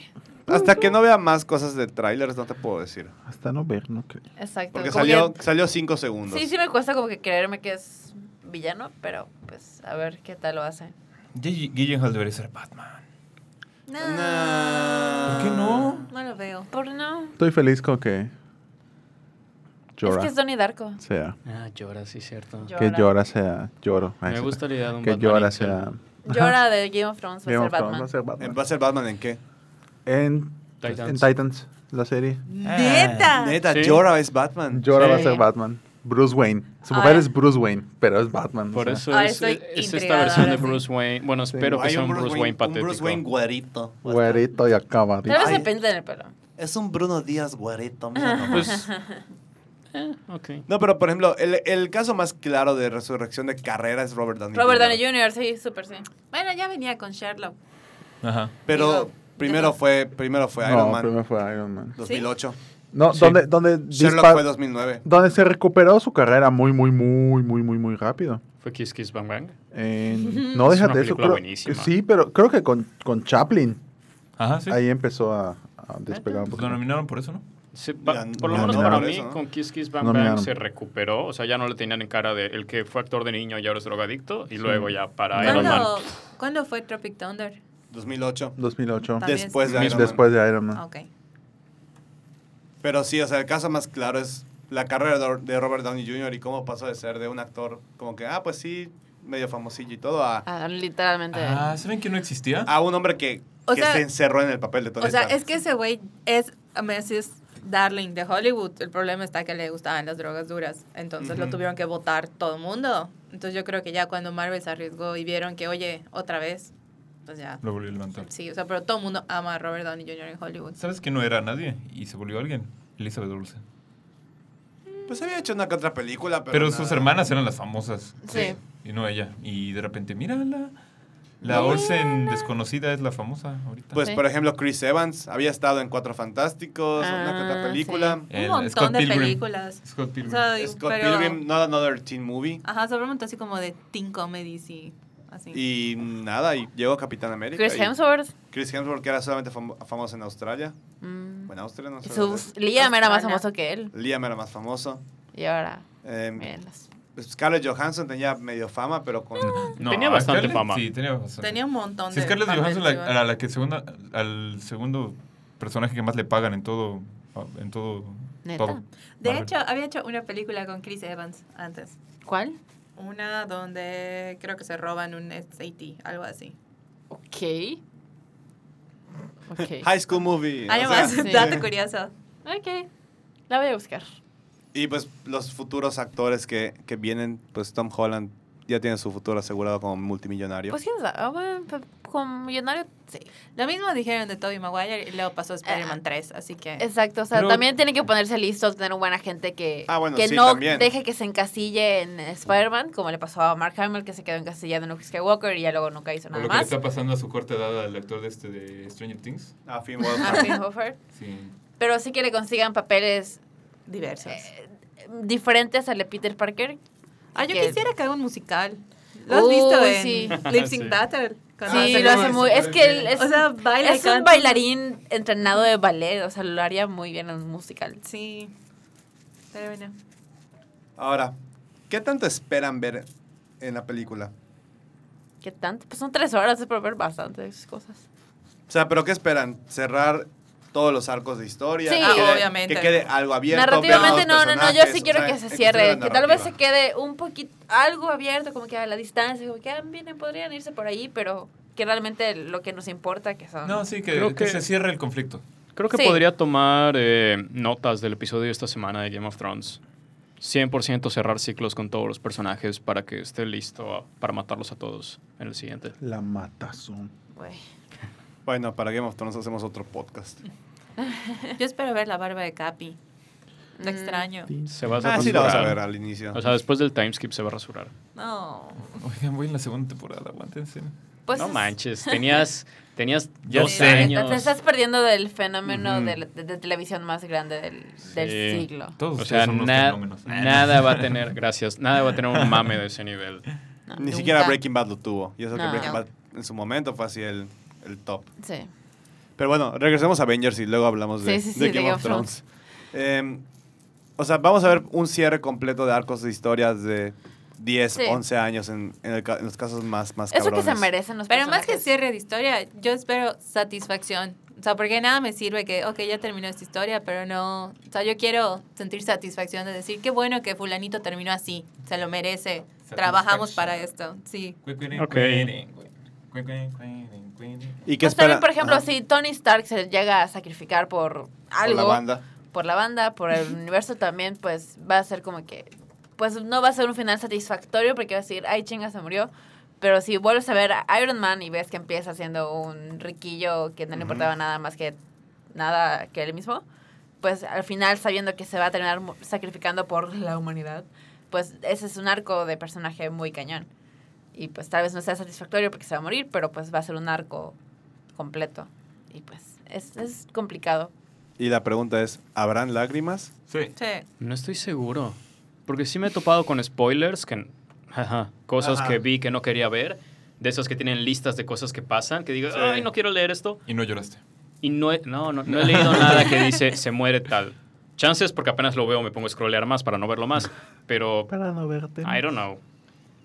S2: Hasta que no vea más cosas de trailers no te puedo decir.
S6: Hasta no ver, no creo.
S3: Exacto.
S2: Porque
S3: Como
S2: salió,
S3: que-
S2: salió cinco segundos.
S3: sí, sí me cuesta como que creerme que es villano, pero pues a ver qué tal lo hace.
S4: Jake Gyllenhaal debería ser Batman.
S3: No.
S2: Nah.
S4: ¿Por qué no?
S5: No lo veo.
S3: Por no.
S6: Estoy feliz con que
S3: Es
S6: llora
S3: que es Donnie Darko.
S6: sea.
S8: Ah, llora, sí, cierto.
S3: Llora.
S6: Que llora sea lloro. Ay,
S8: Me
S6: sí.
S8: gusta la idea de un
S6: Que
S8: Batman
S6: llora
S8: incel.
S6: sea.
S3: Llora de Game of Thrones, va
S6: Game
S3: a
S6: of
S3: ser
S6: Thrones,
S3: Batman.
S6: va a ser
S2: ¿En-
S6: Batman.
S2: ¿Va a ser Batman en qué?
S6: En
S8: Titans.
S6: en Titans, la serie.
S3: Mm. Ah.
S5: ¡Neta!
S2: Neta,
S8: Sí.
S2: Jorah es Batman.
S6: Llora
S8: Sí.
S6: va a ser Batman. Bruce Wayne. Su
S3: Ah,
S6: papel
S3: ya.
S6: es Bruce Wayne, pero es Batman. o
S8: Por
S6: sea.
S8: eso
S5: Ahora
S8: es,
S5: estoy
S8: es esta
S5: intrigada,
S8: versión de
S5: ahora sí.
S8: Bruce Wayne. Bueno, espero que
S2: Hay
S8: sea un Bruce Wayne patético.
S2: Un Bruce Wayne güerito.
S6: Güerito y
S3: Tal
S6: acabadito.
S3: vez se
S2: Ay.
S3: pinta en el pelo.
S2: Es un Bruno Díaz güerito.
S8: Pues, eh, ok.
S2: No, pero por ejemplo, el, el caso más claro de resurrección de carrera es Robert Downey
S3: Robert
S2: Jr.
S3: Downey Jr., sí, súper sí.
S5: Bueno, ya venía con Sherlock.
S4: Ah. Ajá.
S2: Pero
S3: Digo,
S2: primero fue, primero fue Iron
S6: No,
S2: Man,
S6: primero fue Iron Man.
S2: 2008.
S6: No,
S8: Sí.
S6: donde, donde,
S2: Sherlock
S6: dispa-
S2: fue 2009.
S6: donde se recuperó su carrera muy, muy, muy, muy, muy, muy rápido.
S8: Fue Kiss Kiss Bang Bang.
S6: En-
S8: Es
S6: no, déjate
S8: una
S6: eso.
S8: película
S6: creo-
S8: buenísima.
S6: sí, pero creo que con, con Chaplin
S4: Ajá, sí.
S6: ahí empezó a, a despegar un
S4: Pues
S6: poco.
S4: lo nominaron por eso, ¿no?
S8: Sí, pa-
S2: Ya,
S8: por lo
S6: ya
S8: menos
S6: no,
S8: para
S2: por
S8: mí,
S2: eso, ¿no?
S8: con Kiss Kiss Bang
S6: No,
S8: Bang
S6: mira.
S8: se recuperó. O sea, ya no le tenían en cara de el que fue actor de niño y ahora es drogadicto. Y luego ya
S4: Ah,
S8: para Iron Man.
S5: ¿Cuándo, ¿Cuándo fue Tropic Thunder?
S2: 2008.
S6: 2008.
S5: También es-
S2: Después de Iron Man.
S6: Después de Iron Man.
S5: Ah, Ok.
S2: Pero sí, o sea, el caso más claro es la carrera de- de Robert Downey Jr. y cómo pasó de ser de un actor como que, ah, pues sí, medio famosillo y todo, a,
S3: Ah, literalmente.
S4: Ah, ¿saben que no existía?
S2: a un hombre que,
S5: O
S2: que
S5: sea-
S2: se encerró en el papel de Tony
S5: O sea,
S2: Stark.
S5: es que ese güey es, a veces, darling de Hollywood. El problema está que le gustaban las drogas duras. Entonces lo
S2: Ujú.
S5: tuvieron que votar todo el mundo. Entonces yo creo que ya cuando Marvel se arriesgó y vieron que, oye, otra vez, pues ya.
S4: Lo volvió a levantar.
S5: Sí, o sea, pero todo el mundo ama a Robert Downey Jr. en Hollywood.
S4: ¿Sabes que no era nadie? Y se volvió alguien. Elizabeth Dulce.
S2: Pues había hecho una que otra película, pero...
S4: Pero
S2: nada.
S4: sus hermanas eran las famosas.
S3: Sí.
S4: Y no ella. Y de repente, mírala. La Olsen desconocida es la famosa ahorita.
S2: Pues,
S3: Sí.
S2: por ejemplo, Chris Evans había estado en Cuatro Fantásticos, una que otra
S3: Ah,
S2: película.
S4: El
S5: Un montón
S4: Scott
S5: de
S4: Pilgrim.
S5: películas.
S4: Scott
S5: O
S4: Pilgrim.
S5: sea, digo,
S2: Scott
S5: pero- Ah,
S2: Pilgrim, Not Another Teen Movie.
S5: Ajá, sobre un montón así como de teen comedies y así.
S2: Y nada, y llegó Capitán América.
S3: Chris
S2: y
S3: Hemsworth.
S2: Chris Hemsworth, que era solamente fam- famoso en Australia.
S3: Mm.
S2: Bueno, Austria no sé.
S3: Su-
S2: dónde
S3: Liam era más
S5: Australia.
S3: famoso que él.
S2: es. Liam era más famoso.
S3: Y ahora, eh,
S2: Em,
S3: miren las-
S2: pues, Scarlett Johansson tenía medio fama, pero con...
S3: Mm.
S4: No,
S8: Tenía
S4: a
S8: bastante
S4: Scarlett-
S8: fama.
S4: Sí, tenía bastante.
S5: Tenía un montón
S4: si
S5: de.
S4: Scarlett
S5: papeles
S4: Johansson la-
S5: que iban-
S4: a la que segunda, al segundo personaje que más le pagan en todo, en todo,
S3: ¿Neta?
S4: todo.
S5: De
S4: Marvel.
S5: hecho, había hecho una película con Chris Evans antes.
S3: ¿Cuál?
S5: Una donde creo que se roban un SAT, algo así.
S3: Ok. Ok.
S2: High School Movie. o
S5: Algo
S2: sea,
S5: más,
S3: sí.
S5: dato curioso.
S3: Ok. La voy a buscar.
S2: Y pues los futuros actores que, que vienen, pues Tom Holland ya tiene su futuro asegurado como multimillonario.
S3: Pues quién sabe. Ah, bueno, pe- Con Millonario, sí.
S5: Lo mismo dijeron de Tobey Maguire y luego pasó Spider-Man
S3: Ah.
S5: 3, así que.
S3: Exacto. O sea,
S4: Pero-
S3: también tienen que ponerse listos, tener buena gente que,
S2: Ah, bueno,
S3: que
S2: sí,
S3: no
S2: también.
S3: deje que se encasille en Spider-Man, como le pasó a Mark Hamill, que se quedó encasillado en Luke Skywalker y ya luego nunca hizo
S4: O
S3: nada
S4: lo que le
S3: más.
S4: está pasando a su corta edad al actor de este de Stranger Things.
S2: Ah, Finn
S3: A
S2: Wolfhard.
S3: Finn Wolfhard.
S4: Sí.
S3: Pero sí que le consigan papeles
S5: Diversos.
S3: eh, diferentes al de Peter Parker.
S5: ah, yo
S3: que-
S5: quisiera que haga un musical. ¿Lo has
S3: Uy,
S5: visto en
S3: sí.
S5: Lip Sync
S8: Sí.
S5: Battle? Cuando
S3: Sí,
S5: hace
S3: lo
S5: como-
S3: hace muy. Es que él es,
S5: O sea, baila y
S3: es un
S5: canta.
S3: bailarín entrenado de ballet, o sea, lo haría muy bien en un musical.
S5: Sí. Pero bueno.
S2: Ahora, ¿qué tanto esperan ver en la película?
S3: ¿Qué tanto? Pues son tres horas, es por ver bastantes cosas.
S2: O sea, ¿pero qué esperan? ¿Cerrar todos los arcos de historia.
S3: Sí.
S2: que
S3: Ah,
S2: quede-
S5: obviamente.
S2: Que quede algo abierto.
S3: Narrativamente
S2: vean
S3: no,
S2: los
S3: no, no, yo
S2: personajes,
S3: sí
S2: o
S3: quiero
S2: sea,
S3: que se
S2: hay
S3: cierre,
S2: una
S3: que tal vez se
S2: narrativa.
S3: quede un poquito, algo abierto, como que a la distancia, como que ah, miren, podrían irse por ahí, pero que realmente lo que nos importa que son...
S4: No, sí, que,
S8: Creo
S4: que
S8: que-
S4: se cierre el conflicto.
S8: Creo que
S3: Sí.
S8: podría tomar eh, notas del episodio esta semana de Game of Thrones. 100% cerrar ciclos con todos los personajes para que esté listo a- para matarlos a todos en el siguiente.
S6: La matazón.
S3: güey.
S2: Bueno, para Game of Thrones hacemos otro podcast.
S5: Yo espero ver la barba de Capi. Lo
S3: Mm.
S5: extraño.
S8: Se va a
S2: Ah,
S8: rasurar.
S2: sí, lo vas a ver al inicio.
S8: pues O sea, después del timeskip se va a rasurar.
S5: Mm.
S3: No.
S4: Oigan, voy en la segunda temporada, aguántense.
S3: Pues
S8: no
S3: es-
S8: manches, tenías, tenías
S4: Ya
S8: dos
S4: sé.
S8: años.
S3: Te estás perdiendo del fenómeno
S4: Ujú.
S3: de, la- de- de televisión más grande del, del
S8: Sí.
S5: Ah.
S3: siglo.
S4: Todos
S8: O
S4: ustedes
S8: sea,
S4: son unos
S8: na-
S4: fenómenos.
S8: nada va a tener, gracias, nada va a tener un mame de ese nivel.
S2: Ni
S3: No, Ah, nunca.
S2: siquiera Breaking Bad lo tuvo. Y eso que
S3: No.
S2: Breaking Bad en su momento fue así el, el top.
S3: Sí.
S2: Pero bueno, regresemos a Avengers y luego hablamos de,
S3: Sí, sí, sí,
S2: de Game, of Thrones. Em, o sea, vamos a ver un cierre completo de arcos de historias de 10,
S3: Sí.
S2: 11 años en, en el ca- en los casos más, más
S3: Eso que
S2: cabrones.
S3: se merecen los
S5: Pero más que
S3: personajes.
S5: cierre de historia, yo espero satisfacción. O sea, porque nada me sirve que, ok, ya terminó esta historia, pero no. O sea, yo quiero sentir satisfacción de decir, qué bueno que Fulanito terminó así. Se lo merece. Trabajamos para esto. Sí.
S8: Ok.
S2: ¿Y qué
S3: Pues también,
S2: esperan?
S3: por ejemplo,
S2: Ajá.
S3: si Tony Stark se llega a sacrificar por
S2: Con
S3: algo,
S2: la banda.
S3: por la banda, por el universo también, pues va a ser como que, pues no va a ser un final satisfactorio porque va a decir, ay chinga, se murió. Pero si vuelves a ver a Iron Man y ves que empieza siendo un riquillo que no le importaba nada más que nada que él mismo, pues al final sabiendo que se va a terminar mu- sacrificando por la humanidad, pues ese es un arco de personaje muy cañón. Y pues tal vez no sea satisfactorio porque se va a morir, pero pues va a ser un arco completo. Y pues es, es complicado.
S2: Y la pregunta es, ¿habrán lágrimas?
S4: Sí.
S5: Sí.
S8: No estoy seguro. Porque sí me he topado con spoilers, que, ajá, cosas
S2: Ajá.
S8: que vi que no quería ver, de esas que tienen listas de cosas que pasan, que digo,
S2: Sí.
S8: ay, no quiero leer esto.
S4: Y no lloraste.
S8: Y no he, no, no, no he leído nada que dice, se muere tal. Chances porque apenas lo veo me pongo a scrollear más para no verlo más. Pero,
S6: Para no verte.
S8: I don't know.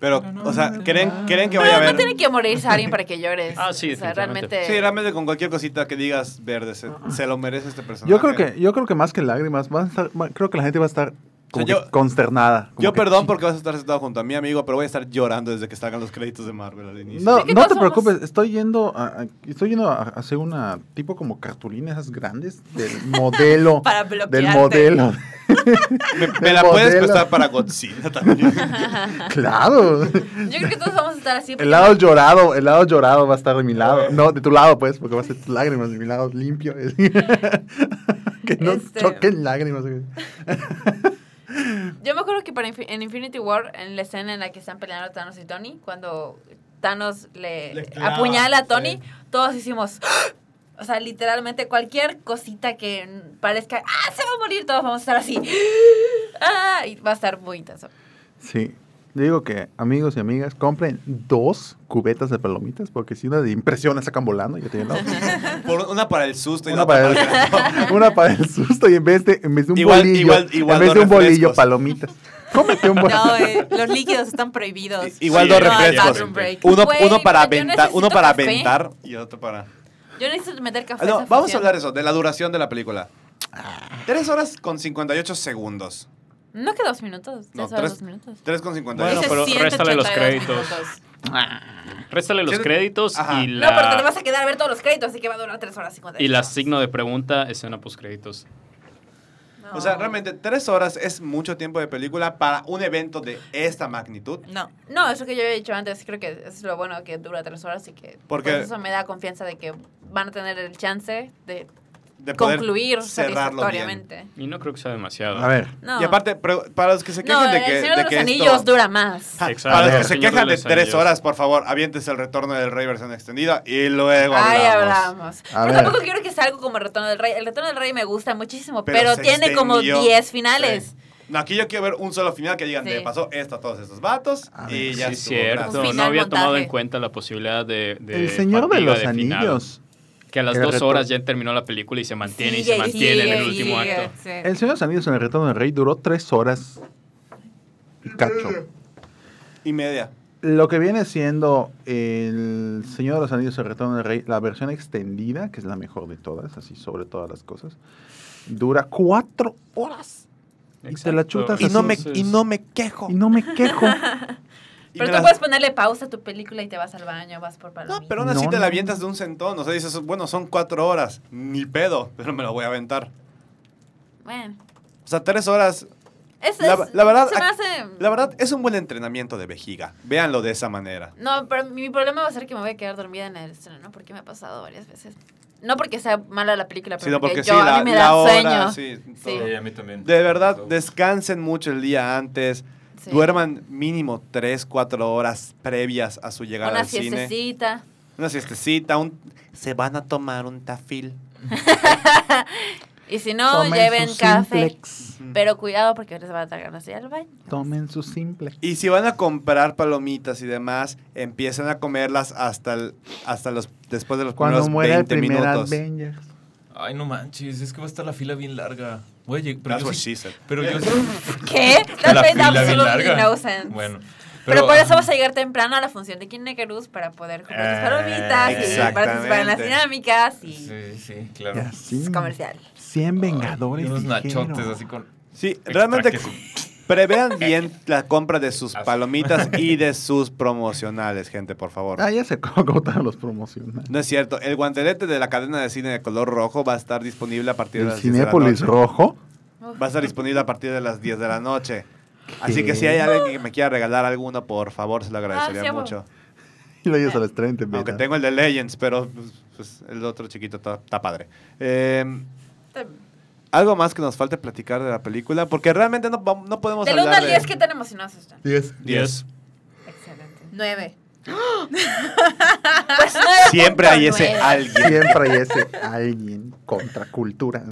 S2: Pero,
S4: No, no,
S2: o sea,
S4: no, no,
S2: ¿creen,
S4: no.
S2: ¿creen que
S3: Pero
S2: vaya a
S3: no
S2: haber...?
S3: tiene que morirse alguien para que llores.
S8: Ah, sí,
S3: O sea,
S8: definitivamente.
S3: realmente.
S2: Sí, realmente con cualquier cosita que digas verde, se, se lo merece este personaje.
S6: Yo creo que, yo creo que más que lágrimas, van a estar, va- creo que la gente va a estar como
S2: O sea,
S6: que
S2: yo-
S6: consternada. como
S2: Yo
S6: que,
S2: perdón
S6: "Chi-
S2: porque vas a estar sentado junto a mi amigo, pero voy a estar llorando desde que salgan los créditos de Marvel al inicio.
S6: No,
S3: Sí, que
S6: no
S3: todos
S6: te
S3: somos-
S6: preocupes, estoy yendo a, a- estoy yendo a hacer una tipo como cartulina esas grandes del modelo
S5: Para
S6: del
S5: bloquearte.
S6: modelo.
S2: me, me
S6: el
S2: la puedes
S6: modelo.
S2: prestar para Godzilla también.
S6: Claro.
S3: Yo creo que todos vamos a estar así.
S6: El lado llorado, el lado llorado va a estar de mi lado. No, de tu lado pues, porque va a ser tus lágrimas de mi lado limpio. que no
S3: Este-
S6: choquen lágrimas.
S3: Yo me acuerdo que para Infi- en Infinity War, en la escena en la que están peleando Thanos y Tony, cuando Thanos le,
S2: Le clava,
S3: apuñala a Tony,
S2: sí.
S3: todos hicimos. ¡Ah! O sea, literalmente cualquier cosita que mm, parezca, ah, se va a morir, todos vamos a estar así. Ah, y va a estar muy intenso.
S6: Sí. Yo digo que amigos y amigas, compren dos cubetas de palomitas, porque si una de impresión la sacan volando, ya tienen la otra.
S2: Por una para el susto y la
S6: Una
S2: otra
S6: para,
S2: para,
S6: el,
S2: el canto.
S6: una para el susto y en vez de, en vez de un
S2: Igual-
S6: bolillo,
S2: igual- igual
S6: en vez
S2: dos
S6: de un bolillo,
S2: refrescos.
S6: palomitas. Cómete un bolillo.
S5: No, eh, los líquidos están prohibidos.
S2: I- Igual
S8: Sí,
S2: dos
S5: No, al
S2: refrescos.
S5: bathroom break.
S2: Uno,
S3: Güey,
S2: uno para
S3: pero yo
S2: aventar, uno
S3: necesito
S2: para
S3: café.
S2: aventar y otro para.
S3: Yo necesito meter café.
S2: Ah,
S3: a
S2: no,
S3: esa
S2: vamos a
S3: función.
S2: hablar eso, de la duración de la película. Tres horas con 58 segundos.
S3: No que dos minutos,
S2: No,
S3: tres horas,
S2: tres-
S3: dos minutos.
S2: Tres con 58.
S8: Bueno,
S5: Dice
S8: pero réstale los
S5: 182
S8: créditos.
S5: minutos.
S3: Ah.
S8: Réstale los
S2: Siento-
S8: créditos
S2: Ajá.
S8: y
S2: No,
S8: la,
S3: No, pero te vas a quedar a ver todos los créditos, así que va a durar tres horas cincuenta.
S8: y la signo de pregunta, escena post créditos.
S5: No.
S3: pues,
S2: O sea, realmente tres horas es mucho tiempo de película para un evento de esta magnitud.
S5: No.
S3: No, eso que yo había dicho antes, creo que es lo bueno que dura tres horas y que
S2: Porque-
S3: por eso me da confianza de que van a tener el chance de,
S2: De poder
S3: concluir
S2: cerrarlo bien.
S3: satisfactoriamente.
S8: Y no creo que sea demasiado.
S6: A ver,
S3: No.
S2: Y aparte, pero para los que se
S3: no,
S2: quejen de que,
S3: el Señor de,
S2: de
S3: los
S2: que
S3: Anillos
S2: esto-
S3: dura más.
S2: Ja,
S8: Exacto.
S2: Para los
S6: A
S2: que
S6: ver.
S2: se
S8: Señor de
S2: quejan de
S8: los
S2: tres
S8: Anillos.
S2: horas, por favor, aviéntese el retorno del rey versión extendida y luego
S3: Ay,
S2: hablamos.
S3: hablamos.
S6: A
S3: pero
S6: ver.
S3: tampoco quiero que sea algo como el Retorno del Rey. El Retorno del Rey me gusta muchísimo,
S2: Pero
S3: pero,
S2: se
S3: tiene como
S2: extendió.
S3: 10 finales.
S2: Sí. No, aquí yo quiero ver un solo final que digan,
S3: Sí.
S2: le pasó esto a pues, todos estos vatos
S6: A
S2: y
S6: ver.
S2: ya
S8: sí,
S2: estuvo,
S8: cierto.
S2: gracias.
S3: Un
S8: no había
S3: final
S8: tomado
S3: montaje.
S8: en cuenta la posibilidad de. de
S6: el Señor de
S8: fatiga
S6: los
S8: final.
S6: Anillos.
S8: Que a las
S6: El
S8: dos
S6: reto-
S8: horas ya terminó la película y se mantiene y
S3: Sigue,
S8: se mantiene en el
S3: sigue,
S8: último
S3: sigue.
S8: acto.
S5: Sí.
S6: El Señor de los Anillos en el retorno del rey duró tres horas. y Cacho.
S2: Y media.
S6: Lo que viene siendo El Señor de los Anillos, el Retorno del Rey, la versión extendida, que es la mejor de todas, así sobre todas las cosas, dura cuatro horas. Y te la
S8: Exacto.
S6: chutas
S2: Y no, me,
S8: Entonces-
S2: y no me quejo.
S6: Y no me quejo.
S2: Y
S3: Pero
S2: me
S3: tú
S2: las-
S3: puedes ponerle pausa a tu película y te vas al baño, vas por palomitas.
S2: No, pero aún así
S6: No,
S2: te
S6: no.
S2: la avientas de un centón. O sea, dices, bueno, son cuatro horas. Ni pedo, pero me la voy a aventar.
S3: Bueno,
S2: O sea, tres horas.
S3: eso
S2: La-
S3: es-
S2: la verdad,
S3: se me
S2: ac-
S3: hace-
S2: La verdad, es un buen entrenamiento de vejiga. Véanlo de esa manera.
S3: No, pero mi problema va a ser que me voy a quedar dormida en el estreno, porque me ha pasado varias veces. No porque sea mala la película, pero
S2: Sino
S3: Ah, porque,
S2: porque sí,
S3: yo, a
S2: la,
S3: mí me
S2: la
S3: da
S2: hora,
S3: sueño.
S2: sí,
S3: Sí.
S2: todo.
S4: Sí, a mí también.
S2: De verdad,
S4: Todo.
S2: descansen mucho el día antes.
S3: Sí.
S2: Duerman mínimo 3, 4 horas previas a su llegada
S3: Una
S2: al cine.
S3: siestecita.
S2: Una siestecita. Un... Se van a tomar un tafil.
S3: Y si no,
S6: Tomen
S3: lleven
S6: su
S3: café.
S6: Simplex.
S3: Pero cuidado porque les va a dar ganas de ir al baño.
S6: Tomen su simple.
S2: Y si van a comprar palomitas y demás, empiecen a comerlas hasta, el- hasta los, después de los
S6: Cuando
S2: primeros
S6: muera el
S2: 20
S6: primer
S2: minutos.
S6: Avengers.
S9: Ay, no manches, es que va a estar la fila bien larga. Voy a lleg- pero
S2: That's
S9: yo
S2: what
S9: sí-
S2: she said.
S9: Pero yo
S3: ¿Qué? That
S9: La
S3: made
S9: fila bien
S3: absolutely
S9: larga.
S3: no sense.
S9: Bueno.
S3: Pero, por eso vas a llegar temprano a la función de Kinecarus para poder comer tus
S9: Eh,
S3: palomitas y participar en las
S2: exactamente.
S3: dinámicas y
S4: Sí, sí,
S6: Y
S4: claro.
S6: así,
S3: es comercial.
S6: 100
S4: Y
S6: Vengadores.
S4: unos
S6: dijeron.
S4: nachotes así con...
S2: Sí,
S4: extra
S2: realmente
S4: queso.
S2: prevean bien la compra de sus
S4: Asco.
S2: palomitas y de sus promocionales, gente, por favor.
S6: Ah, ya se agotaron los promocionales.
S2: No es cierto. El guantelete de la cadena de cine de color rojo va a estar disponible a partir de
S6: El
S2: las 10 de la
S6: Cinépolis
S2: noche.
S6: Rojo.
S2: Va a estar disponible a partir de las 10 de la noche. Así que si hay alguien que me quiera regalar alguno, por favor, se lo
S3: Ah,
S2: agradecería
S3: sí, a
S2: mucho.
S6: Y lo
S3: Ah.
S6: llevas al estreno y te
S2: Aunque
S6: invitan.
S2: tengo el de Legends, pero pues, pues, el otro chiquito está, está padre. Eh, algo más que nos falte platicar de la película, porque realmente no, vam- no podemos
S3: Del 1
S2: hablar
S3: al
S2: de...
S3: 10, ¿qué tan emocionados están?
S6: 10.
S2: 10.
S3: Excelente.
S5: Nueve.
S3: Pues nueve
S2: Siempre hay
S3: punto
S2: ese
S3: nueve.
S2: alguien.
S6: Siempre hay ese alguien contra cultura.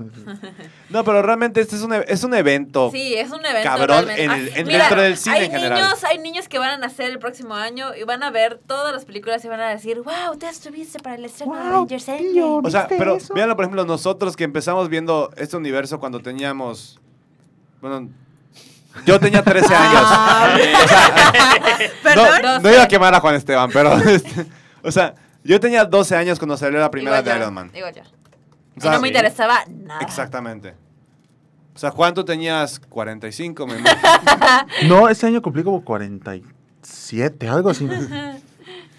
S2: No, pero realmente este es un, e- es un evento.
S3: Sí, es un evento
S2: Cabrón,
S3: realmente.
S2: en
S3: Ah,
S2: el- en-
S3: mira,
S2: dentro del cine
S3: hay
S2: en general.
S3: Niños, hay niños que van a nacer el próximo año y van a ver todas las películas y van a decir, wow, te Ah, estuviste para el estreno de
S6: Guau,
S3: Avengers Endgame".
S6: tío.
S2: O sea,
S6: ¿Viste
S2: pero
S6: eso?
S2: véanlo, por ejemplo, nosotros que empezamos viendo este universo cuando teníamos. Bueno, yo tenía 13 años.
S3: Ah,
S2: O sea,
S5: ¿Perdón?
S2: no, no iba a quemar a Juan Esteban, pero. este, o sea, yo tenía 12 años cuando salió la primera
S3: igual yo,
S2: de Iron Man.
S3: Digo yo.
S2: O sea,
S3: no me interesaba nada.
S2: Exactamente. O sea, Juan, tú tenías 45, me
S6: No, este año cumplí como 47, algo así.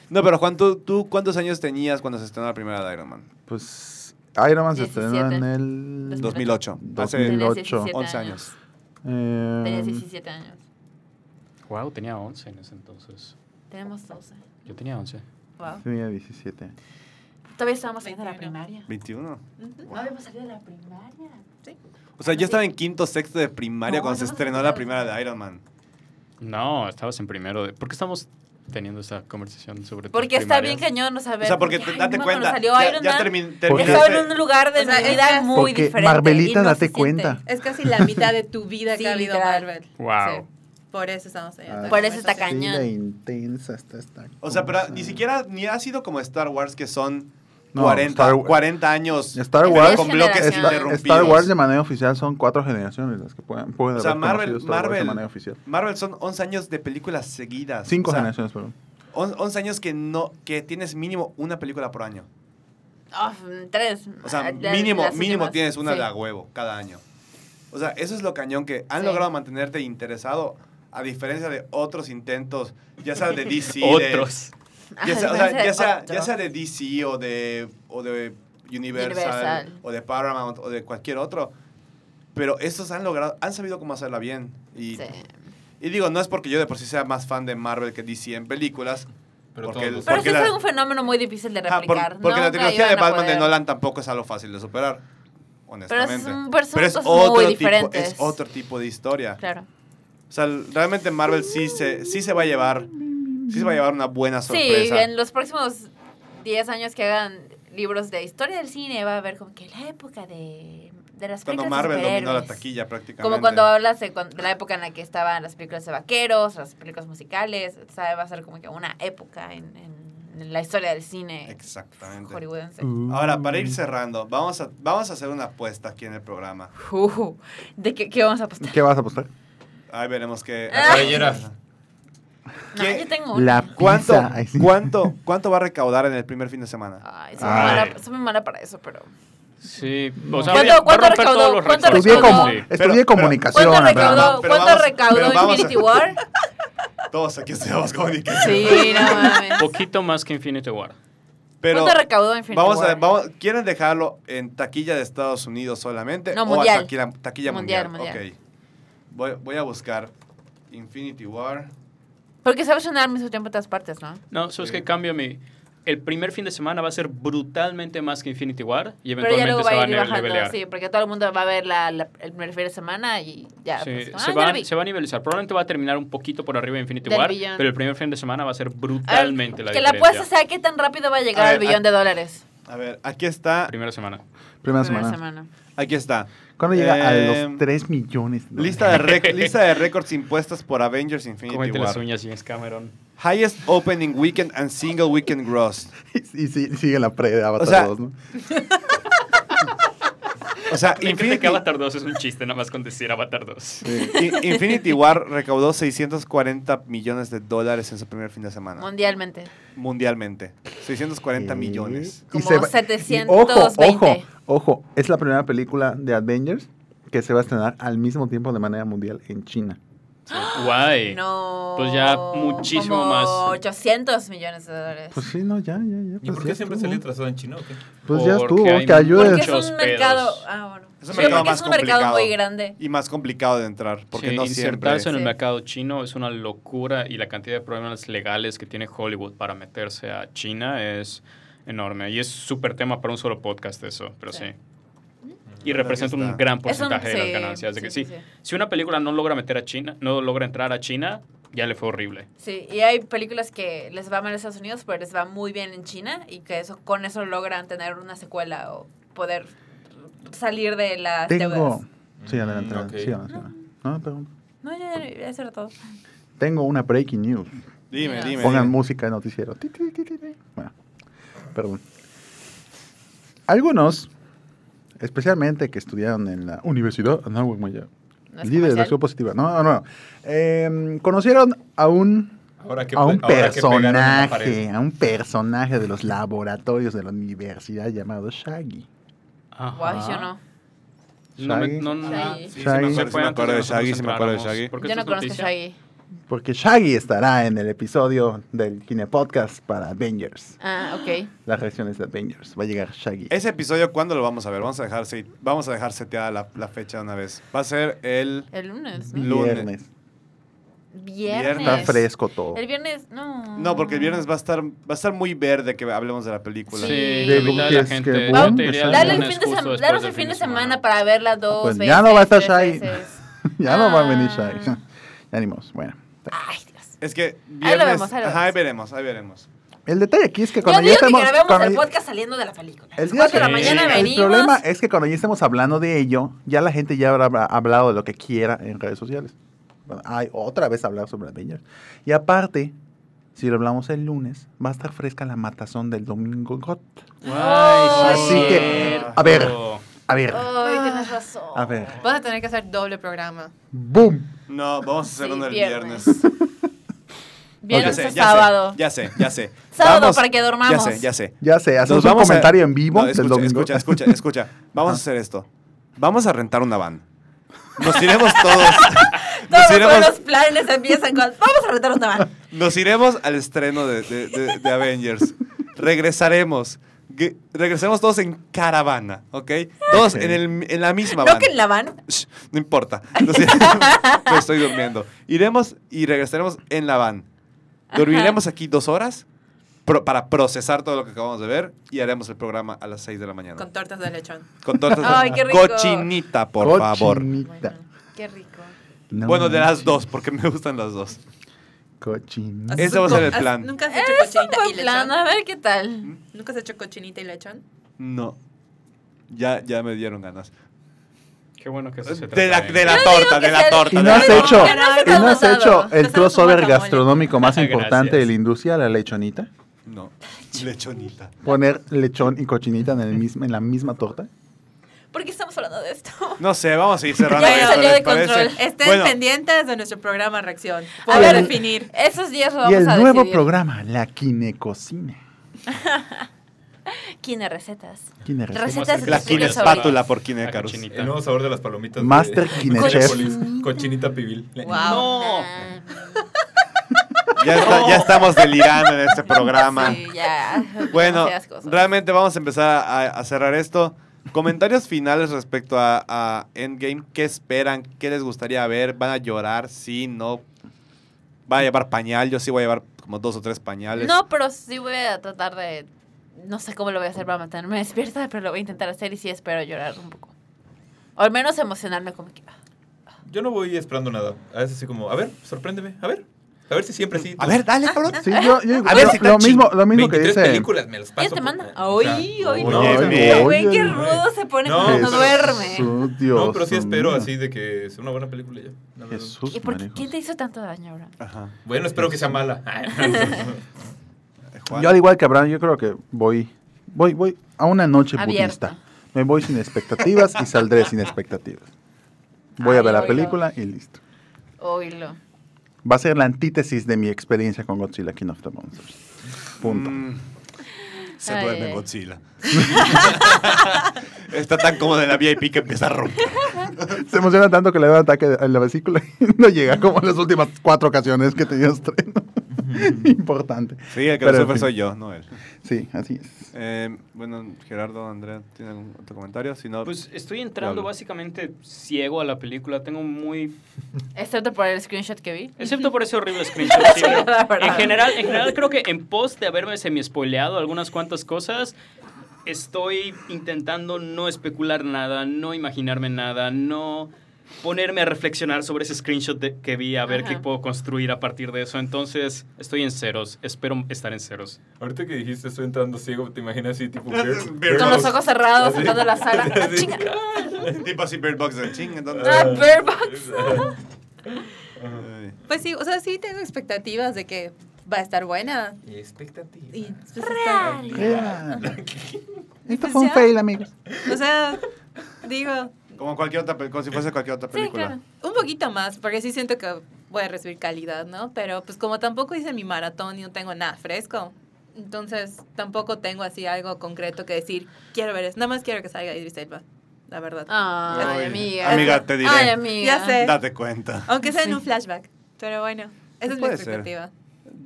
S2: No, pero Juan, ¿tú, tú cuántos años tenías cuando se estrenó la primera de Iron Man?
S6: Pues Iron Man se estrenó
S3: 17.
S6: en
S3: Pues,
S6: el
S2: 2008. Hace
S6: 2000.
S3: Tenías
S6: 2008,
S3: 17
S2: 11 años.
S6: Eh,
S3: Tenías 17 años.
S8: Wow, tenía 11 en ese entonces.
S3: Tenemos 12.
S8: Yo tenía 11.
S3: Wow.
S6: tenía 17.
S3: Todavía estábamos saliendo de la
S5: 21.
S3: primaria.
S2: 21.
S3: No habíamos salido de la primaria.
S2: O sea, yo estaba en quinto, sexto de primaria
S3: No,
S2: cuando se
S3: no, no,
S2: estrenó
S3: no.
S2: la primera de Iron Man.
S8: No, estabas en primero. De... ¿Por qué estamos teniendo esta conversación sobre tus
S3: Porque está bien
S8: primarias?
S3: cañón no saber.
S2: O sea, porque te-
S3: ay,
S2: date
S3: no,
S2: cuenta,
S3: Cuando salió
S2: ya,
S3: Iron
S2: ya
S3: Man,
S2: termin-
S3: Estaba en
S2: terminaste.
S3: un lugar de
S5: O sea,
S3: mi
S5: es
S3: vida
S5: que-
S3: muy
S6: Porque
S3: diferente.
S6: Marvelita,
S3: y no
S6: date
S3: se
S6: cuenta.
S5: Es casi la mitad de tu vida
S3: Sí,
S5: que ha habido
S3: literal.
S5: Marvel.
S8: Wow.
S5: Por eso estamos allá.
S6: Ah.
S3: Por eso este, está
S6: Sí,
S3: cañón.
S6: la intensa está esta.
S2: O sea, pero
S6: cosa.
S2: ni siquiera ni ha sido como Star Wars que son
S6: No,
S2: 40,
S6: Star Wa-
S2: 40 años
S6: Star
S3: Es
S6: Wars,
S2: con bloques
S3: generación.
S6: Star,
S2: interrumpidos.
S6: Star Wars de manera oficial son cuatro generaciones las que pueden, pueden
S2: O sea,
S6: haber
S2: Marvel-
S6: conocido Star Wars de
S2: Marvel-
S6: manera oficial.
S2: Marvel son 11 años de películas seguidas.
S6: Cinco
S2: O sea,
S6: generaciones, perdón.
S2: on- 11 años que no que tienes mínimo una película por año.
S3: Ah, tres.
S2: O sea,
S3: Ah, ya
S2: mínimo,
S3: las
S2: mínimo
S3: últimas.
S2: tienes una
S3: Sí.
S2: de a huevo cada año. O sea, eso es lo cañón que han
S3: Sí.
S2: logrado mantenerte interesado a diferencia de otros intentos, ya sea de DC, de-
S8: Otros.
S2: ya sea, o
S3: Ah,
S2: sea, ya, sea,
S3: otro.
S2: ya sea de DC o de, o de Universal,
S3: Universal.
S2: o de Paramount o de cualquier otro. Pero estos han logrado, han sabido cómo hacerla bien. Y,
S3: Sí.
S2: y digo, no es porque yo de por sí sea más fan de Marvel que DC en películas.
S4: Pero
S2: Porque
S4: todos
S2: la-
S4: los-
S3: Pero
S2: porque
S3: sí
S2: la-
S3: fue un fenómeno muy difícil de
S2: Ah, por-
S3: replicar.
S2: porque la
S3: Nunca
S2: trilogía de
S3: iban a
S2: Batman de
S3: poder.
S2: Nolan tampoco es algo fácil de superar.
S3: Pero es,
S2: Honestamente.
S3: un, pero son
S2: Pero es
S3: cosas muy
S2: otro, tipo,
S3: diferentes.
S2: es otro tipo de historia.
S3: Claro.
S2: O sea, realmente Marvel sí se, sí se va a llevar. Sí se va a llevar una buena
S3: Sí,
S2: sorpresa.
S3: en los próximos 10 años que hagan libros de historia del cine va a haber como que la época de, de las
S2: cuando
S3: películas de
S2: Marvel dominó la
S3: superhéroes.
S2: taquilla prácticamente.
S3: Como cuando hablas de, cuan- de la época en la que estaban las películas de vaqueros, las películas musicales, o sea, va a ser como que una época en, en- en la historia del cine
S2: Exactamente.
S3: hollywoodense.
S2: uh. Ahora, para ir cerrando, vamos a, vamos a hacer una apuesta aquí en el programa.
S3: Ujú. ¿De qué, qué vamos a apostar?
S6: ¿Qué vas a apostar?
S2: Ahí veremos qué.
S4: Las cabelleras.
S3: No,
S2: ¿Qué?
S3: yo tengo una.
S6: La
S2: ¿Cuánto,
S6: pizza. Ay, sí.
S2: ¿cuánto, ¿Cuánto va a recaudar en el primer fin de semana?
S3: Ay, soy,
S6: Ay.
S3: Mala, soy muy mala para eso, pero.
S8: Sí. O sea,
S3: ¿Cuánto-
S8: va a
S3: cuánto
S8: romper
S3: recaudó?
S8: todos los
S3: ¿Cuánto
S8: récords.
S6: Estudié,
S3: recaudó?
S6: como,
S8: Sí.
S6: estudié
S2: pero-
S6: comunicación.
S3: Pues, ¿Cuánto
S6: Abraham.
S3: recaudó,
S2: pero
S3: ¿cuánto
S2: vamos-
S3: recaudó
S2: pero vamos a-
S3: Infinity War?
S2: Todos aquí estudiamos comunicación.
S3: Sí, no mames.
S8: Poquito más que Infinity War.
S2: Pero
S3: ¿Cuánto recaudó Infinity
S2: vamos a,
S3: War?
S2: vamos, ¿quieren dejarlo en taquilla de Estados Unidos solamente?
S3: No,
S2: o
S3: mundial.
S2: a taquilla, taquilla mundial.
S3: Mundial, mundial.
S2: Ok. Voy, voy a buscar Infinity War.
S3: Porque se va a llenar al mismo tiempo en todas partes, ¿no?
S8: No, sabes
S2: Sí.
S8: que cambio mi. El primer fin de semana va a ser brutalmente más que Infinity War y
S3: Pero ya
S8: eventualmente
S3: luego va
S8: se
S3: a
S8: van
S3: ir
S8: a
S3: bajando,
S8: nivelear.
S3: sí, porque todo el mundo va a ver la, la- el primer fin de semana y ya.
S8: Sí,
S3: pues, como,
S8: se,
S3: "Ah, ya la
S8: va,
S3: vi".
S8: se va a nivelizar. Probablemente va a terminar un poquito por arriba de Infinity
S3: Del
S8: War,
S3: billón.
S8: pero el primer fin de semana va a ser
S3: A ver,
S8: brutalmente la
S3: Que la
S8: diferencia.
S3: apuesta sea qué tan rápido va a llegar
S2: A
S3: al
S2: ver,
S3: billón
S2: a-
S3: de dólares.
S2: A ver, aquí está.
S8: Primera semana.
S6: Primera
S3: Primera
S6: semana.
S3: semana.
S2: Aquí está.
S6: ¿Cuándo llega a
S2: Em,
S6: los 3 millones? de dólares?
S2: Lista de, rec- lista de récords impuestas por Avengers Infinity
S8: Cómete las
S2: War.
S8: uñas, James Cameron.
S2: Highest opening weekend and single weekend gross.
S6: Y, sí- sigue la pre de Avatar
S2: sea,
S6: 2, ¿no?
S2: O sea,
S8: Me encanta
S2: Infinity,
S8: que Avatar 2 es un chiste, nada más con decir Avatar 2.
S2: I- Infinity War recaudó 640 millones de dólares en su primer fin de semana.
S3: Mundialmente.
S2: mundialmente. 640 millones.
S6: Y
S3: Como
S6: se va-
S3: 720.
S6: Y ojo, ojo, ojo. Es la primera película de Avengers que se va a estrenar al mismo tiempo de manera mundial en China.
S8: Guay.
S3: No.
S8: Pues ya muchísimo
S3: como
S8: más.
S3: 800 millones de dólares.
S6: Pues sí, no, ya, ya, ya.
S4: ¿Y
S6: pues
S4: por
S6: ya
S4: qué siempre
S6: estuvo.
S4: salía atrasado en China o qué?
S6: Pues ya
S8: Porque
S6: estuvo,
S8: hay
S3: Porque
S6: que ayude.
S8: muchos-
S3: es un
S8: pedos.
S3: mercado. Ah, bueno.
S2: Es un
S3: Sí,
S2: mercado
S3: porque
S2: más
S3: es un mercado
S2: complicado.
S3: muy grande.
S2: Y más complicado de entrar, porque
S8: Sí,
S2: no siempre.
S8: insertarse en el
S3: Sí.
S8: mercado chino es una locura y la cantidad de problemas legales que tiene Hollywood para meterse a China es enorme. Y es súper tema para un solo podcast eso, pero sí.
S3: Sí.
S8: Y representa
S2: Aquí
S8: un
S2: está.
S3: Es
S8: gran
S3: un-
S8: porcentaje de
S3: sí,
S8: las ganancias. De que
S3: sí,
S8: sí,
S3: sí, sí.
S8: si una película no logra meter a China, no logra entrar a China, ya le fue horrible.
S3: Sí, y hay películas que les va mal en Estados Unidos, pero les va muy bien en China y que eso con eso logran tener una secuela o poder salir de las deudas.
S6: Tengo. Sí, adelante,
S4: Mm,
S6: adelante,
S4: ok.
S6: sí, adelante, adelante. No, perdón.
S3: No, ya, ya, ya, eso era todo.
S6: Tengo una breaking news.
S2: Dime, dime.
S6: Pongan
S2: dime.
S6: música de noticiero. Ti, ti, ti, ti, ti. Bueno, perdón. Algunos, especialmente que estudiaron en la Universidad Anáhuac Maya,
S3: No es
S6: líderes de
S3: comercial.
S6: acción positiva, no, no, no, Em, conocieron a un,
S4: Ahora que,
S6: a un
S4: pe- ahora que pegaron en la pared.
S6: personaje, a un personaje de los laboratorios de la universidad llamado Shaggy. Ah.
S3: Guay, yo no.
S8: No, me-
S6: Shaggy.
S8: no, no, no.
S3: Shaggy.
S2: Sí, sí, me
S6: Shaggy.
S8: Se
S2: acuerdo, sí
S8: fue
S2: me acuerdo
S8: antes
S2: de
S8: que nosotros
S2: Shaggy, sí me acuerdo de
S8: entráramos,
S2: Shaggy.
S8: porque
S3: Yo
S8: esto
S3: no
S8: es
S3: conozco a
S8: noticia.
S3: Shaggy.
S6: Porque Shaggy estará en el episodio del Kinepodcast para Avengers.
S3: Ah, ok.
S6: Las reacciones de Avengers. Va a llegar Shaggy.
S2: Ese episodio, ¿cuándo lo vamos a ver? Vamos a dejar, se- vamos a dejar seteada la, la fecha de una vez. Va a ser el
S3: El lunes, ¿no?
S2: lunes.
S6: Viernes.
S3: Viernes.
S6: Está
S2: Yes.
S6: fresco todo.
S3: El viernes, no.
S2: No, porque el viernes va a estar, va a estar muy verde que hablemos de la película.
S8: Sí,
S3: Sí.
S8: de evitar a la
S6: Que-
S8: gente.
S6: que
S8: yo
S6: boom,
S8: te diría
S6: exacto.
S3: Dale el
S8: lunes
S3: fin de,
S8: justo
S3: sem-
S8: después
S3: danos
S8: del
S3: el fin de semana para verla dos
S6: Pues
S3: veces.
S6: ya no va a estar
S3: tres
S6: Shaggy.
S3: veces.
S6: Ya no va a venir
S3: Ah.
S6: Shaggy. Ya ni modos, Bueno.
S3: Ay, Dios.
S2: Es que viernes.
S3: Ahí lo vemos, ahí lo
S2: Ajá, ahí
S3: vemos.
S2: veremos, ahí veremos.
S6: El detalle aquí es que
S3: Yo
S6: cuando
S3: digo
S6: ya
S3: que
S6: estemos.
S3: grabemos
S6: cuando
S3: el
S6: ya-
S3: podcast saliendo de la película. A
S6: el
S3: las
S6: día
S3: 4 de la
S8: que-
S3: mañana
S6: el
S3: venimos.
S6: problema es que cuando ya estemos hablando de ello, ya la gente ya habrá habrá hablado de lo que quiera en redes sociales. Bueno, Hay otra vez hablar sobre Avengers. Y aparte, si lo hablamos el lunes, va a estar fresca la matazón del domingo. Got.
S8: Guay, sí,
S6: Así que,
S8: cierto.
S6: a ver, a ver,
S3: Ay, tienes razón.
S6: a ver.
S5: Vas a tener que hacer doble programa.
S6: ¡Boom!
S2: No, vamos a hacer
S3: Sí,
S2: uno el viernes.
S3: Viernes
S2: Ya
S3: a
S2: sé, ya sé,
S3: sábado.
S2: Ya sé, ya sé.
S3: Sábado para que dormamos.
S2: Ya sé, ya sé.
S6: Ya sé, hacemos
S2: Nos
S6: un
S2: vamos a-
S6: comentario en vivo
S2: No,
S6: del
S2: escucha,
S6: domingo.
S2: Escucha, escucha, escucha. Vamos a hacer esto. Vamos a rentar una van. Nos iremos todos.
S3: Todos
S2: nos, iremos,
S3: los planes empiezan con. Vamos a rentar una van.
S2: nos iremos al estreno de, de- de- de Avengers. Regresaremos. Gue- Regresemos todos en caravana, ¿ok? Todos en, el, en la misma
S3: No
S2: van.
S3: que en la van.
S2: Shh, no importa. Lo siento. Me estoy durmiendo. Iremos y regresaremos en la van. Dormiremos aquí dos horas pro- para procesar todo lo que acabamos de ver y haremos el programa a las 6 de la mañana.
S5: Con
S2: Con,
S5: tortas de lechón.
S2: tortas de
S3: Ay, qué rico.
S2: cochinita, por favor.
S6: Cochinita.
S3: Bueno, qué rico.
S6: No
S2: Bueno, de las
S6: manches.
S2: dos, porque me gustan las dos.
S6: Cochinita.
S5: ¿Has-
S2: Ese va a ser el
S5: has-
S2: plan.
S5: ¿Nunca has hecho
S3: Es un
S5: cochinita y
S3: buen
S5: lechón?
S3: plan, a ver qué tal.
S5: ¿Nunca has hecho cochinita y lechón?
S2: No. Ya, ya me dieron ganas.
S8: Qué bueno que eso se trata ¿eh?
S2: De la, de la
S3: Yo digo
S2: torta,
S3: que
S2: de la
S3: sea-
S2: torta.
S6: Y
S2: de
S6: no
S2: la
S6: has
S2: torta.
S6: hecho,
S3: Ya no has
S6: y no has
S3: estado
S6: hecho
S3: matado.
S6: el
S5: Estás haciendo
S6: crossover
S5: guacamole.
S6: gastronómico más
S8: Gracias.
S6: importante de la industria, la lechonita.
S2: No, lechonita.
S6: Poner lechón y cochinita en, el mismo, en la misma torta.
S3: ¿Por qué estamos hablando de esto?
S2: no sé, vamos a seguir cerrando.
S3: Ya
S2: esto,
S3: salió
S2: ¿les
S3: de control.
S2: parece?
S5: Estén
S2: Bueno,
S5: pendientes de nuestro programa Reacción.
S3: A
S5: Por
S3: ver,
S5: definir.
S3: Esos días lo vamos
S6: Y el
S3: a
S6: nuevo
S3: decidir.
S6: programa, la Kinecocine.
S3: Kine recetas.
S6: Kine Recetas.
S3: Recetas
S2: La
S3: de
S2: quine
S3: Julio Soria.
S2: espátula por quine
S8: La
S2: carus.
S8: cochinita.
S4: El nuevo sabor de las palomitas. de
S6: Master Kinechef.
S4: Cinépolis. Cochinita pibil.
S5: Wow.
S8: No.
S2: Ya, está- ya estamos delirando en este programa.
S3: Sí, ya.
S2: Bueno,
S3: Demasiadas cosas.
S2: realmente vamos a empezar a, a cerrar esto. Comentarios finales respecto a, a Endgame. ¿Qué esperan? ¿Qué les gustaría ver? ¿Van a llorar? Sí, no. ¿Van a llevar pañal? Yo sí voy a llevar como dos o tres pañales.
S3: No, pero sí voy a tratar de. No sé cómo lo voy a hacer para mantenerme despierta, pero lo voy a intentar hacer y sí espero llorar un poco. O al menos emocionarme como que. ah,
S4: Yo no voy esperando nada. A veces así como, a ver, sorpréndeme, a ver. A ver si siempre sí.
S2: A ver, dale, cabrón.
S6: Sí, yo, yo-
S2: A ver
S6: lo-
S2: si
S6: lo, mismo, lo mismo que
S4: 23
S6: dice.
S4: películas me las paso.
S3: ¿Quién te
S4: por-
S3: manda?
S4: o sea,
S3: ¡Ay, ay,
S4: no,
S3: no!
S2: Oye,
S3: Güey,
S6: oye,
S3: qué
S6: no.
S3: rudo se pone
S4: No,
S3: cuando no
S4: Jesús.
S3: duerme.
S4: no, pero sí espero así de que sea una buena película ya. la verdad.
S6: Jesús,
S3: ¿Y por qué,
S6: manejos.
S3: quién te hizo tanto daño, bro?
S2: Ajá.
S4: Bueno, espero que sea mala.
S2: Eh, Juan.
S6: Yo al igual que Abraham, yo creo que voy, voy, voy a una noche
S3: Abierta.
S6: budista. Me voy sin expectativas y saldré sin expectativas. Voy a
S3: Ay,
S6: ver la
S3: oílo.
S6: película y listo.
S3: Oílo.
S6: Va a ser la antítesis de mi experiencia con Godzilla King of the Monsters. Punto.
S2: Mm. Se
S3: Ay,
S2: duerme
S3: ay.
S2: Godzilla. Está tan cómodo en la VIP que empieza a romper.
S6: Se emociona tanto que le da un ataque en la vesícula y no llega como en las últimas cuatro ocasiones que tenía estreno. Importante.
S2: Sí, el que
S6: Pero,
S2: lo
S6: en
S2: sufre
S6: fin.
S2: soy yo, no él.
S6: Sí, así es.
S2: Eh, bueno, Gerardo, Andrea, ¿tiene algún otro comentario? Si no,
S8: Pues estoy entrando
S2: Diablo.
S8: básicamente ciego a la película. Tengo muy
S3: Excepto por el screenshot que vi.
S8: Excepto por ese horrible screenshot.
S3: Sí,
S8: sí, ¿no?
S3: la verdad.
S8: en, general, en general, creo que en post de haberme semi-spoileado algunas cuantas cosas, estoy intentando no especular nada, no imaginarme nada, no ponerme a reflexionar sobre ese screenshot de- que vi, a ver
S3: Ajá.
S8: qué puedo construir a partir de eso. Entonces, estoy en ceros. Espero estar en ceros.
S4: Ahorita que dijiste estoy entrando ciego, te imaginas así tipo
S3: Con los ojos cerrados,
S4: Así.
S3: sentado en la sala. Ah,
S4: Así.
S3: chinga.
S2: tipo así Bird Box de ching, entonces.
S3: Ah, Bird Box.
S2: Ay.
S5: Pues sí, o sea, sí tengo expectativas de que va a estar buena.
S4: Expectativa.
S5: Y, pues, está-
S6: Real. Esto fue un fail, amigos.
S5: o sea, digo,
S2: Como cualquier otra pe- como si fuese cualquier otra
S3: Sí,
S2: película.
S3: claro.
S5: un poquito más, porque sí siento que voy a recibir calidad, ¿no? Pero pues como tampoco hice mi maratón y no tengo nada fresco, entonces tampoco tengo así algo concreto que decir, quiero ver eso. Nada más quiero que salga Idris Elba, la verdad.
S3: Ay,
S2: Ay,
S3: amiga.
S2: amiga, te diré.
S3: Ay, amiga.
S5: Ya sé.
S6: Eh.
S2: Date cuenta.
S5: Aunque sea en un flashback. Pero bueno, esa es mi
S2: Puede ser.
S5: expectativa.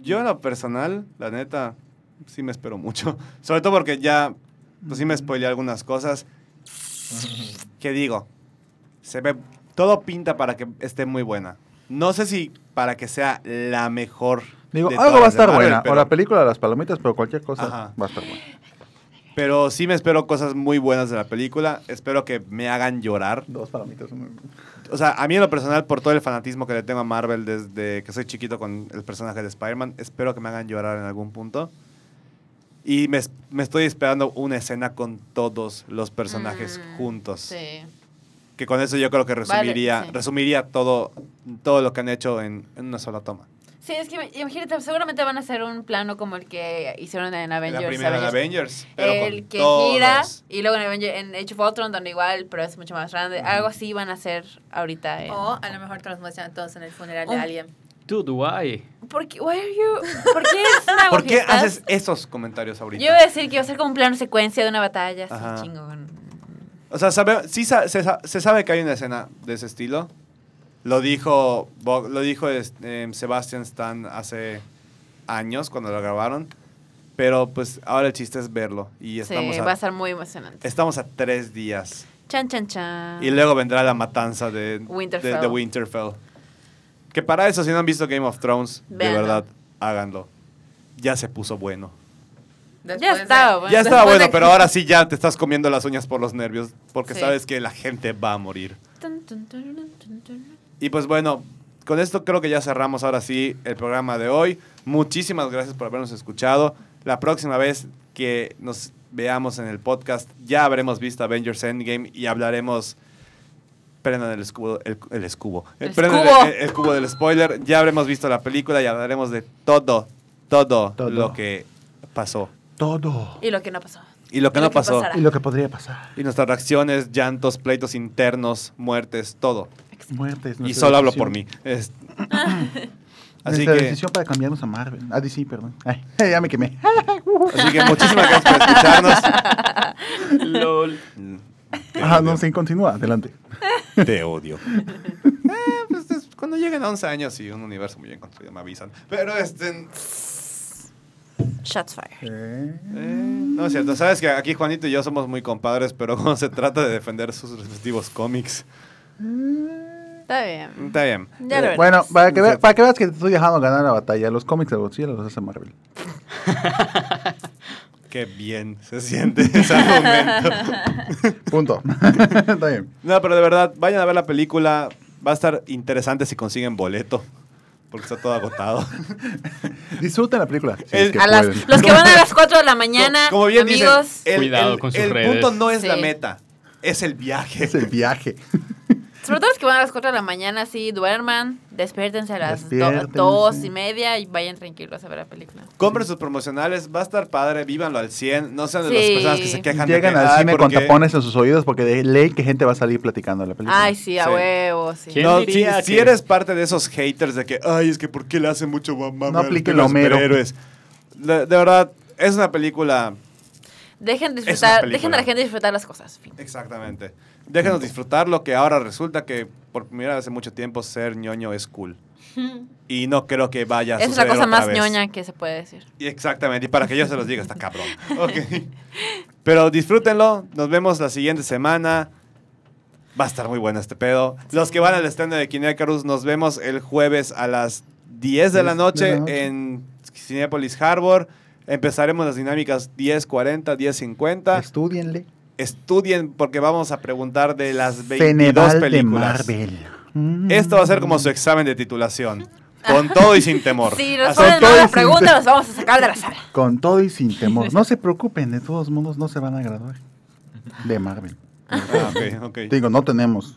S2: Yo en lo personal, la neta, sí me espero mucho. Sobre todo porque ya, pues sí me spoileé algunas cosas. ¿Qué digo? Se ve, todo pinta para que esté muy buena. No sé si para que sea la mejor.
S6: Digo,
S2: de
S6: algo
S2: todas
S6: va a
S2: las de
S6: estar
S2: Marvel,
S6: buena.
S2: pero-
S6: O la película de las palomitas, pero cualquier cosa
S2: Ajá.
S6: va a estar buena.
S2: Pero sí me espero cosas muy buenas de la película. Espero que me hagan llorar.
S6: Dos palomitas. un-
S2: O sea, a mí en lo personal, por todo el fanatismo que le tengo a Marvel desde que soy chiquito con el personaje de Spider-Man, espero que me hagan llorar en algún punto. Y me, es- me estoy esperando una escena con todos los personajes
S3: Mm,
S2: juntos.
S3: Sí.
S2: Que con eso yo creo que resumiría,
S3: sí.
S2: resumiría todo, todo lo que han hecho en, en una sola toma.
S3: Sí, es que imagínate, seguramente van a hacer un plano como el que hicieron en Avengers.
S2: la primera de
S3: Avengers.
S2: Avengers. pero
S3: El
S2: con
S3: que
S2: todos.
S3: gira y luego en, Avenger- en Age of Ultron, donde igual, pero es mucho más grande. Algo así van a hacer ahorita. en-
S5: O a lo mejor transmuestran todos en el funeral de
S3: Un-
S5: alguien.
S8: Tú, do I.
S3: ¿Por qué, why are you- ¿por qué eres una
S2: ¿Por qué
S3: agujetas?
S2: haces esos comentarios ahorita?
S3: Yo iba a decir que iba a ser como un plano secuencia de una batalla así
S2: Ajá.
S3: chingón.
S2: O sea, sabe- sí sa- se, sa- se sabe que hay una escena de ese estilo. Lo dijo, Bo- lo dijo es- eh, Sebastian Stan hace años cuando lo grabaron. Pero pues ahora el chiste es verlo. Y estamos,
S3: Sí, va
S2: a,
S3: a ser muy emocionante.
S2: estamos a tres días.
S3: Chan, chan, chan.
S2: Y luego vendrá la matanza de de-
S3: Winterfell.
S2: De, Winterfell. Que para eso, si no han visto Game of Thrones,
S3: Véanlo.
S2: de verdad, háganlo. Ya se puso bueno.
S5: Después de-
S3: estaba, bueno.
S2: Ya estaba
S5: Después
S2: bueno,
S5: de-
S2: pero ahora sí ya te estás comiendo las uñas por los nervios. Porque
S3: Sí.
S2: sabes que la gente va a morir.
S3: Tun, tun, tun, tun, tun, tun.
S2: Y pues bueno, con esto creo que ya cerramos ahora sí el programa de hoy. Muchísimas gracias por habernos escuchado. La próxima vez que nos veamos en el podcast ya habremos visto Avengers Endgame y hablaremos... Prendan el escudo, el, el escubo. Eh,
S3: El
S2: prendan
S3: escubo.
S2: el- el cubo del spoiler. Ya habremos visto la película y hablaremos de todo, todo,
S6: Todo.
S2: lo que pasó.
S6: Todo.
S3: Y lo que no pasó.
S2: Y lo que
S3: Lo
S2: no
S3: que
S2: pasó.
S3: pasará.
S6: Y lo que podría pasar.
S2: Y nuestras reacciones, llantos, pleitos internos, muertes, todo.
S6: Muertes.
S2: Y
S6: nuestra
S2: solo hablo
S6: decisión.
S2: por mí. Es- Así
S6: Así
S2: que,
S6: decisión para cambiarnos a Marvel. A DC, perdón. Ay, ya me quemé.
S2: así que muchísimas gracias por escucharnos.
S8: LOL.
S2: Mm, Te odio.
S6: Ajá, Ah, no, sí, continúa. Adelante.
S2: Te odio. Eh, pues, es- cuando lleguen a 11 años y un universo muy bien construido, me avisan. Pero este.
S3: Shots fire.
S2: Eh, no es cierto. Sabes que aquí Juanito y yo somos muy compadres, pero cuando se trata de defender sus respectivos cómics.
S3: Está bien.
S2: Está bien.
S3: Ya lo verás.
S6: Bueno, para que, vea- para que veas que te estoy dejando ganar la batalla, los cómics de Godzilla los hace Marvel.
S2: Qué bien se siente ese argumento.
S6: Punto. Está bien.
S2: No, pero de verdad, vayan a ver la película. Va a estar interesante si consiguen boleto. Porque está todo agotado.
S6: Disfruten la película. si
S2: El-
S6: es que
S3: A las-
S6: pueden.
S3: los que van a las 4 de la mañana,
S2: Como bien
S3: amigos.
S2: dicen, el,
S8: Cuidado
S2: el-
S8: con sus
S2: el
S8: redes.
S2: punto no es la
S3: Sí.
S2: meta, es el viaje.
S6: Es el viaje.
S3: Sobre todo los que van a las 4 de la mañana, sí, duerman, despiértense a las
S6: Despiértense.
S3: 2 y media y vayan tranquilos a ver la película.
S2: Compren sus promocionales, va a estar padre, vívanlo al 100. No sean de las
S3: Sí.
S2: personas que se quejan
S6: Llegan
S2: de que,
S6: al
S2: "Ay,
S6: cine con
S2: porque-".
S6: tapones en sus oídos porque de ley que gente va a salir platicando de la película.
S3: Ay, sí, a
S2: Sí.
S3: huevo, sí.
S8: ¿Quién
S2: No, si,
S8: diría
S2: si
S8: que-
S2: eres parte de esos haters de que, ay, es que ¿por qué le hace mucho mamá
S6: No aplique
S2: apliquen
S6: el Homero.
S2: De, de verdad, es una película.
S3: Dejen
S2: Es una
S3: disfrutar,
S2: película.
S3: dejen a la gente disfrutar las cosas. fin.
S2: Exactamente. Déjenos disfrutar lo que ahora resulta que por primera vez en mucho tiempo ser ñoño es cool. Y no creo que vaya a
S3: Es la
S2: suceder
S3: cosa
S2: otra
S3: más
S2: vez.
S3: ñoña que se puede decir.
S2: Y Exactamente, y para que yo se los diga, está cabrón. Ok. Pero disfrútenlo, nos vemos la siguiente semana. Va a estar muy bueno este pedo. Los que van al estreno de Kinecarus, nos vemos el jueves a las 10 de la
S6: 10 de la
S2: noche
S6: noche.
S2: en Cinepolis Harbor. Empezaremos las dinámicas 10.40, 10.50.
S6: Estudienle.
S2: Estudien porque vamos a preguntar de las 22
S6: Ceneval de
S2: películas.
S6: Marvel. Mm.
S2: Esto va a ser como su examen de titulación. Con todo y sin temor.
S3: Si
S2: Así-
S3: responden
S6: todo
S3: mal la
S6: es
S3: pregunta,
S6: simple.
S3: los vamos a sacar de la sala.
S6: Con todo y sin temor. No se preocupen, de todos modos no se van a graduar. De Marvel.
S2: Ah, ok, ok.
S6: Digo, no tenemos.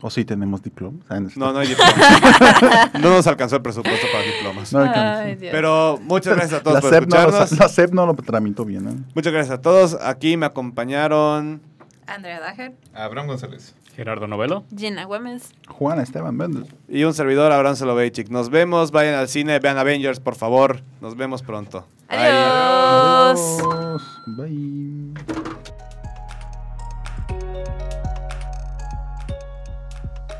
S6: O sí tenemos diploma. Ah, es-
S2: No, no hay diploma. no nos alcanzó el presupuesto para diplomas.
S6: No alcanzó.
S2: Pero muchas gracias a todos
S6: la,
S2: por
S6: SEP no lo,
S2: escucharnos.
S6: la SEP no lo tramitó bien. ¿eh?
S2: Muchas gracias a todos. Aquí me acompañaron.
S5: Andrea Dager.
S4: Abraham González.
S8: Gerardo Novelo.
S3: Gina Güemes.
S6: Juana Esteban Méndez.
S2: Y un servidor, Abraham Soloveitchik. Nos vemos, vayan al cine, vean Avengers, por favor. Nos vemos pronto. Bye.
S3: Adiós.
S6: Adiós. Bye.